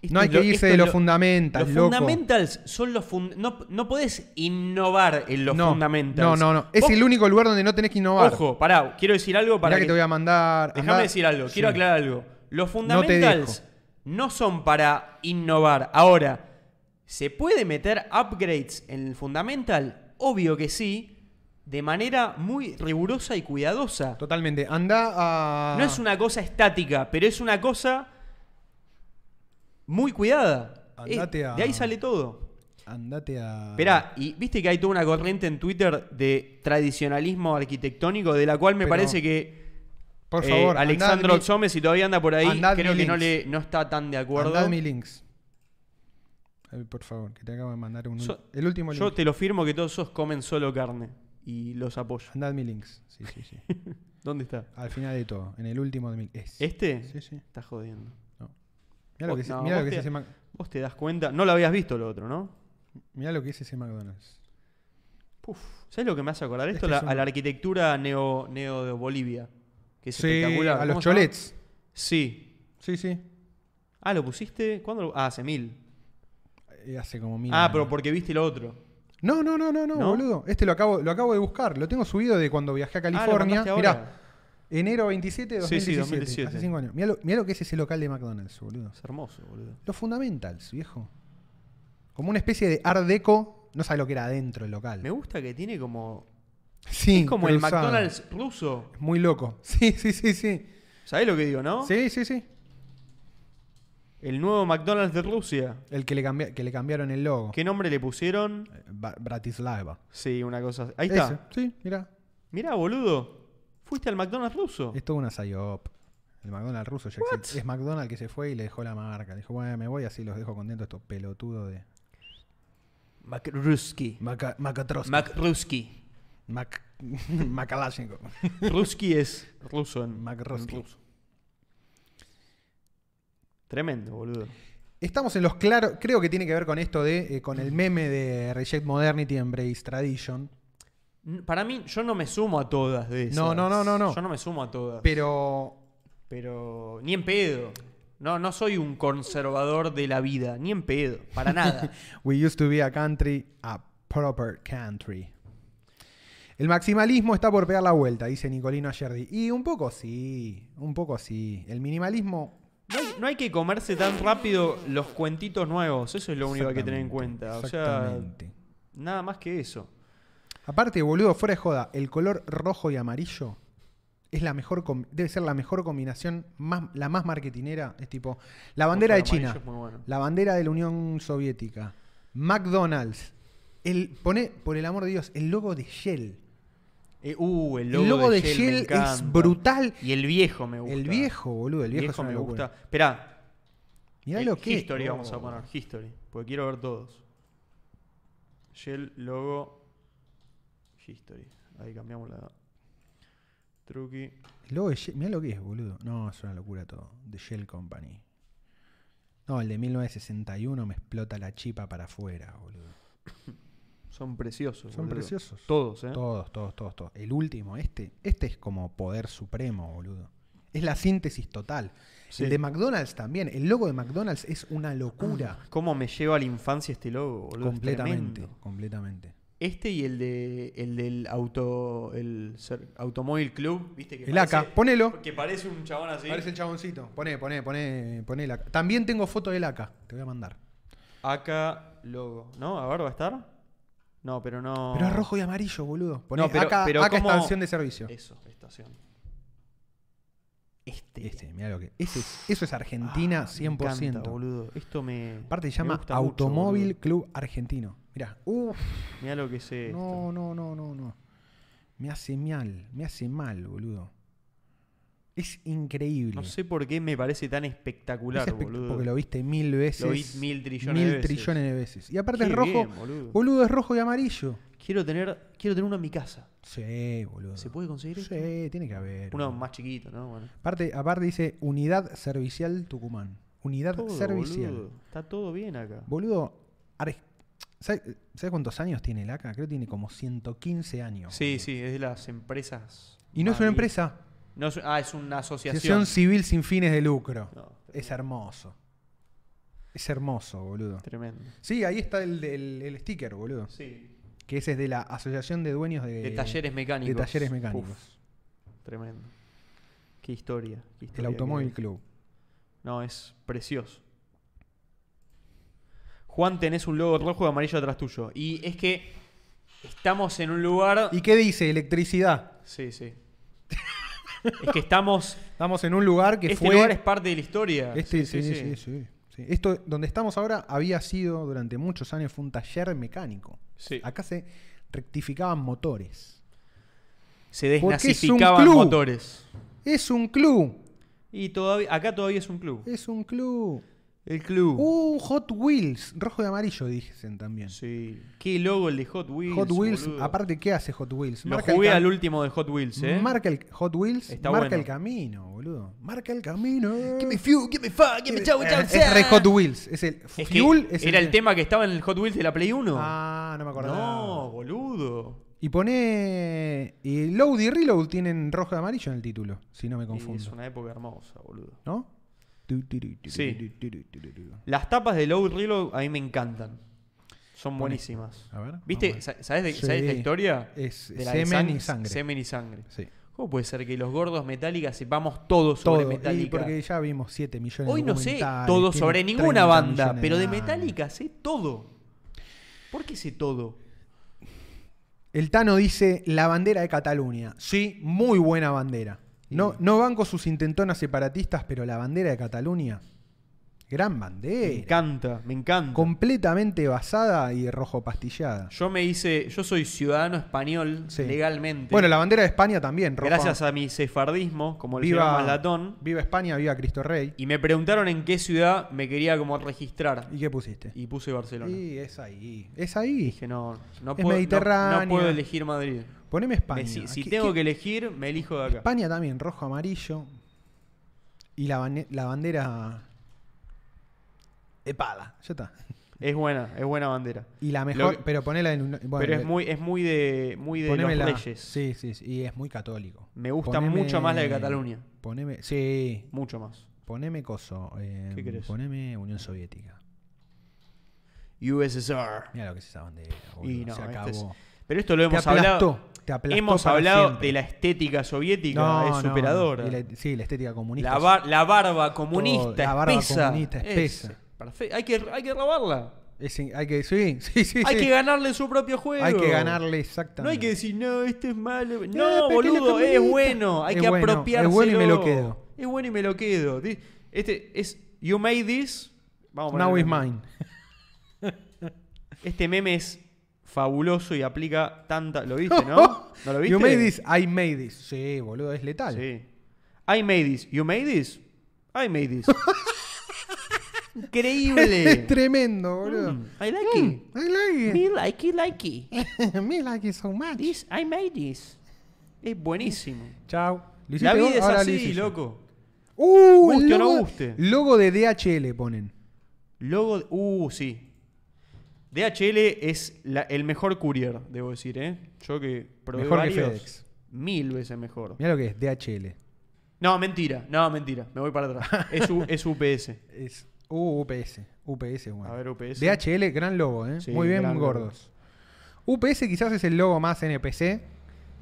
A: esto
B: no hay
A: es
B: que
A: lo-
B: irse
A: esto
B: de
A: es
B: los
A: lo-
B: fundamentals,
A: Los
B: loco.
A: fundamentals son los fun- no, no podés innovar en los
B: no,
A: fundamentals.
B: No, no, no. Es
A: Vos-
B: el único lugar donde no tenés que innovar.
A: Oh. Ojo, pará, quiero decir algo para
B: Mirá que, te voy a mandar.
A: Déjame
B: andá-
A: decir algo,
B: Sí.
A: quiero aclarar algo. Los
B: te
A: fundamentals no, son para innovar. Ahora, ¿se puede meter upgrades en el fundamental? Obvio que sí, de manera muy rigurosa y cuidadosa.
B: Totalmente. Anda a.
A: No es una cosa estática, pero es una cosa muy cuidada. Eh,
B: Andate a-
A: De ahí sale todo.
B: Andate a.
A: Esperá, y viste que hay toda una corriente en Twitter de tradicionalismo arquitectónico, de la cual me
B: Pero-
A: parece que
B: Por
A: eh,
B: favor,
A: Alexandro
B: andad mi-
A: Tsome, si todavía anda por ahí,
B: andad
A: creo
B: mi
A: que no,
B: links.
A: le, no está tan de acuerdo.
B: Andad mi links. Ay, por favor, que te acabo de mandar un,
A: So-
B: el último
A: Yo
B: link.
A: te lo firmo que todos esos comen solo carne y los apoyo.
B: Andad mi links. Sí,
A: [laughs]
B: sí, sí.
A: ¿Dónde está?
B: Al final de todo, en el último de mi es.
A: ¿Este?
B: Sí, sí.
A: Está jodiendo.
B: Mira lo
A: Vos-
B: que, es-
A: no,
B: mirá lo
A: vos
B: que es
A: te-
B: ese Mac-
A: Vos te das cuenta. No lo habías visto lo otro, ¿no?
B: mirá lo que es ese McDonald's.
A: Puf. ¿Sabes lo que me hace acordar esto?
B: que
A: La-
B: Este es un-
A: A la arquitectura neo, neo de Bolivia. Que es espectacular.
B: a los
A: ¿Cómo se llama?
B: cholets.
A: Sí.
B: Sí, sí.
A: Ah, ¿lo pusiste? ¿Cuándo lo- Ah, hace mil.
B: Eh, Hace como mil.
A: Ah,
B: años.
A: pero porque viste lo otro.
B: No, no, no, no, no,
A: ¿No?
B: boludo. Este lo acabo, lo acabo de buscar. Lo tengo subido de cuando viajé a
A: Ah, ¿lo
B: California.
A: mandaste ahora?
B: Mirá, enero 27 de
A: Sí,
B: 2017.
A: sí, 2017.
B: Hace 5 años. Mirá lo, mirá lo que es ese local de McDonald's, boludo.
A: Es hermoso, boludo.
B: Los fundamentals, viejo. Como una especie de art deco. No sabe lo que era adentro el local. [laughs]
A: Me gusta que tiene como.
B: Sí,
A: es como el
B: cruzado.
A: McDonald's ruso.
B: Muy loco. [laughs] Sí, sí, sí, sí.
A: ¿Sabés lo que digo, no?
B: Sí, sí, sí.
A: El nuevo McDonald's de Rusia.
B: El que le, cambia- que le cambiaron el logo.
A: ¿Qué nombre le pusieron?
B: Eh, Ba- Bratislava.
A: Sí, una cosa. Ahí está.
B: Ese, Sí, mirá.
A: Mirá, boludo. Fuiste al McDonald's ruso.
B: Es toda una psyop. El McDonald's ruso ya existe. Es McDonald's que se fue y le dejó la marca. Dijo, bueno, me voy así los dejo contentos estos pelotudos de...
A: McRusky.
B: Maca, Macatrosky.
A: McRusky.
B: Mac, [laughs] Macalashnikov.
A: Rusky es ruso en,
B: Macrosky.
A: en ruso. Tremendo, boludo.
B: Estamos en los claros... Creo que tiene que ver con esto de... eh, con el meme de Reject Modernity, Embrace Tradition.
A: N- Para mí, yo no me sumo a todas de esas.
B: No, no, no, no, no.
A: Yo no me sumo a todas.
B: Pero...
A: Pero ni en pedo. No, no soy un conservador de la vida, ni en pedo, para
B: [laughs]
A: nada.
B: We used to be a country, a proper country. El maximalismo está por pegar la vuelta, dice Nicolino Ayerdi. Y un poco sí, un poco sí. El minimalismo
A: No hay, no hay que comerse tan rápido los cuentitos nuevos, eso es lo único que hay que tener en
B: Exactamente,
A: cuenta. O sea,
B: exactamente.
A: nada más que eso.
B: Aparte, boludo, fuera de joda, el color rojo y amarillo es la mejor com- debe ser la mejor combinación, más, la más marketinera. Es tipo, la bandera de
A: Rojo y
B: China,
A: amarillo es muy bueno.
B: la bandera de la Unión Soviética, McDonald's, el, pone, por el amor de Dios, el logo de Shell.
A: Eh, uh, el logo,
B: el logo de,
A: Shell, me
B: Shell,
A: encanta.
B: es brutal.
A: Y el viejo me gusta.
B: El viejo, boludo, el viejo, es una
A: me
B: locura.
A: gusta. Esperá,
B: Mirá
A: eh,
B: lo que
A: History
B: oh.
A: vamos a poner, History, porque quiero ver todos. Shell, logo, History. Ahí cambiamos la... Truqui.
B: El logo de Shell, mirá lo que es, boludo. No, es una locura todo. The Shell Company. No, el de 1961 me explota la chipa para afuera, boludo.
A: Son preciosos.
B: Son
A: boludo.
B: preciosos.
A: Todos, ¿eh?
B: Todos, todos, todos, todos. El último, este, este es como poder supremo, boludo. Es la síntesis total.
A: Sí.
B: El de McDonald's también. El logo de McDonald's es una locura.
A: ¿Cómo me lleva a la infancia este logo, Ah, boludo? Es
B: completamente,
A: tremendo.
B: completamente.
A: Este y el de el del auto el ser- automóvil club, ¿viste que
B: El AK, ponelo.
A: Que parece un chabón así.
B: Parece el chaboncito. Poné, poné, poné, poné el AK. También tengo foto del AK. Te voy a mandar.
A: AK logo, ¿no? A ver, va a estar. No, pero no.
B: Pero es rojo y amarillo, boludo. Poné
A: No, pero-
B: AK,
A: pero
B: AK
A: ¿cómo-
B: estación de servicio.
A: Eso, estación. Este.
B: Este, mirá lo que. ese es- eso es Argentina
A: Ah, me
B: 100%.
A: encanta, boludo. Esto me
B: Aparte se
A: me
B: llama
A: gusta mucho,
B: Automóvil
A: boludo. Este.
B: Club Argentino. Mirá. Uf.
A: Mirá lo que es esto.
B: No, no, no, no, no. Me hace mal, me hace mal, boludo. Es increíble.
A: No sé por qué me parece tan espectacular,
B: Es espect-
A: boludo.
B: Porque lo viste mil veces.
A: Lo vi mil trillones
B: mil
A: de veces.
B: trillones de veces. Y aparte
A: Qué
B: es rojo.
A: bien, boludo.
B: boludo. es rojo y amarillo.
A: Quiero tener quiero tener uno en mi casa.
B: Sí, boludo.
A: ¿Se puede conseguir esto?
B: Sí, tiene que haber.
A: Uno
B: boludo.
A: más chiquito, ¿no? Bueno.
B: Aparte, aparte dice Unidad Servicial Tucumán. Unidad
A: Todo,
B: Servicial.
A: boludo. Está todo bien acá.
B: Boludo, Ar- ¿sabes, sabes cuántos años tiene el ACA? Creo que tiene como 115 años.
A: Sí,
B: boludo.
A: sí, es de las empresas.
B: Y no es una
A: Mami.
B: empresa.
A: No es- ah, es una asociación.
B: Asociación Civil sin fines de lucro.
A: No,
B: es hermoso. Es hermoso, boludo.
A: Tremendo.
B: Sí, ahí está el, el- el sticker, boludo.
A: Sí.
B: Que ese es de la Asociación de Dueños de,
A: De talleres mecánicos.
B: Eh, de talleres mecánicos.
A: Uf, tremendo. Qué historia. qué
B: el
A: historia
B: Automóvil
A: que-
B: Club.
A: No, es precioso. Juan, tenés un logo rojo y amarillo atrás tuyo. Y es que estamos en un lugar.
B: ¿Y qué dice? Electricidad.
A: Sí, sí. es que estamos.
B: [laughs] Estamos en un lugar que
A: este
B: fue.
A: lugar es parte de la historia.
B: Este,
A: Sí, sí, sí.
B: sí, sí, Sí, Esto donde estamos ahora había sido durante muchos años fue un taller mecánico.
A: Sí.
B: Acá se rectificaban motores.
A: Se
B: Porque es un
A: desnazificaban
B: club.
A: motores.
B: Es un club.
A: Y todavía, acá todavía es un club.
B: Es un club.
A: El club.
B: Uh, Hot Wheels. Rojo y amarillo, dicen también.
A: Sí. Qué logo el de Hot Wheels.
B: Hot Wheels,
A: boludo.
B: aparte, ¿qué hace Hot Wheels?
A: Lo
B: el
A: jugué
B: cam-
A: al último de Hot Wheels, ¿eh?
B: Marca el Hot Wheels,
A: Está
B: marca
A: bueno.
B: el camino, boludo. Marca el camino.
A: fuel, give me fuck, give
B: Eh, es re Hot Wheels. Es el
A: Es que
B: Fuel. es
A: era el tema que estaba en el Hot Wheels de la Play 1.
B: Ah, no me acordaba.
A: no, boludo.
B: Y pone. Y Load y Reload tienen rojo y amarillo en el título, si no me
A: Y Es
B: confundo.
A: una época hermosa, boludo.
B: ¿No? Tu, tu, tu, tu,
A: Sí.
B: tu, tu, tu, tu, tu.
A: Las tapas de Low Reload a mí me encantan. Son buenísimas.
B: A ver,
A: ¿Viste?
B: vamos a
A: Sa- ¿Sabes de,
B: Sí.
A: sabes la historia?
B: Es
A: de
B: semen
A: sang-
B: y sangre.
A: Semen y sangre.
B: Sí.
A: ¿Cómo puede ser que los gordos Metallica sepamos todo sobre
B: Todo. Y
A: Metallica?
B: porque ya vimos 7 millones de
A: Hoy no sé
B: documentales,
A: todo
B: tiene
A: sobre
B: 30
A: ninguna banda,
B: millones
A: pero de
B: bandas.
A: Metallica sé todo. ¿Por qué sé todo?
B: El Tano dice la bandera de Cataluña. Sí, muy buena bandera. No, no banco sus intentonas separatistas, pero la bandera de Cataluña, gran
A: Me
B: bandera.
A: encanta, me encanta.
B: Completamente basada y rojo pastillada.
A: Yo me hice, yo soy ciudadano español
B: Sí.
A: legalmente.
B: Bueno, la bandera de España también, rojo.
A: gracias a mi sefardismo, como el señor
B: viva,
A: Malatón.
B: viva España, viva Cristo Rey.
A: Y me preguntaron en qué ciudad me quería como registrar.
B: ¿Y qué pusiste?
A: Y puse Barcelona.
B: Y es ahí, es ahí.
A: Dije, no, no
B: Es
A: puedo, no-
B: mediterránea.
A: no puedo elegir Madrid.
B: Poneme
A: Me-
B: España.
A: si si
B: ¿Qué-
A: tengo
B: qué-
A: que elegir, me elijo de acá.
B: España también, rojo, amarillo. Y la, bane- la bandera. Epada, ya está.
A: Es buena, es buena bandera.
B: Y la mejor.
A: Lo que-
B: pero ponela en. una- bueno,
A: Pero es
B: le-
A: muy, es muy de, muy de los
B: ponémela-
A: reyes.
B: Sí, sí, sí, Y es muy católico.
A: Me gusta mucho más la de Cataluña.
B: Poneme. Sí,
A: Mucho más.
B: poneme coso. eh,
A: ¿Qué querés?
B: Poneme Unión Soviética.
A: USSR.
B: Mira lo que es esa bandera. boludo,
A: Y no,
B: se
A: este
B: acabó.
A: es- pero esto lo
B: Te
A: hemos
B: aplastó,
A: hablado.
B: te aplastó
A: hemos
B: para
A: hablado
B: siempre.
A: de la estética soviética,
B: No,
A: es
B: no,
A: superadora.
B: y la- sí, la estética comunista.
A: La,
B: es-
A: bar- la barba comunista
B: la barba
A: espesa.
B: comunista espesa.
A: perfecto. Hay que, hay que robarla.
B: es in- hay que. Sí, [laughs] sí, sí.
A: Hay
B: sí.
A: que ganarle su propio juego.
B: Hay que ganarle exactamente.
A: No hay que decir, no, este es malo.
B: pero
A: No,
B: que le
A: boludo, es
B: comunista.
A: bueno. Hay
B: Es
A: que
B: bueno, es
A: apropiarse.
B: bueno y me lo quedo.
A: Es bueno y me lo quedo. Di- Este es You Made This. Vamos a
B: Now
A: ponerle
B: is
A: nombre.
B: mine.
A: Este meme es fabuloso y aplica tanta. ¿Lo viste,
B: [laughs]
A: no? ¿No lo viste?
B: Oh, You made this, I made this. Sí, boludo, es letal.
A: Sí. I made this. You made this. I made
B: [laughs]
A: this.
B: Es
A: Increíble.
B: tremendo, boludo.
A: Mm, I like it.
B: I like
A: Me like it, like it.
B: it. [laughs] Me like it so much.
A: This, I made this. Es buenísimo.
B: Chau. Lo hiciste
A: La
B: vos,
A: vida es
B: ahora lo
A: así,
B: hice yo.
A: loco.
B: Uh, el
A: Guste o no
B: logo,
A: guste.
B: logo de DHL ponen.
A: Logo. de- Uh, sí. DHL es la- el mejor courier, debo decir, ¿eh? Yo que probé
B: Mejor que
A: varios,
B: FedEx.
A: Mil veces mejor.
B: Mira lo que es, DHL.
A: No, mentira. No, mentira. Me voy para atrás. Es, U- es UPS.
B: [laughs] Es uh, UPS. UPS, bueno.
A: A ver, UPS.
B: DHL, gran logo, ¿eh?
A: Sí,
B: Muy bien,
A: gran
B: gordos. UPS quizás es el logo más NPC.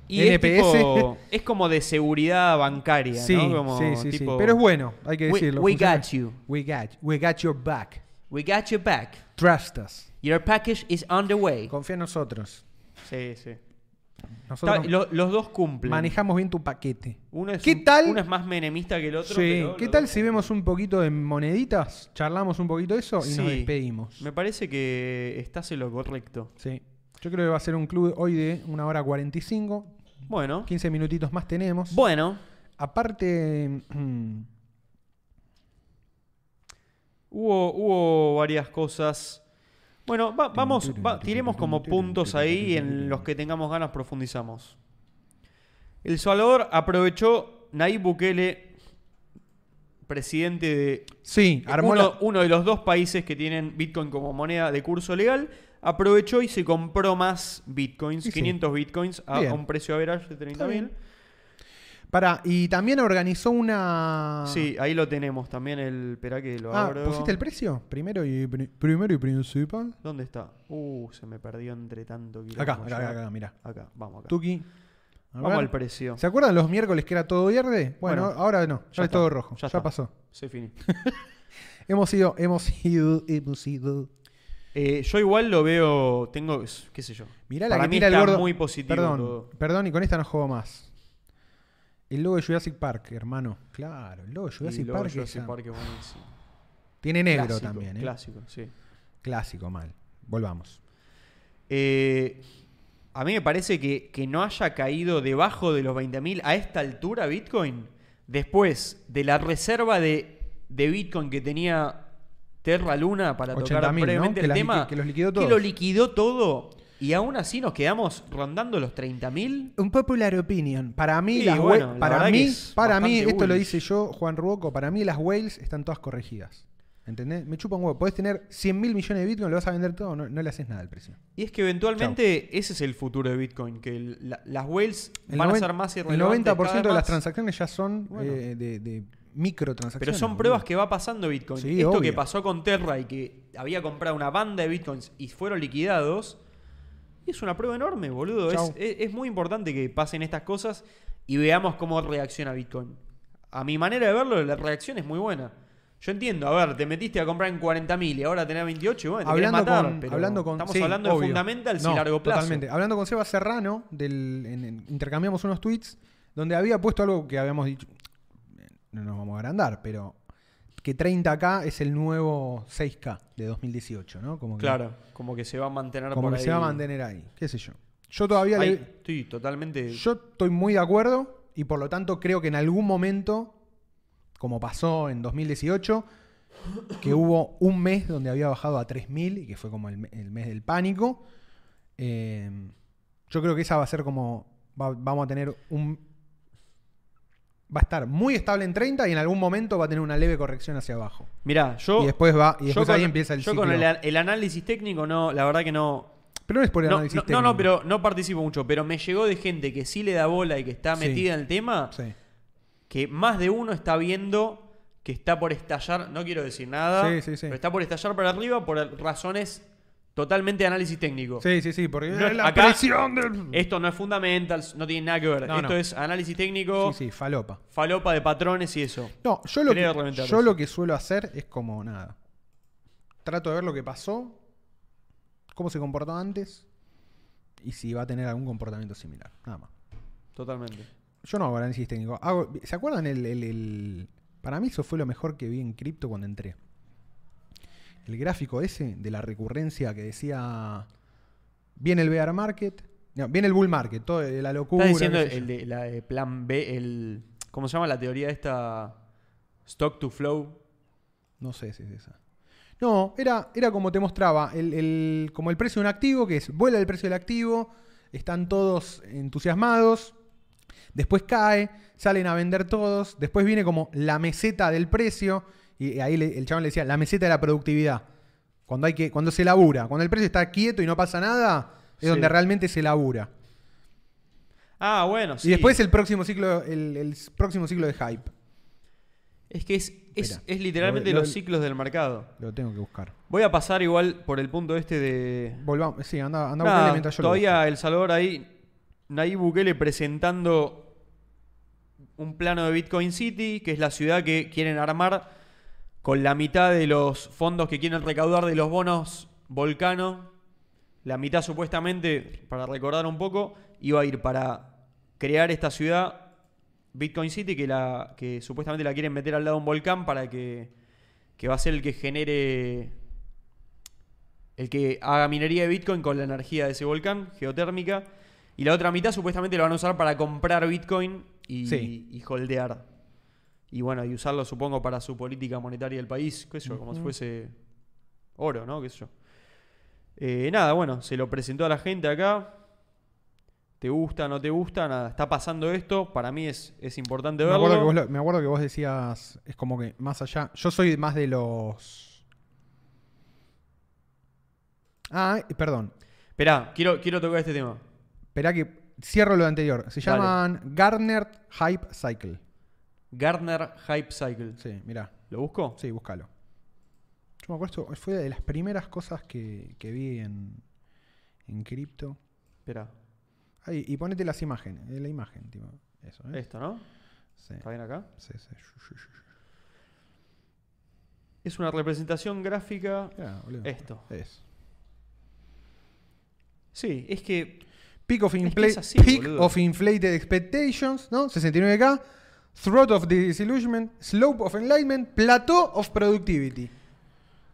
A: Y es,
B: NPS.
A: tipo- es como de seguridad bancaria,
B: sí,
A: ¿no? Como
B: sí, sí, sí.
A: tipo,
B: Pero es bueno, hay que
A: We-
B: decirlo.
A: we
B: funciona.
A: got you.
B: We got you. We got your back.
A: We got your back.
B: Trust us.
A: Your package is on the way.
B: Confía en nosotros.
A: Sí, sí.
B: Nosotros
A: Está- lo- los dos cumplen.
B: manejamos bien tu paquete.
A: Uno es
B: ¿Qué
A: un-
B: tal?
A: Uno es más menemista que el otro.
B: Sí,
A: pero
B: ¿Qué
A: los
B: tal
A: dos-
B: si vemos un poquito de moneditas? Charlamos un poquito de eso y nos
A: Sí.
B: despedimos.
A: Me parece que estás en lo correcto.
B: Sí. Yo creo que va a ser un club hoy de una hora 45.
A: Bueno.
B: 15 minutitos más tenemos.
A: Bueno.
B: Aparte, mm,
A: Hubo, hubo varias cosas. Bueno, va- vamos, va- tiremos como puntos ahí en los que tengamos ganas profundizamos. El Salvador aprovechó Nayib Bukele, presidente de
B: sí, armó
A: uno,
B: la-
A: uno de los dos países que tienen Bitcoin como moneda de curso legal, aprovechó y se compró más Bitcoins,
B: Y sí.
A: 500 Bitcoins a,
B: Bien.
A: a un precio average de 30 mil.
B: bien. Pará, y también organizó una...
A: Sí, ahí lo tenemos también el... Esperá que lo
B: Ah,
A: abro.
B: ¿pusiste el precio? Primero y, pri- primero y principal.
A: ¿Dónde está? Uh, se me perdió entre tanto. quilombo
B: Acá, acá,
A: ya.
B: acá, acá, mirá.
A: Acá, vamos acá.
B: Tuki. A
A: Vamos
B: ver.
A: al precio.
B: ¿Se acuerdan los miércoles que era todo verde? Bueno,
A: Bueno,
B: ahora no, ya,
A: está,
B: es todo rojo, ya,
A: ya está.
B: pasó.
A: Se finí.
B: Hemos ido, hemos ido, hemos ido.
A: Eh, yo igual lo veo, tengo, es- qué sé yo.
B: Mirá la
A: Para
B: que
A: mí
B: tira
A: está
B: el gordo.
A: muy positivo
B: Perdón,
A: todo.
B: perdón, y con esta no juego más. El logo de Jurassic Park, hermano. Claro, el logo de Jurassic
A: Y luego
B: Park.
A: Jurassic
B: esa-
A: Park es buenísimo.
B: Tiene negro
A: Clásico,
B: también, ¿eh?
A: Clásico, sí.
B: Clásico, mal. Volvamos.
A: Eh, a mí me parece que, que no haya caído debajo de los 20.000 a esta altura Bitcoin, después de la reserva de, de Bitcoin que tenía Terra Luna para tocar
B: 80.000, ¿no?
A: brevemente
B: Que
A: el
B: las
A: tema,
B: liqui- que los liquidó
A: que
B: todos.
A: lo liquidó todo y aún así nos quedamos rondando los 30.000.
B: Un popular opinion. Para mí,
A: Sí,
B: las
A: bueno,
B: whale-
A: la
B: para
A: verdad que
B: mí,
A: es
B: para mí,
A: bastante
B: esto lo
A: bullish.
B: dice yo, Juan Ruoco, para mí las whales están todas corregidas. ¿Entendés? Me chupa un huevo. Podés tener 100 mil millones de Bitcoin, lo vas a vender todo, no, no le haces nada al precio.
A: Y es que eventualmente ese es el futuro de Bitcoin, que el- la- las whales
B: El
A: van a
B: noven-
A: ser más
B: El
A: irrelevantes.
B: 90% de
A: cada
B: las
A: vez más.
B: transacciones ya son
A: Bueno.
B: eh, de, de microtransacciones.
A: Pero son
B: boludo.
A: pruebas que va pasando Bitcoin.
B: Sí,
A: Esto
B: obvio.
A: que pasó con Terra y que había comprado una banda de Bitcoins y fueron liquidados, es una prueba enorme, boludo. Es,
B: Chau.
A: es- es muy importante que pasen estas cosas y veamos cómo reacciona Bitcoin. A mi manera de verlo, la reacción es muy buena. Yo entiendo, a ver, te metiste a comprar en 40.000 y ahora tenés 28, bueno, te querés
B: hablando,
A: matar,
B: con,
A: pero
B: hablando con-
A: estamos
B: sí,
A: hablando de
B: obvio.
A: fundamentals
B: No,
A: y largo plazo.
B: Totalmente. Hablando con Seba Serrano, del, en- en- intercambiamos unos tweets donde había puesto algo que habíamos dicho. No nos vamos a agrandar, pero que 30K es el nuevo 6K de 2018, ¿no? Como que,
A: Claro, como que se va a mantener
B: como
A: por
B: que
A: ahí.
B: se va a mantener ahí. ¿Qué sé yo? Yo todavía
A: Ahí
B: le,
A: estoy totalmente.
B: yo estoy muy de acuerdo y por lo tanto creo que en algún momento, como pasó en 2018,
A: [coughs]
B: que hubo un mes donde había bajado a 3.000 y que fue como el, me- el mes del pánico, eh, yo creo que esa va a ser como, va- vamos a tener un... Va a estar muy estable en 30 y en algún momento va a tener una leve corrección hacia abajo.
A: Mirá, yo.
B: y después va,
A: yo
B: y después
A: con-
B: ahí empieza el
A: Yo
B: ciclo.
A: con el, el análisis técnico, no, la verdad que no.
B: Pero no es por el
A: No,
B: análisis
A: no, no,
B: técnico.
A: no, pero no participo mucho. Pero me llegó de gente que sí le da bola y que está
B: Sí.
A: metida en el tema,
B: Sí.
A: que más de uno está viendo que está por estallar, no quiero decir nada,
B: Sí, sí, sí.
A: pero está por estallar para arriba por razones totalmente de análisis técnico.
B: sí, sí, sí, porque
A: No,
B: la
A: acá-
B: presión del...
A: Esto no es fundamentals, no tiene nada que ver.
B: No,
A: Esto
B: no.
A: es análisis técnico,
B: Sí, sí, falopa.
A: falopa de patrones y eso.
B: No, yo lo,
A: Quería
B: que,
A: reventar
B: yo
A: eso.
B: lo que suelo hacer es como nada. Trato de ver lo que pasó, cómo se comportó antes y si va a tener algún comportamiento similar. Nada más.
A: Totalmente.
B: Yo no hago análisis técnico. Hago- ¿Se acuerdan el, el- el- Para mí eso fue lo mejor que vi en cripto cuando entré. El gráfico ese de la recurrencia que decía... Viene el bear market. No, viene el bull market. Todo de la locura.
A: Estás diciendo
B: qué sé yo.
A: el de, la de plan B, el. ¿Cómo se llama la teoría esta? Stock to flow.
B: No sé si es esa. No, era, era como te mostraba, el, el- como el precio de un activo, que es vuela el precio del activo, están todos entusiasmados, después cae, salen a vender todos, después viene como la meseta del precio, y ahí le- el chabón le decía, la meseta de la productividad. Cuando, hay que, cuando se labura, cuando el precio está quieto y no pasa nada, es
A: Sí.
B: donde realmente se labura.
A: Ah, bueno, sí.
B: Y después el próximo ciclo, el, el próximo ciclo de hype.
A: Es que es, es,
B: Espera,
A: es literalmente
B: lo- lo-
A: los ciclos del mercado.
B: Lo tengo que buscar.
A: Voy a pasar igual por el punto este de.
B: Volvamos, sí, anda, anda a
A: Nada,
B: buscarle mientras yo lo busco.
A: todavía El Salvador ahí. Nayib Bukele presentando un plano de Bitcoin City, que es la ciudad que quieren armar con la mitad de los fondos que quieren recaudar de los bonos Volcano. La mitad supuestamente, para recordar un poco, iba a ir para crear esta ciudad Bitcoin City, que, la, que supuestamente la quieren meter al lado de un volcán para que, que va a ser el que genere, el que haga minería de Bitcoin con la energía de ese volcán, geotérmica. Y la otra mitad supuestamente lo van a usar para comprar Bitcoin y,
B: Sí.
A: y holdear. Y bueno, y usarlo supongo para su política monetaria del país, qué sé yo, como si fuese oro, ¿no? Qué sé yo. Eh, nada, bueno, se lo presentó a la gente acá. ¿Te gusta, no te gusta? Nada, está pasando esto. Para mí es, es importante
B: me
A: verlo.
B: acuerdo, que vos lo- me acuerdo que vos decías, es como que más allá. Yo soy más de los. Ah, eh, perdón.
A: Esperá, quiero, quiero tocar este tema.
B: Esperá que cierro lo anterior. Se
A: Dale.
B: llaman Garner Hype Cycle.
A: Garner Hype Cycle.
B: Sí, mirá.
A: ¿Lo busco?
B: Sí, búscalo. Yo me acuerdo, esto fue de las primeras cosas que, que vi en, en cripto.
A: Esperá.
B: Ahí, y ponete las imágenes. eh, La imagen, tipo. Eso, ¿eh?
A: Esto, ¿no?
B: Sí,
A: ¿Está bien acá?
B: sí, sí. Shu, shu, shu, shu.
A: Es una representación gráfica.
B: Mirá, boludo.
A: Esto.
B: Es.
A: Sí, es que.
B: Peak of,
A: que
B: infla-
A: es así,
B: peak
A: boludo.
B: of Inflated Expectations, ¿no? 69K. Throat of Disillusionment. Slope of Enlightenment. Plateau of Productivity.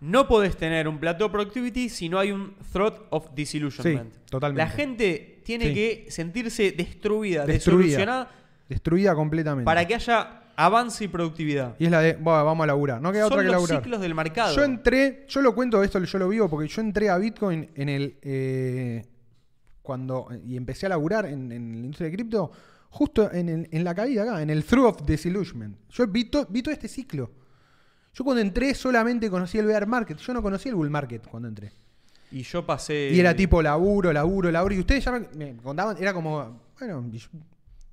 A: No podés tener un plateau de productivity si no hay un threat of disillusionment.
B: Sí, totalmente.
A: La gente tiene
B: Sí.
A: que sentirse destruida,
B: Destruida.
A: desolucionada,
B: Destruida completamente.
A: para que haya avance y productividad.
B: Y es la de, "Buah, vamos a laburar. No queda
A: Son
B: otra que
A: los
B: laburar.
A: ciclos del mercado.
B: Yo entré, yo lo cuento esto, yo lo vivo, porque yo entré a Bitcoin en el. eh, cuando. Y empecé a laburar en, en la industria de cripto, justo en, el- en la caída acá, en el through of disillusionment. Yo vi, to- vi todo este ciclo. Yo cuando entré solamente conocí el bear market. Yo no conocí el bull market cuando entré.
A: y yo pasé.
B: Y era tipo laburo, laburo, laburo. Y ustedes ya me, me contaban, era como, bueno, y, yo-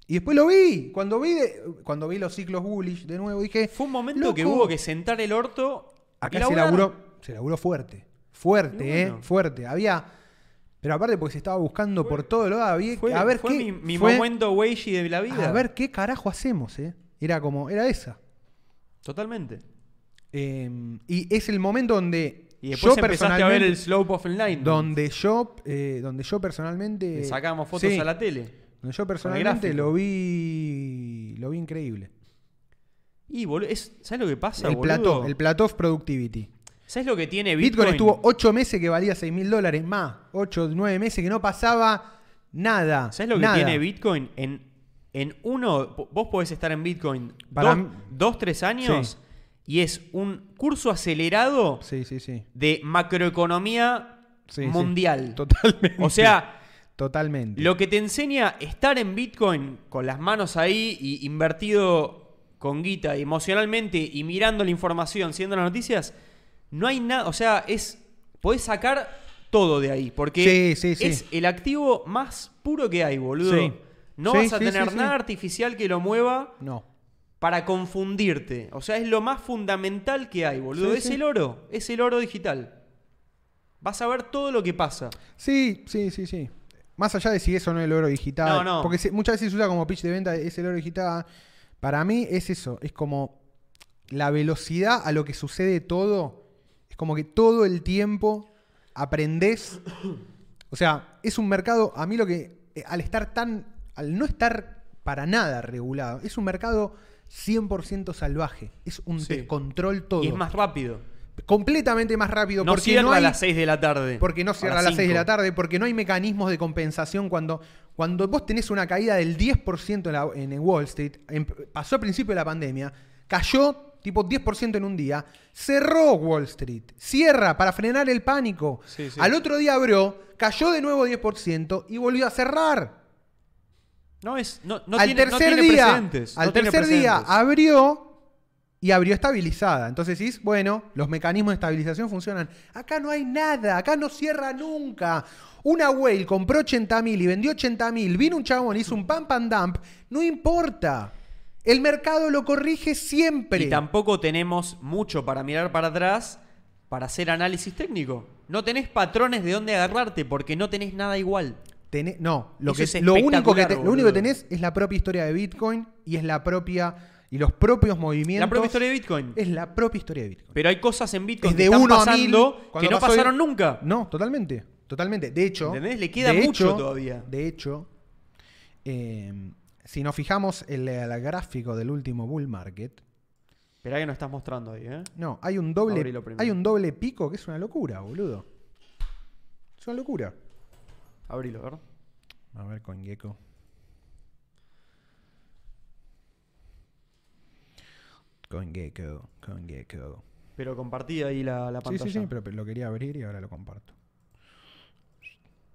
B: y después lo vi. Cuando vi de- cuando vi los ciclos bullish de nuevo, dije.
A: Fue un momento que
B: "Loco,
A: hubo que sentar el orto. y
B: Acá se
A: laburar.
B: laburó, se laburó fuerte. Fuerte,
A: Y
B: eh.
A: bueno.
B: Fuerte. Había. Pero aparte porque se estaba buscando por todo lo lado, había
A: Fue,
B: a ver
A: fue
B: qué.
A: mi, mi
B: fue-
A: momento Weishi de la vida.
B: a ver qué carajo hacemos, eh. Era como, era esa.
A: Totalmente.
B: Eh, y es el momento donde
A: Y después
B: yo
A: empezaste a ver
B: personalmente-
A: el slope of enlightenment.
B: donde yo eh, donde yo personalmente
A: Le sacamos fotos
B: Sí,
A: a la tele.
B: donde yo personalmente
A: gráfico.
B: lo vi lo vi increíble.
A: Y, boludo, es- ¿sabes lo que pasa,
B: El
A: boludo?
B: plató, el plató of productivity.
A: ¿Sabes lo que tiene Bitcoin?
B: Bitcoin, estuvo 8 meses que valía 6 mil dólares más. 8, 9 meses que no pasaba nada.
A: ¿Sabes lo que
B: nada.
A: tiene Bitcoin? En, en uno, po- vos podés estar en Bitcoin
B: Para
A: dos,
B: mí-
A: dos, tres años y es un curso acelerado
B: Sí, sí, sí.
A: de macroeconomía
B: Sí, sí.
A: mundial.
B: Totalmente.
A: O sea,
B: Totalmente.
A: lo que te enseña estar en Bitcoin con las manos ahí y invertido con guita y emocionalmente y mirando la información, siendo las noticias, no hay nada, o sea, es podés sacar todo de ahí, porque
B: Sí, sí, sí.
A: es el activo más puro que hay, boludo.
B: Sí.
A: No
B: Sí,
A: vas a
B: sí,
A: tener
B: sí, sí.
A: nada artificial que lo mueva
B: No.
A: para confundirte. O sea, es lo más fundamental que hay, boludo.
B: Sí,
A: es
B: sí.
A: el oro, es el oro digital. Vas a ver todo lo que pasa.
B: Sí, sí, sí, sí. Más allá de si eso no es el oro digital.
A: No, no.
B: Porque se- muchas veces se usa como pitch de venta, es el oro digital. Para mí es eso, es como la velocidad a lo que sucede todo. Es como que todo el tiempo aprendés. O sea, es un mercado, a mí lo que, eh, al estar tan, al no estar para nada regulado, es un mercado 100% salvaje. Es un
A: Sí.
B: descontrol todo.
A: Y es más rápido.
B: completamente más rápido.
A: No
B: porque
A: cierra
B: no hay,
A: a las 6 de la tarde.
B: porque no cierra a las 6 de la tarde, porque no hay mecanismos de compensación cuando, cuando vos tenés una caída del 10% en, la- en Wall Street, en- pasó al principio de la pandemia, cayó tipo 10% en un día, cerró Wall Street, cierra para frenar el pánico.
A: Sí, sí.
B: Al otro día abrió, cayó de nuevo 10% y volvió a cerrar.
A: No es. No, no
B: al
A: tiene, no
B: tercer
A: tiene
B: día,
A: precedentes,
B: al
A: no tiene
B: tercer día
A: precedentes.
B: abrió y abrió estabilizada. Entonces decís, bueno, los mecanismos de estabilización funcionan. Acá no hay nada, acá no cierra nunca. Una whale compró 80 mil y vendió 80 mil, vino un chabón, hizo un pump and dump, no importa. El mercado lo corrige siempre.
A: Y tampoco tenemos mucho para mirar para atrás para hacer análisis técnico. No tenés patrones de dónde agarrarte porque no tenés nada igual.
B: Tené- no, lo,
A: Eso
B: que,
A: es
B: lo, único que
A: espectacular,
B: te- lo único que
A: boludo.
B: tenés es la propia historia de Bitcoin y es la propia y los propios movimientos.
A: La propia historia de Bitcoin.
B: Es la propia historia de Bitcoin.
A: Pero hay cosas en Bitcoin
B: es de
A: que están
B: 1 a 1000
A: pasando que
B: cuando
A: no
B: pasó-
A: pasaron nunca.
B: No, totalmente. Totalmente. De hecho.
A: ¿Entendés? Le queda
B: de
A: mucho todavía.
B: De hecho, eh, si nos fijamos en la- el, gráfico del último bull market,
A: Esperá que nos estás mostrando ahí, ¿eh?
B: no, hay un doble,
A: Abrilo primero.
B: hay un doble pico que es una locura, boludo. Es una locura.
A: Abrilo, ¿verdad?
B: A ver, con Gecko. Con Gecko, con Gecko.
A: Pero compartí ahí la, la
B: Sí,
A: pantalla.
B: sí, sí, pero lo quería abrir y ahora lo comparto.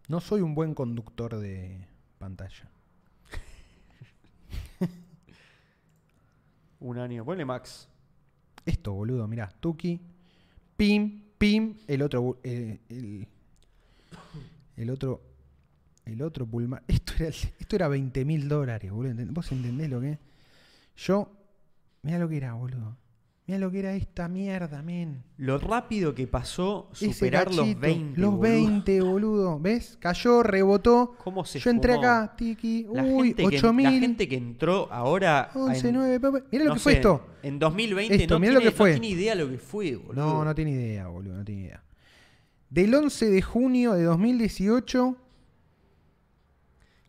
B: No soy un buen conductor de pantalla.
A: Un año. Ponle Max.
B: Esto, boludo, mirá, Tuki, pim, pim, el otro, bu- eh, el, el otro, el otro pulmar. Esto era, esto era 20 mil dólares, boludo. ¿entend- ¿Vos entendés lo que es? Yo, mirá lo que era, boludo. Mirá lo que era esta mierda, men.
A: Lo rápido que pasó
B: Ese
A: superar los
B: cachito,
A: 20.
B: Los
A: boludo.
B: 20, boludo. ¿Ves? Cayó, rebotó.
A: ¿Cómo se
B: Yo entré
A: fumó?
B: acá, tiki.
A: La,
B: uy,
A: gente que, la
B: 8000.
A: gente que entró ahora. a
B: 11,
A: en-
B: 9. pe- pe- Mirá lo
A: no
B: que fue
A: sé,
B: esto.
A: En 2020
B: Esto,
A: no,
B: mirá
A: tiene,
B: lo que fue.
A: no tiene idea lo que fue, boludo.
B: No, no tiene idea, boludo. No tiene idea. Del 11 de junio de 2018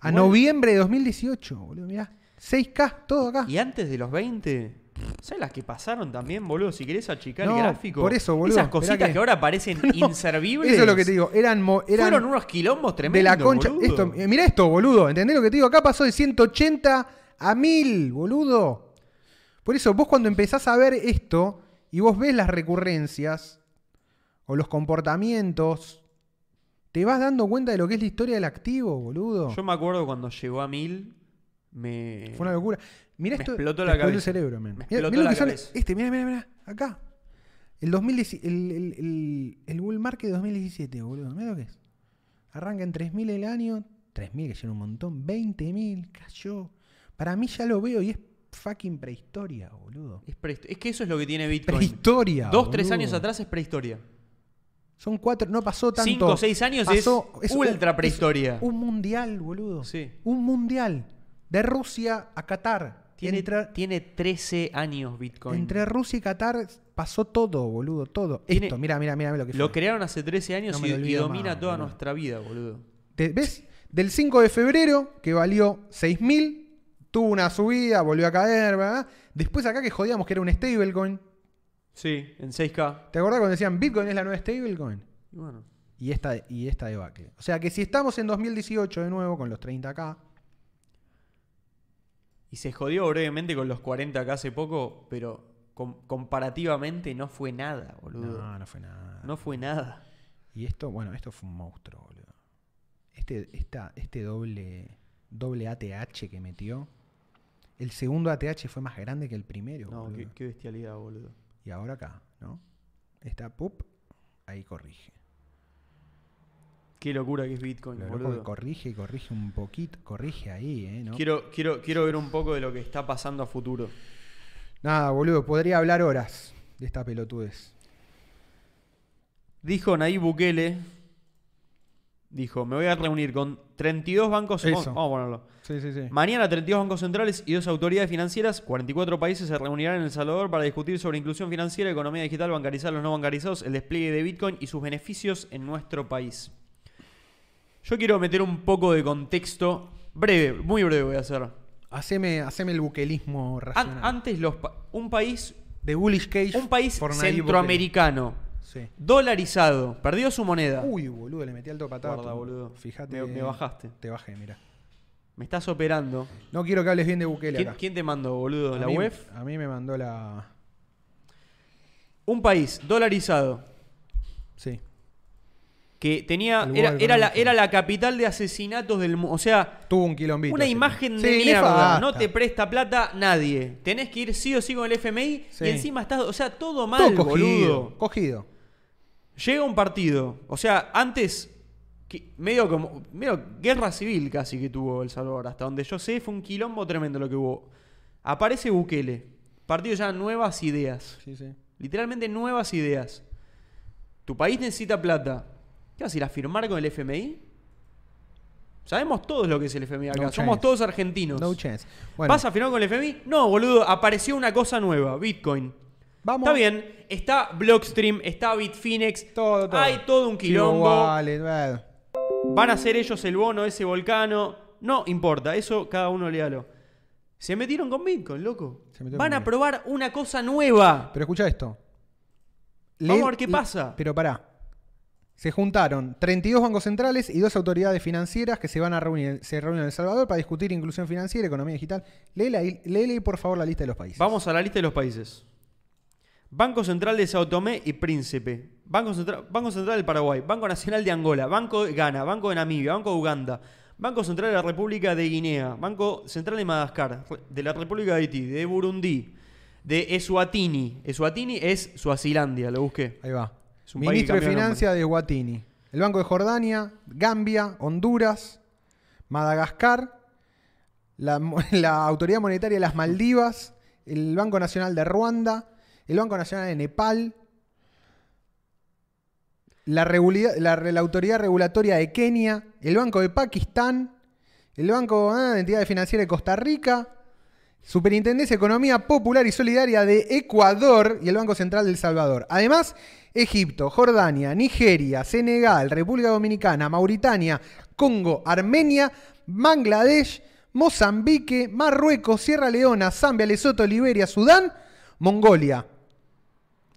B: a
A: Igual-
B: noviembre de 2018, boludo. Mirá. 6K, todo acá. [laughs]
A: Y antes de los 20, ¿Sabes las que pasaron también, boludo? Si querés achicar
B: No,
A: el gráfico.
B: por eso, boludo.
A: Esas cositas
B: Mirá
A: que...
B: que-
A: ahora
B: [laughs]
A: parecen inservibles.
B: Eso es lo que te digo. Eran, mo- eran
A: Fueron unos quilombos tremendos.
B: de la concha.
A: boludo.
B: Esto, eh, mirá esto, boludo. ¿Entendés lo que te digo? Acá pasó de 180 a 1000, boludo. Por eso, vos cuando empezás a ver esto y vos ves las recurrencias o los comportamientos, te vas dando cuenta de lo que es la historia del activo, boludo.
A: Yo me acuerdo cuando llegó a 1000, me.
B: Fue una locura. Mirá
A: Me
B: esto.
A: explotó
B: me
A: la
B: el
A: cabeza.
B: cerebro, men.
A: Me
B: Mirá-
A: explotó
B: mirá lo
A: la
B: que son-
A: cabeza.
B: Este, mirá, mirá, mirá. Acá. El, 2010 el, el, el, el bull market 2017, boludo. Mirá lo que es. Arranca en 3.000 el año. 3.000 que ya era un montón. 20.000 cayó. Para mí ya lo veo y es fucking prehistoria, boludo.
A: Es, prehisto- es que eso es lo que tiene Bitcoin.
B: Prehistoria.
A: Dos, tres
B: boludo.
A: años atrás es prehistoria.
B: Son cuatro, no pasó tanto.
A: Cinco, seis años es ultra
B: un-
A: prehistoria.
B: es Un mundial, boludo.
A: Sí.
B: Un mundial. De Rusia a Qatar.
A: Tiene,
B: Entra-
A: tiene 13 años Bitcoin.
B: Entre Rusia y Qatar pasó todo, boludo, todo.
A: Tiene-
B: Esto, mira, mira, mira lo que fue.
A: Lo crearon hace 13 años
B: No me
A: y,
B: lo
A: y
B: olvido
A: domina
B: más,
A: toda
B: boludo.
A: nuestra vida, boludo.
B: Te- ¿Ves? Del 5 de febrero, que valió 6.000, tuvo una subida, volvió a caer, ¿verdad? Después acá que jodíamos que era un stablecoin.
A: Sí, en 6K.
B: ¿Te acordás cuando decían Bitcoin es la nueva stablecoin?
A: Y bueno.
B: Y esta, y esta debacle. O sea que si estamos en 2018 de nuevo con los 30k,
A: Y se jodió brevemente con los 40K hace poco, pero com- comparativamente no fue nada, boludo.
B: no, no fue nada.
A: No fue nada.
B: Y esto, bueno, esto fue un monstruo, boludo. Este, esta, este doble, doble ATH que metió. El segundo ATH fue más grande que el primero,
A: No,
B: boludo.
A: qué, qué bestialidad, boludo.
B: Y ahora acá, ¿no? Está pup, ahí corrige.
A: Qué locura que es Bitcoin,
B: Lo loco que
A: boludo.
B: corrige y corrige un poquito, corrige ahí, ¿eh? ¿No?
A: Quiero, quiero, quiero ver un poco de lo que está pasando a futuro.
B: Nada, boludo, podría hablar horas de esta pelotudez.
A: Dijo Nayib Bukele, dijo, me voy a reunir con 32 bancos...
B: Eso.
A: Vamos a ponerlo.
B: Sí, sí, sí.
A: Mañana 32 bancos centrales y dos autoridades financieras, 44 países se reunirán en El Salvador para discutir sobre inclusión financiera, economía digital, bancarizar los no bancarizados, el despliegue de Bitcoin y sus beneficios en nuestro país. Yo quiero meter un poco de contexto, breve, muy breve voy a hacer. An-
B: haceme, haceme el buquelismo racional.
A: antes los pa- un país,
B: de Bullish Cage.
A: un país
B: por Nayib
A: centroamericano,
B: Bukele. Sí.
A: dolarizado, perdió su moneda.
B: Uy, boludo, le metí alto patada.
A: Guarda, boludo.
B: Fíjate.
A: Me- me bajaste.
B: Te bajé, mira.
A: Me estás operando.
B: No quiero que hables bien de Bukele
A: ¿Quién,
B: acá.
A: quién te mandó, boludo?
B: A
A: ¿La E
B: mí-
A: web?
B: A mí me mandó la.
A: Un país dolarizado
B: Sí.
A: que tenía.
B: El
A: Era,
B: World
A: era la,
B: Economic
A: era la capital de asesinatos del mundo. O sea,
B: Tuvo un quilombito.
A: una
B: ese.
A: imagen
B: Sí,
A: de
B: le
A: mierda.
B: basta.
A: No te presta plata nadie. Tenés que ir sí o sí con el FMI
B: Sí.
A: y encima estás. O sea, todo mal,
B: Todo cogido.
A: boludo.
B: Cogido.
A: Llega un partido. O sea, antes. que- medio como. Medio guerra civil casi que tuvo El Salvador. Hasta donde yo sé, fue un quilombo tremendo lo que hubo. Aparece Bukele. Partido ya nuevas ideas.
B: Sí, sí.
A: Literalmente nuevas ideas. Tu país necesita plata. ¿Qué vas a ir a firmar con el FMI? Sabemos todos lo que es el FMI acá.
B: No
A: Somos
B: chance.
A: todos argentinos.
B: No chance. Bueno,
A: ¿Vas a firmar con el FMI? No, boludo. Apareció una cosa nueva. Bitcoin.
B: vamos.
A: Está bien. Está Blockstream. Está Bitfinex.
B: Todo, todo.
A: Hay todo un
B: Chivo
A: quilombo.
B: Wallet, bueno.
A: Van a hacer ellos el bono, ese volcano. No importa. Eso cada uno léalo. Se metieron con Bitcoin, loco.
B: Se metieron
A: Van
B: con
A: a
B: Bitcoin.
A: probar una cosa nueva.
B: Pero escucha esto.
A: Vamos a ver qué pasa.
B: Pero pará. Se juntaron 32 bancos centrales y dos autoridades financieras que se van a reunir, se reúnen en El Salvador para discutir inclusión financiera, economía digital. Léela, ahí- léele, por favor, la lista de los países.
A: Vamos a la lista de los países. Banco Central de Sao Tomé y Príncipe. Banco Central, Banco Central del Paraguay. Banco Nacional de Angola. Banco de Ghana. Banco de Namibia. Banco de Uganda. Banco Central de la República de Guinea. Banco Central de Madagascar. De la República de Haití. De Burundi. De Eswatini. Eswatini es Suazilandia. Lo busqué.
B: Ahí va.
A: Es un país
B: Ministro
A: que
B: de
A: cambió de
B: Financia de Guatini. El Banco de Jordania, Gambia, Honduras, Madagascar, la, mo- [laughs] la Autoridad Monetaria de las Maldivas, el Banco Nacional de Ruanda, el Banco Nacional de Nepal, la, reguli- la re- la Autoridad Regulatoria de Kenia, el Banco de Pakistán, el Banco ah, de Entidades Financieras de Costa Rica, Superintendencia de Economía Popular y Solidaria de Ecuador y el Banco Central del Salvador. Además, Egipto, Jordania, Nigeria, Senegal, República Dominicana, Mauritania, Congo, Armenia, Bangladesh, Mozambique, Marruecos, Sierra Leona, Zambia, Lesoto, Liberia, Sudán, Mongolia,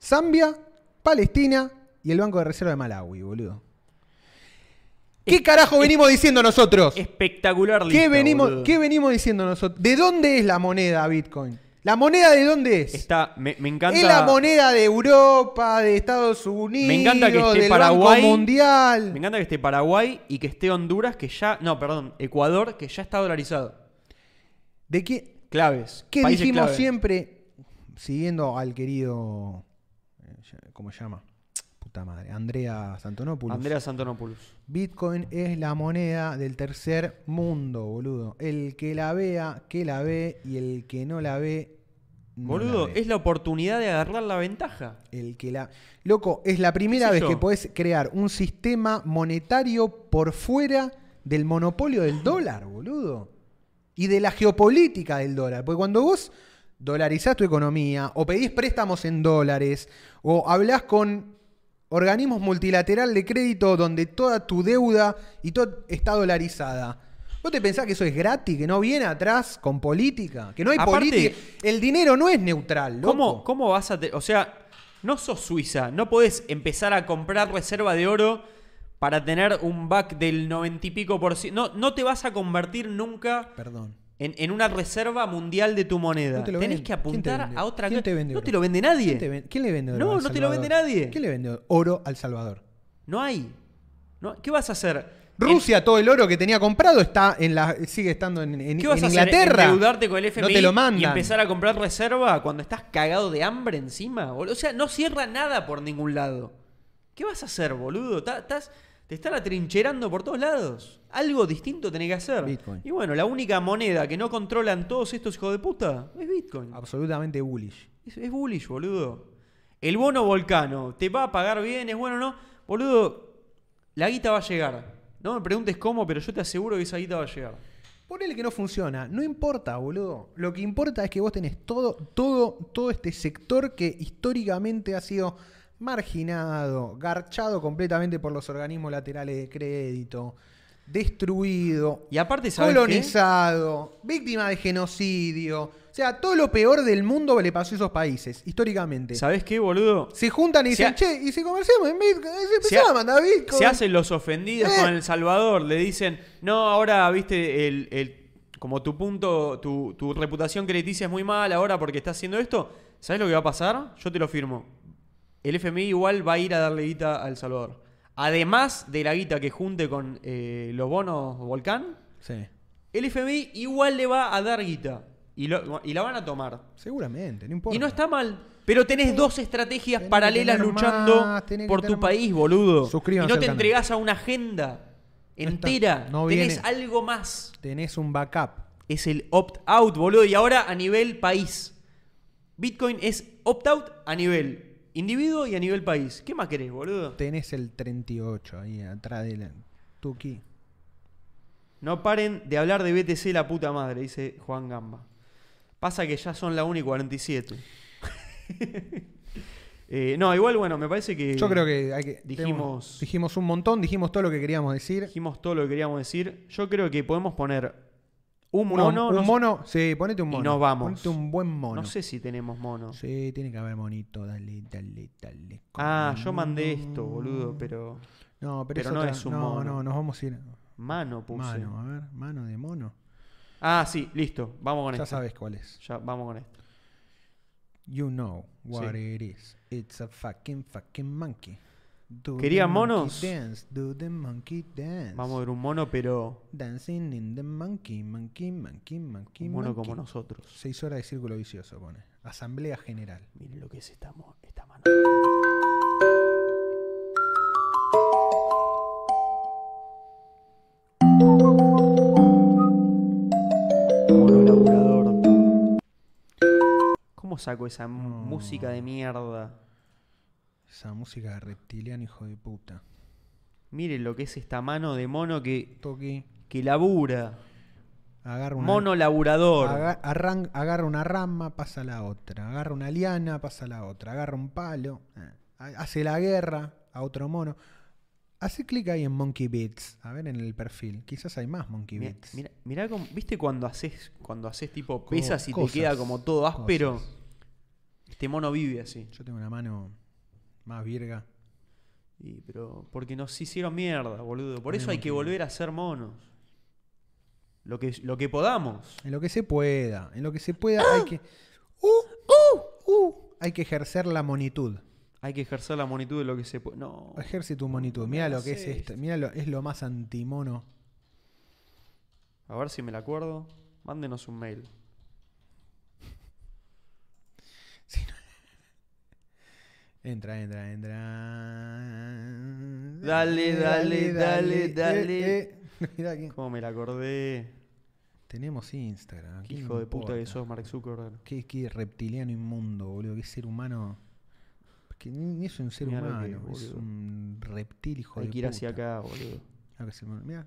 B: Zambia, Palestina y el Banco de Reserva de Malawi, boludo. ¿Qué carajo venimos diciendo nosotros?
A: Espectacular
B: ¿Qué
A: lista,
B: venimos,
A: boludo.
B: ¿Qué venimos diciendo nosotros? ¿De dónde es la moneda Bitcoin? ¿La moneda de dónde es?
A: Está, me, me encanta.
B: Es la moneda de Europa, de Estados Unidos,
A: Me encanta que esté
B: del
A: Paraguay.
B: Banco Mundial.
A: Me encanta que esté Paraguay y que esté Honduras, que ya. No, perdón, Ecuador, que ya está dolarizado.
B: ¿De qué?
A: Claves.
B: ¿Qué
A: países
B: dijimos
A: clave.
B: siempre? Siguiendo al querido. eh, ya- ¿Cómo se llama? Puta madre. Andrea Santonopoulos.
A: Andreas Antonopoulos.
B: Bitcoin es la moneda del tercer mundo, boludo. El que la vea, que la ve. Y el que no la ve. no
A: Boludo,
B: la ve.
A: es la oportunidad de agarrar la ventaja.
B: El que la. Loco, es la primera
A: sé
B: vez
A: yo?
B: que podés crear un sistema monetario por fuera del
A: [laughs]
B: monopolio del dólar, boludo. Y de la geopolítica del dólar. Porque cuando vos dolarizás tu economía, o pedís préstamos en dólares, o hablás con organismos multilateral de crédito donde toda tu deuda y todo está dolarizada. ¿Vos te pensás que eso es gratis, que no viene atrás con política? Que no hay
A: Aparte-
B: política. El dinero no es neutral, loco.
A: ¿Cómo, ¿Cómo vas a.? te- o sea, no sos Suiza. No podés empezar a comprar reserva de oro para tener un back del noventa y pico por ciento. No, no te vas a convertir nunca
B: Perdón.
A: en, en una reserva mundial de tu moneda.
B: No te lo
A: Tenés
B: venden.
A: que
B: ¿Quién te
A: apuntar
B: vende?
A: a otra
B: ¿Quién
A: cosa.
B: te vende
A: No
B: oro?
A: te lo vende nadie.
B: ¿Quién, te ven- quién le vende oro?
A: No,
B: al
A: no te lo
B: Salvador?
A: vende nadie.
B: ¿Quién le vende oro al Salvador?
A: No hay. No- ¿Qué vas a hacer?
B: Rusia, todo el oro que tenía comprado está en la, sigue estando en, en-
A: ¿Qué vas
B: en
A: a hacer?
B: Inglaterra.
A: ¿Endeudarte con el FMI
B: no te lo
A: y
B: mandan.
A: empezar a comprar reserva cuando estás cagado de hambre encima? boludo? O sea, no cierra nada por ningún lado. ¿Qué vas a hacer, boludo? Ta- estás- te están atrincherando por todos lados. Algo distinto tenés que hacer.
B: Bitcoin.
A: Y bueno, la única moneda que no controlan todos estos hijos de puta es Bitcoin.
B: Ah. Absolutamente bullish.
A: Es, es bullish, boludo. El bono volcano, ¿te va a pagar bien? ¿Es bueno o no? Boludo, la guita va a llegar. No me preguntes cómo, pero yo te aseguro que esa guita va a llegar.
B: Ponele que no funciona. No importa, boludo. Lo que importa es que vos tenés todo, todo, todo este sector que históricamente ha sido marginado, garchado completamente por los organismos laterales de crédito, destruido,
A: Y aparte, ¿sabes qué?
B: colonizado, víctima de genocidio. O sea, todo lo peor del mundo le pasó a esos países, históricamente.
A: ¿Sabes qué, boludo?
B: Se juntan y
A: Se
B: dicen,
A: ha-
B: che, y si comerciamos en Bitcoin, eh, se
A: Se
B: empezó
A: ha-
B: a mandar Bitcoin.
A: Se hacen los ofendidos
B: Eh.
A: con El Salvador. Le dicen, no, ahora, viste, el, el- como tu punto, tu, tu reputación crediticia es muy mala ahora porque estás haciendo esto. ¿Sabes lo que va a pasar? Yo te lo firmo. El FMI igual va a ir a darle guita al Salvador. Además de la guita que junte con eh, los bonos Volcán,
B: Sí.
A: el FMI igual le va a dar guita. Y, lo- y la van a tomar.
B: Seguramente, no importa.
A: Y no está mal. Pero tenés dos estrategias
B: Tenés que
A: paralelas
B: tener
A: luchando
B: más, tenés que
A: por
B: tener
A: tu
B: más.
A: país, boludo.
B: Suscríbanse
A: y no
B: al
A: te
B: canal.
A: entregás a una agenda
B: No está,
A: entera.
B: no
A: tenés
B: viene.
A: algo más.
B: Tenés un backup.
A: Es el opt-out, boludo. Y ahora a nivel país. Bitcoin es opt-out a nivel individuo y a nivel país. ¿Qué más querés, boludo?
B: Tenés el 38 ahí atrás de la Tuki.
A: No paren de hablar de BTC la puta madre, dice Juan Gamba. Pasa que ya son la 1 y 47. [laughs] Eh, no, igual, bueno, me parece que.
B: Yo creo que hay que.
A: Eh, dijimos-
B: tenemos- dijimos un montón, dijimos todo lo que queríamos decir.
A: Dijimos todo lo que queríamos decir. Yo creo que podemos poner un
B: Uno-
A: mono.
B: un
A: no sé-
B: mono. Sí, ponete un
A: Y
B: mono.
A: nos vamos.
B: Ponete un buen mono.
A: No sé si tenemos mono.
B: Sí, tiene que haber monito. Dale, dale, dale.
A: Ah,
B: con-
A: yo mandé esto, boludo, pero.
B: No, pero,
A: pero
B: es
A: no
B: otra-
A: es un
B: no,
A: mono.
B: no, nos vamos a ir.
A: Mano puse.
B: Mano, a ver, mano de mono.
A: Ah, sí, listo. Vamos con
B: Ya
A: esto.
B: sabes cuál es.
A: Ya, vamos con esto.
B: You know what
A: Sí.
B: it is. It's a fucking fucking monkey. Do the
A: ¿Querían
B: monkey
A: monos?
B: Dance, do the monkey dance.
A: Vamos a ver un mono, pero.
B: Dancing in the monkey, monkey, monkey, monkey.
A: Un mono
B: monkey.
A: como nosotros.
B: Seis horas de círculo vicioso pone. Asamblea General.
A: Miren lo que es esta, mo- esta mano. Mono laburador. ¿Cómo saco esa m-
B: Mm.
A: música de mierda?
B: Esa música de reptiliano, hijo de puta.
A: Miren lo que es esta mano de mono que,
B: Toki,
A: que labura.
B: agarra una,
A: Mono laburador.
B: aga- arran- agarra una rama, pasa a la otra. Agarra una liana, pasa a la otra. Agarra un palo, eh, ha- hace la guerra a otro mono. Hace clic ahí en Monkey Beats. A ver en el perfil. Quizás hay más Monkey
A: Mira,
B: Beats.
A: mira, mirá cómo- ¿viste cuando haces cuando haces tipo
B: Co-
A: pesas y
B: cosas,
A: te queda como todo áspero?
B: cosas.
A: Este mono vive así.
B: Yo tengo una mano más virga.
A: Y, pero porque nos hicieron mierda, boludo. Por eso hay
B: Tenemos
A: que volver a ser monos. Lo que, lo que podamos.
B: En lo que se pueda, en lo que se pueda
A: ¡Ah!
B: hay que... ¡Uh! ¡Uh! Hay que ejercer la monitud.
A: Hay que ejercer la monitud de lo que se puede. No.
B: Ejerce tu monitud. Mira lo que es
A: Sí.
B: esto. Mira lo, es lo más antimono.
A: A ver si me la acuerdo. Mándenos un mail.
B: Entra, entra, entra.
A: Dale, dale, dale,
B: Eh,
A: dale.
B: Mira aquí.
A: ¿Cómo me la acordé?
B: Tenemos Instagram.
A: Qué
B: ¿qué
A: hijo de puta que
B: importa?
A: sos, Mark Zuckerberg.
B: Qué, qué reptiliano inmundo, boludo. Qué ser humano. Que ni, ni es un ser
A: Mirá lo que
B: humano.
A: es,
B: es
A: boludo.
B: un reptil, hijo
A: hay
B: de
A: que ir
B: puta.
A: hacia acá, boludo.
B: Ah, que se me- mirá.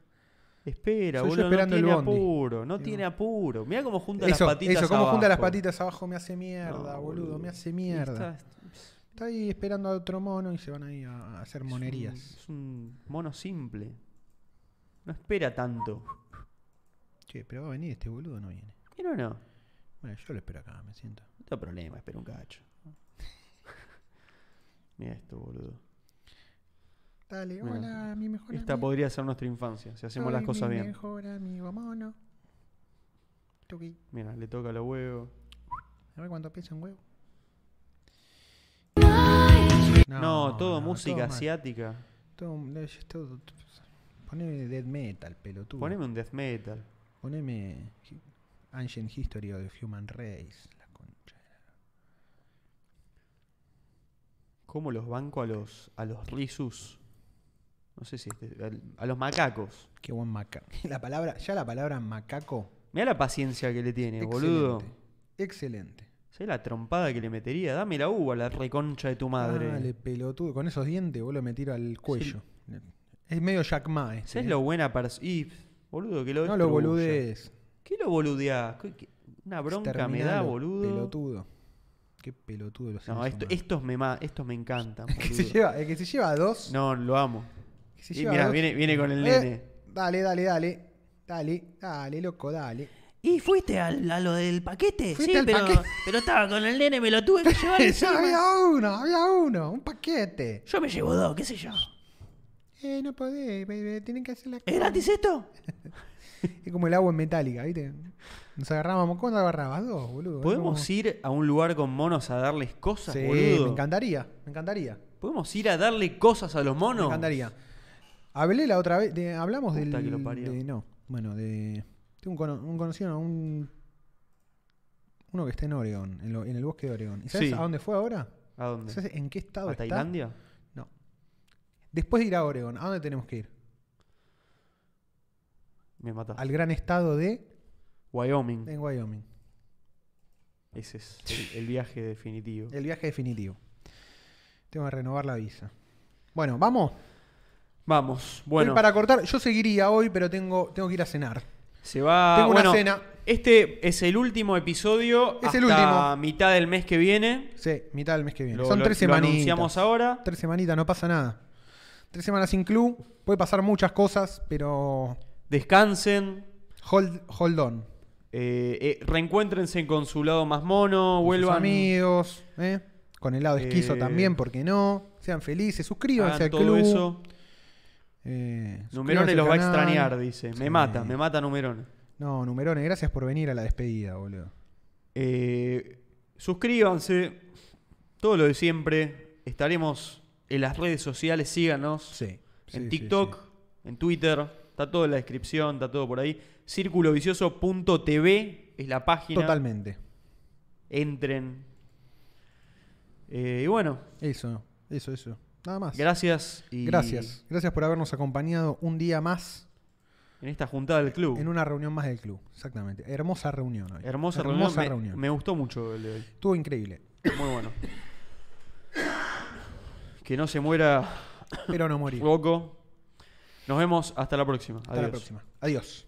A: Espera,
B: Soy yo
A: boludo. No
B: esperando el
A: tiene
B: bondi.
A: apuro. No
B: Digo.
A: tiene apuro. Mira cómo junta
B: Eso,
A: las patitas.
B: eso, cómo junta las
A: abajo.
B: patitas abajo me hace mierda,
A: No,
B: boludo, me hace
A: Y
B: mierda.
A: está- es un-
B: Está ahí esperando a otro mono y se van ahí a a hacer monerías.
A: Es un mono simple. No espera tanto.
B: Che, pero va a venir este boludo o no viene.
A: ¿Quién o no?
B: Bueno, yo lo espero acá, me siento.
A: No tengo problema, espera un
B: [laughs]
A: cacho. Mira esto, boludo.
B: Dale,
A: Mira,
B: hola, mi mejor
A: Esta
B: amigo.
A: podría ser nuestra infancia, si hacemos
B: Soy
A: las cosas
B: mi
A: bien.
B: mejor amigo mono. Tuki.
A: Mira, le toca los huevos.
B: A ver cuánto piensa un huevo.
A: No, todo
B: no,
A: música
B: todo mal.
A: asiática.
B: Todo- no, es todo- poneme death metal, pelotudo.
A: Poneme un death metal.
B: Poneme hi- Ancient History of the Human Race. La concha.
A: ¿Cómo los banco a los, a los risus? No sé si este- al- a los macacos.
B: Qué buen macaco. [laughs] La palabra, ya la palabra macaco.
A: Mira la paciencia que le tiene, Eh, boludo.
B: Excelente.
A: ¿Sabés la trompada que le metería? Dame la uva, la reconcha de tu madre.
B: Dale, pelotudo. Con esos dientes, boludo, me tiro al cuello. Es medio Jack Ma este,
A: ¿Sabés
B: eh.
A: lo buena persona? Y, boludo, que lo
B: No lo
A: destruya.
B: boludes.
A: ¿Qué lo boludeás? ¿Qué- qué- Una bronca me da,
B: Exterminalo,
A: boludo.
B: Pelotudo. Qué pelotudo los
A: No,
B: seres
A: esto,
B: humanos.
A: estos, me ma- estos me
B: [laughs]
A: encantan,
B: El [laughs] que se
A: boludo.
B: lleva, el que se lleva a dos.
A: No, lo amo.
B: el que se
A: Y
B: lleva a
A: mirá,
B: dos-
A: viene, viene con el
B: Eh,
A: nene.
B: Dale, dale, dale. Dale, dale, loco, dale.
E: ¿Y fuiste al- a, lo del paquete?
B: Fuiste
E: sí,
B: al
E: pero, [laughs]
B: paquete.
E: pero estaba con el nene, me lo tuve que llevar encima.
B: había uno, había uno, un paquete.
E: Yo me llevo dos, qué sé yo.
B: Eh, no podés, be- be- tienen que hacer la
E: ¿Es gratis esto?
B: Es como el agua en metálica, ¿viste? Nos agarrábamos, ¿cuánto agarrabas? Dos, boludo. Es
A: ¿Podemos
B: como-
A: ir a un lugar con monos a darles cosas,
B: Sí,
A: boludo?
B: me encantaría, me encantaría.
A: ¿Podemos ir a darle cosas a los monos?
B: Me encantaría. Hablé la otra vez, de- hablamos
A: Puta
B: del.
A: que lo parió.
B: de- no, bueno, de. Tengo un, cono- un conocido, no, un. Uno que está en Oregon, en, lo- en el bosque de Oregon. ¿Y sabes
A: Sí.
B: a dónde fue ahora?
A: ¿A dónde?
B: ¿Sabes en qué estado
A: ¿A
B: está?
A: Tailandia?
B: No. Después de ir a Oregon, ¿a dónde tenemos que ir?
A: Me mata.
B: Al gran estado de.
A: Wyoming.
B: en Wyoming.
A: Ese es el, el viaje definitivo.
B: El viaje definitivo. Tengo que renovar la visa. Bueno, vamos.
A: Vamos,
B: Hoy
A: bueno.
B: para cortar, yo seguiría hoy, pero tengo, tengo que ir a cenar.
A: Se va.
B: Tengo una
A: bueno,
B: cena.
A: Este es el último episodio.
B: Es el
A: hasta
B: último.
A: mitad del mes que viene.
B: Sí, mitad del mes que viene.
A: Lo-
B: Son
A: lo-
B: tres
A: lo
B: semanitas.
A: anunciamos ahora.
B: Tres semanitas, no pasa nada. Tres semanas sin club, puede pasar muchas cosas, pero
A: Descansen.
B: hold, hold on.
A: eh, eh, reencuéntrense con su lado más mono.
B: Con sus
A: Vuelvan.
B: amigos, ¿eh? con el lado esquizo
A: Eh,
B: también, ¿por qué no? Sean felices, suscríbanse
A: Hagan
B: al
A: todo
B: club.
A: eso.
B: eh, suscríbanse
A: Numerone
B: al
A: los va a
B: canal.
A: extrañar, dice. Me
B: Sí.
A: mata, me mata Numerone.
B: No, Numerone, gracias por venir a la despedida, boludo.
A: Eh, suscríbanse. Todo lo de siempre. Estaremos en las redes sociales. Síganos.
B: Sí. sí, sí,
A: en TikTok,
B: sí.
A: en Twitter. Está todo en la descripción, está todo por ahí. Círculovicioso.tv es la página.
B: Totalmente.
A: Entren. Eh, y bueno,
B: Eso, eso, eso. Nada más.
A: gracias. Y
B: Gracias. Gracias por habernos acompañado un día más
A: En esta juntada del club.
B: en una reunión más del club. Exactamente. Hermosa reunión hoy.
A: hermosa,
B: Hermosa
A: reunión. Me-
B: reunión.
A: Me, gustó mucho el de hoy.
B: Estuvo increíble.
A: Muy bueno. que no se muera
B: Pero no morí.
A: Rocco. Nos vemos hasta la próxima.
B: Hasta la
A: Adiós.
B: próxima. Adiós.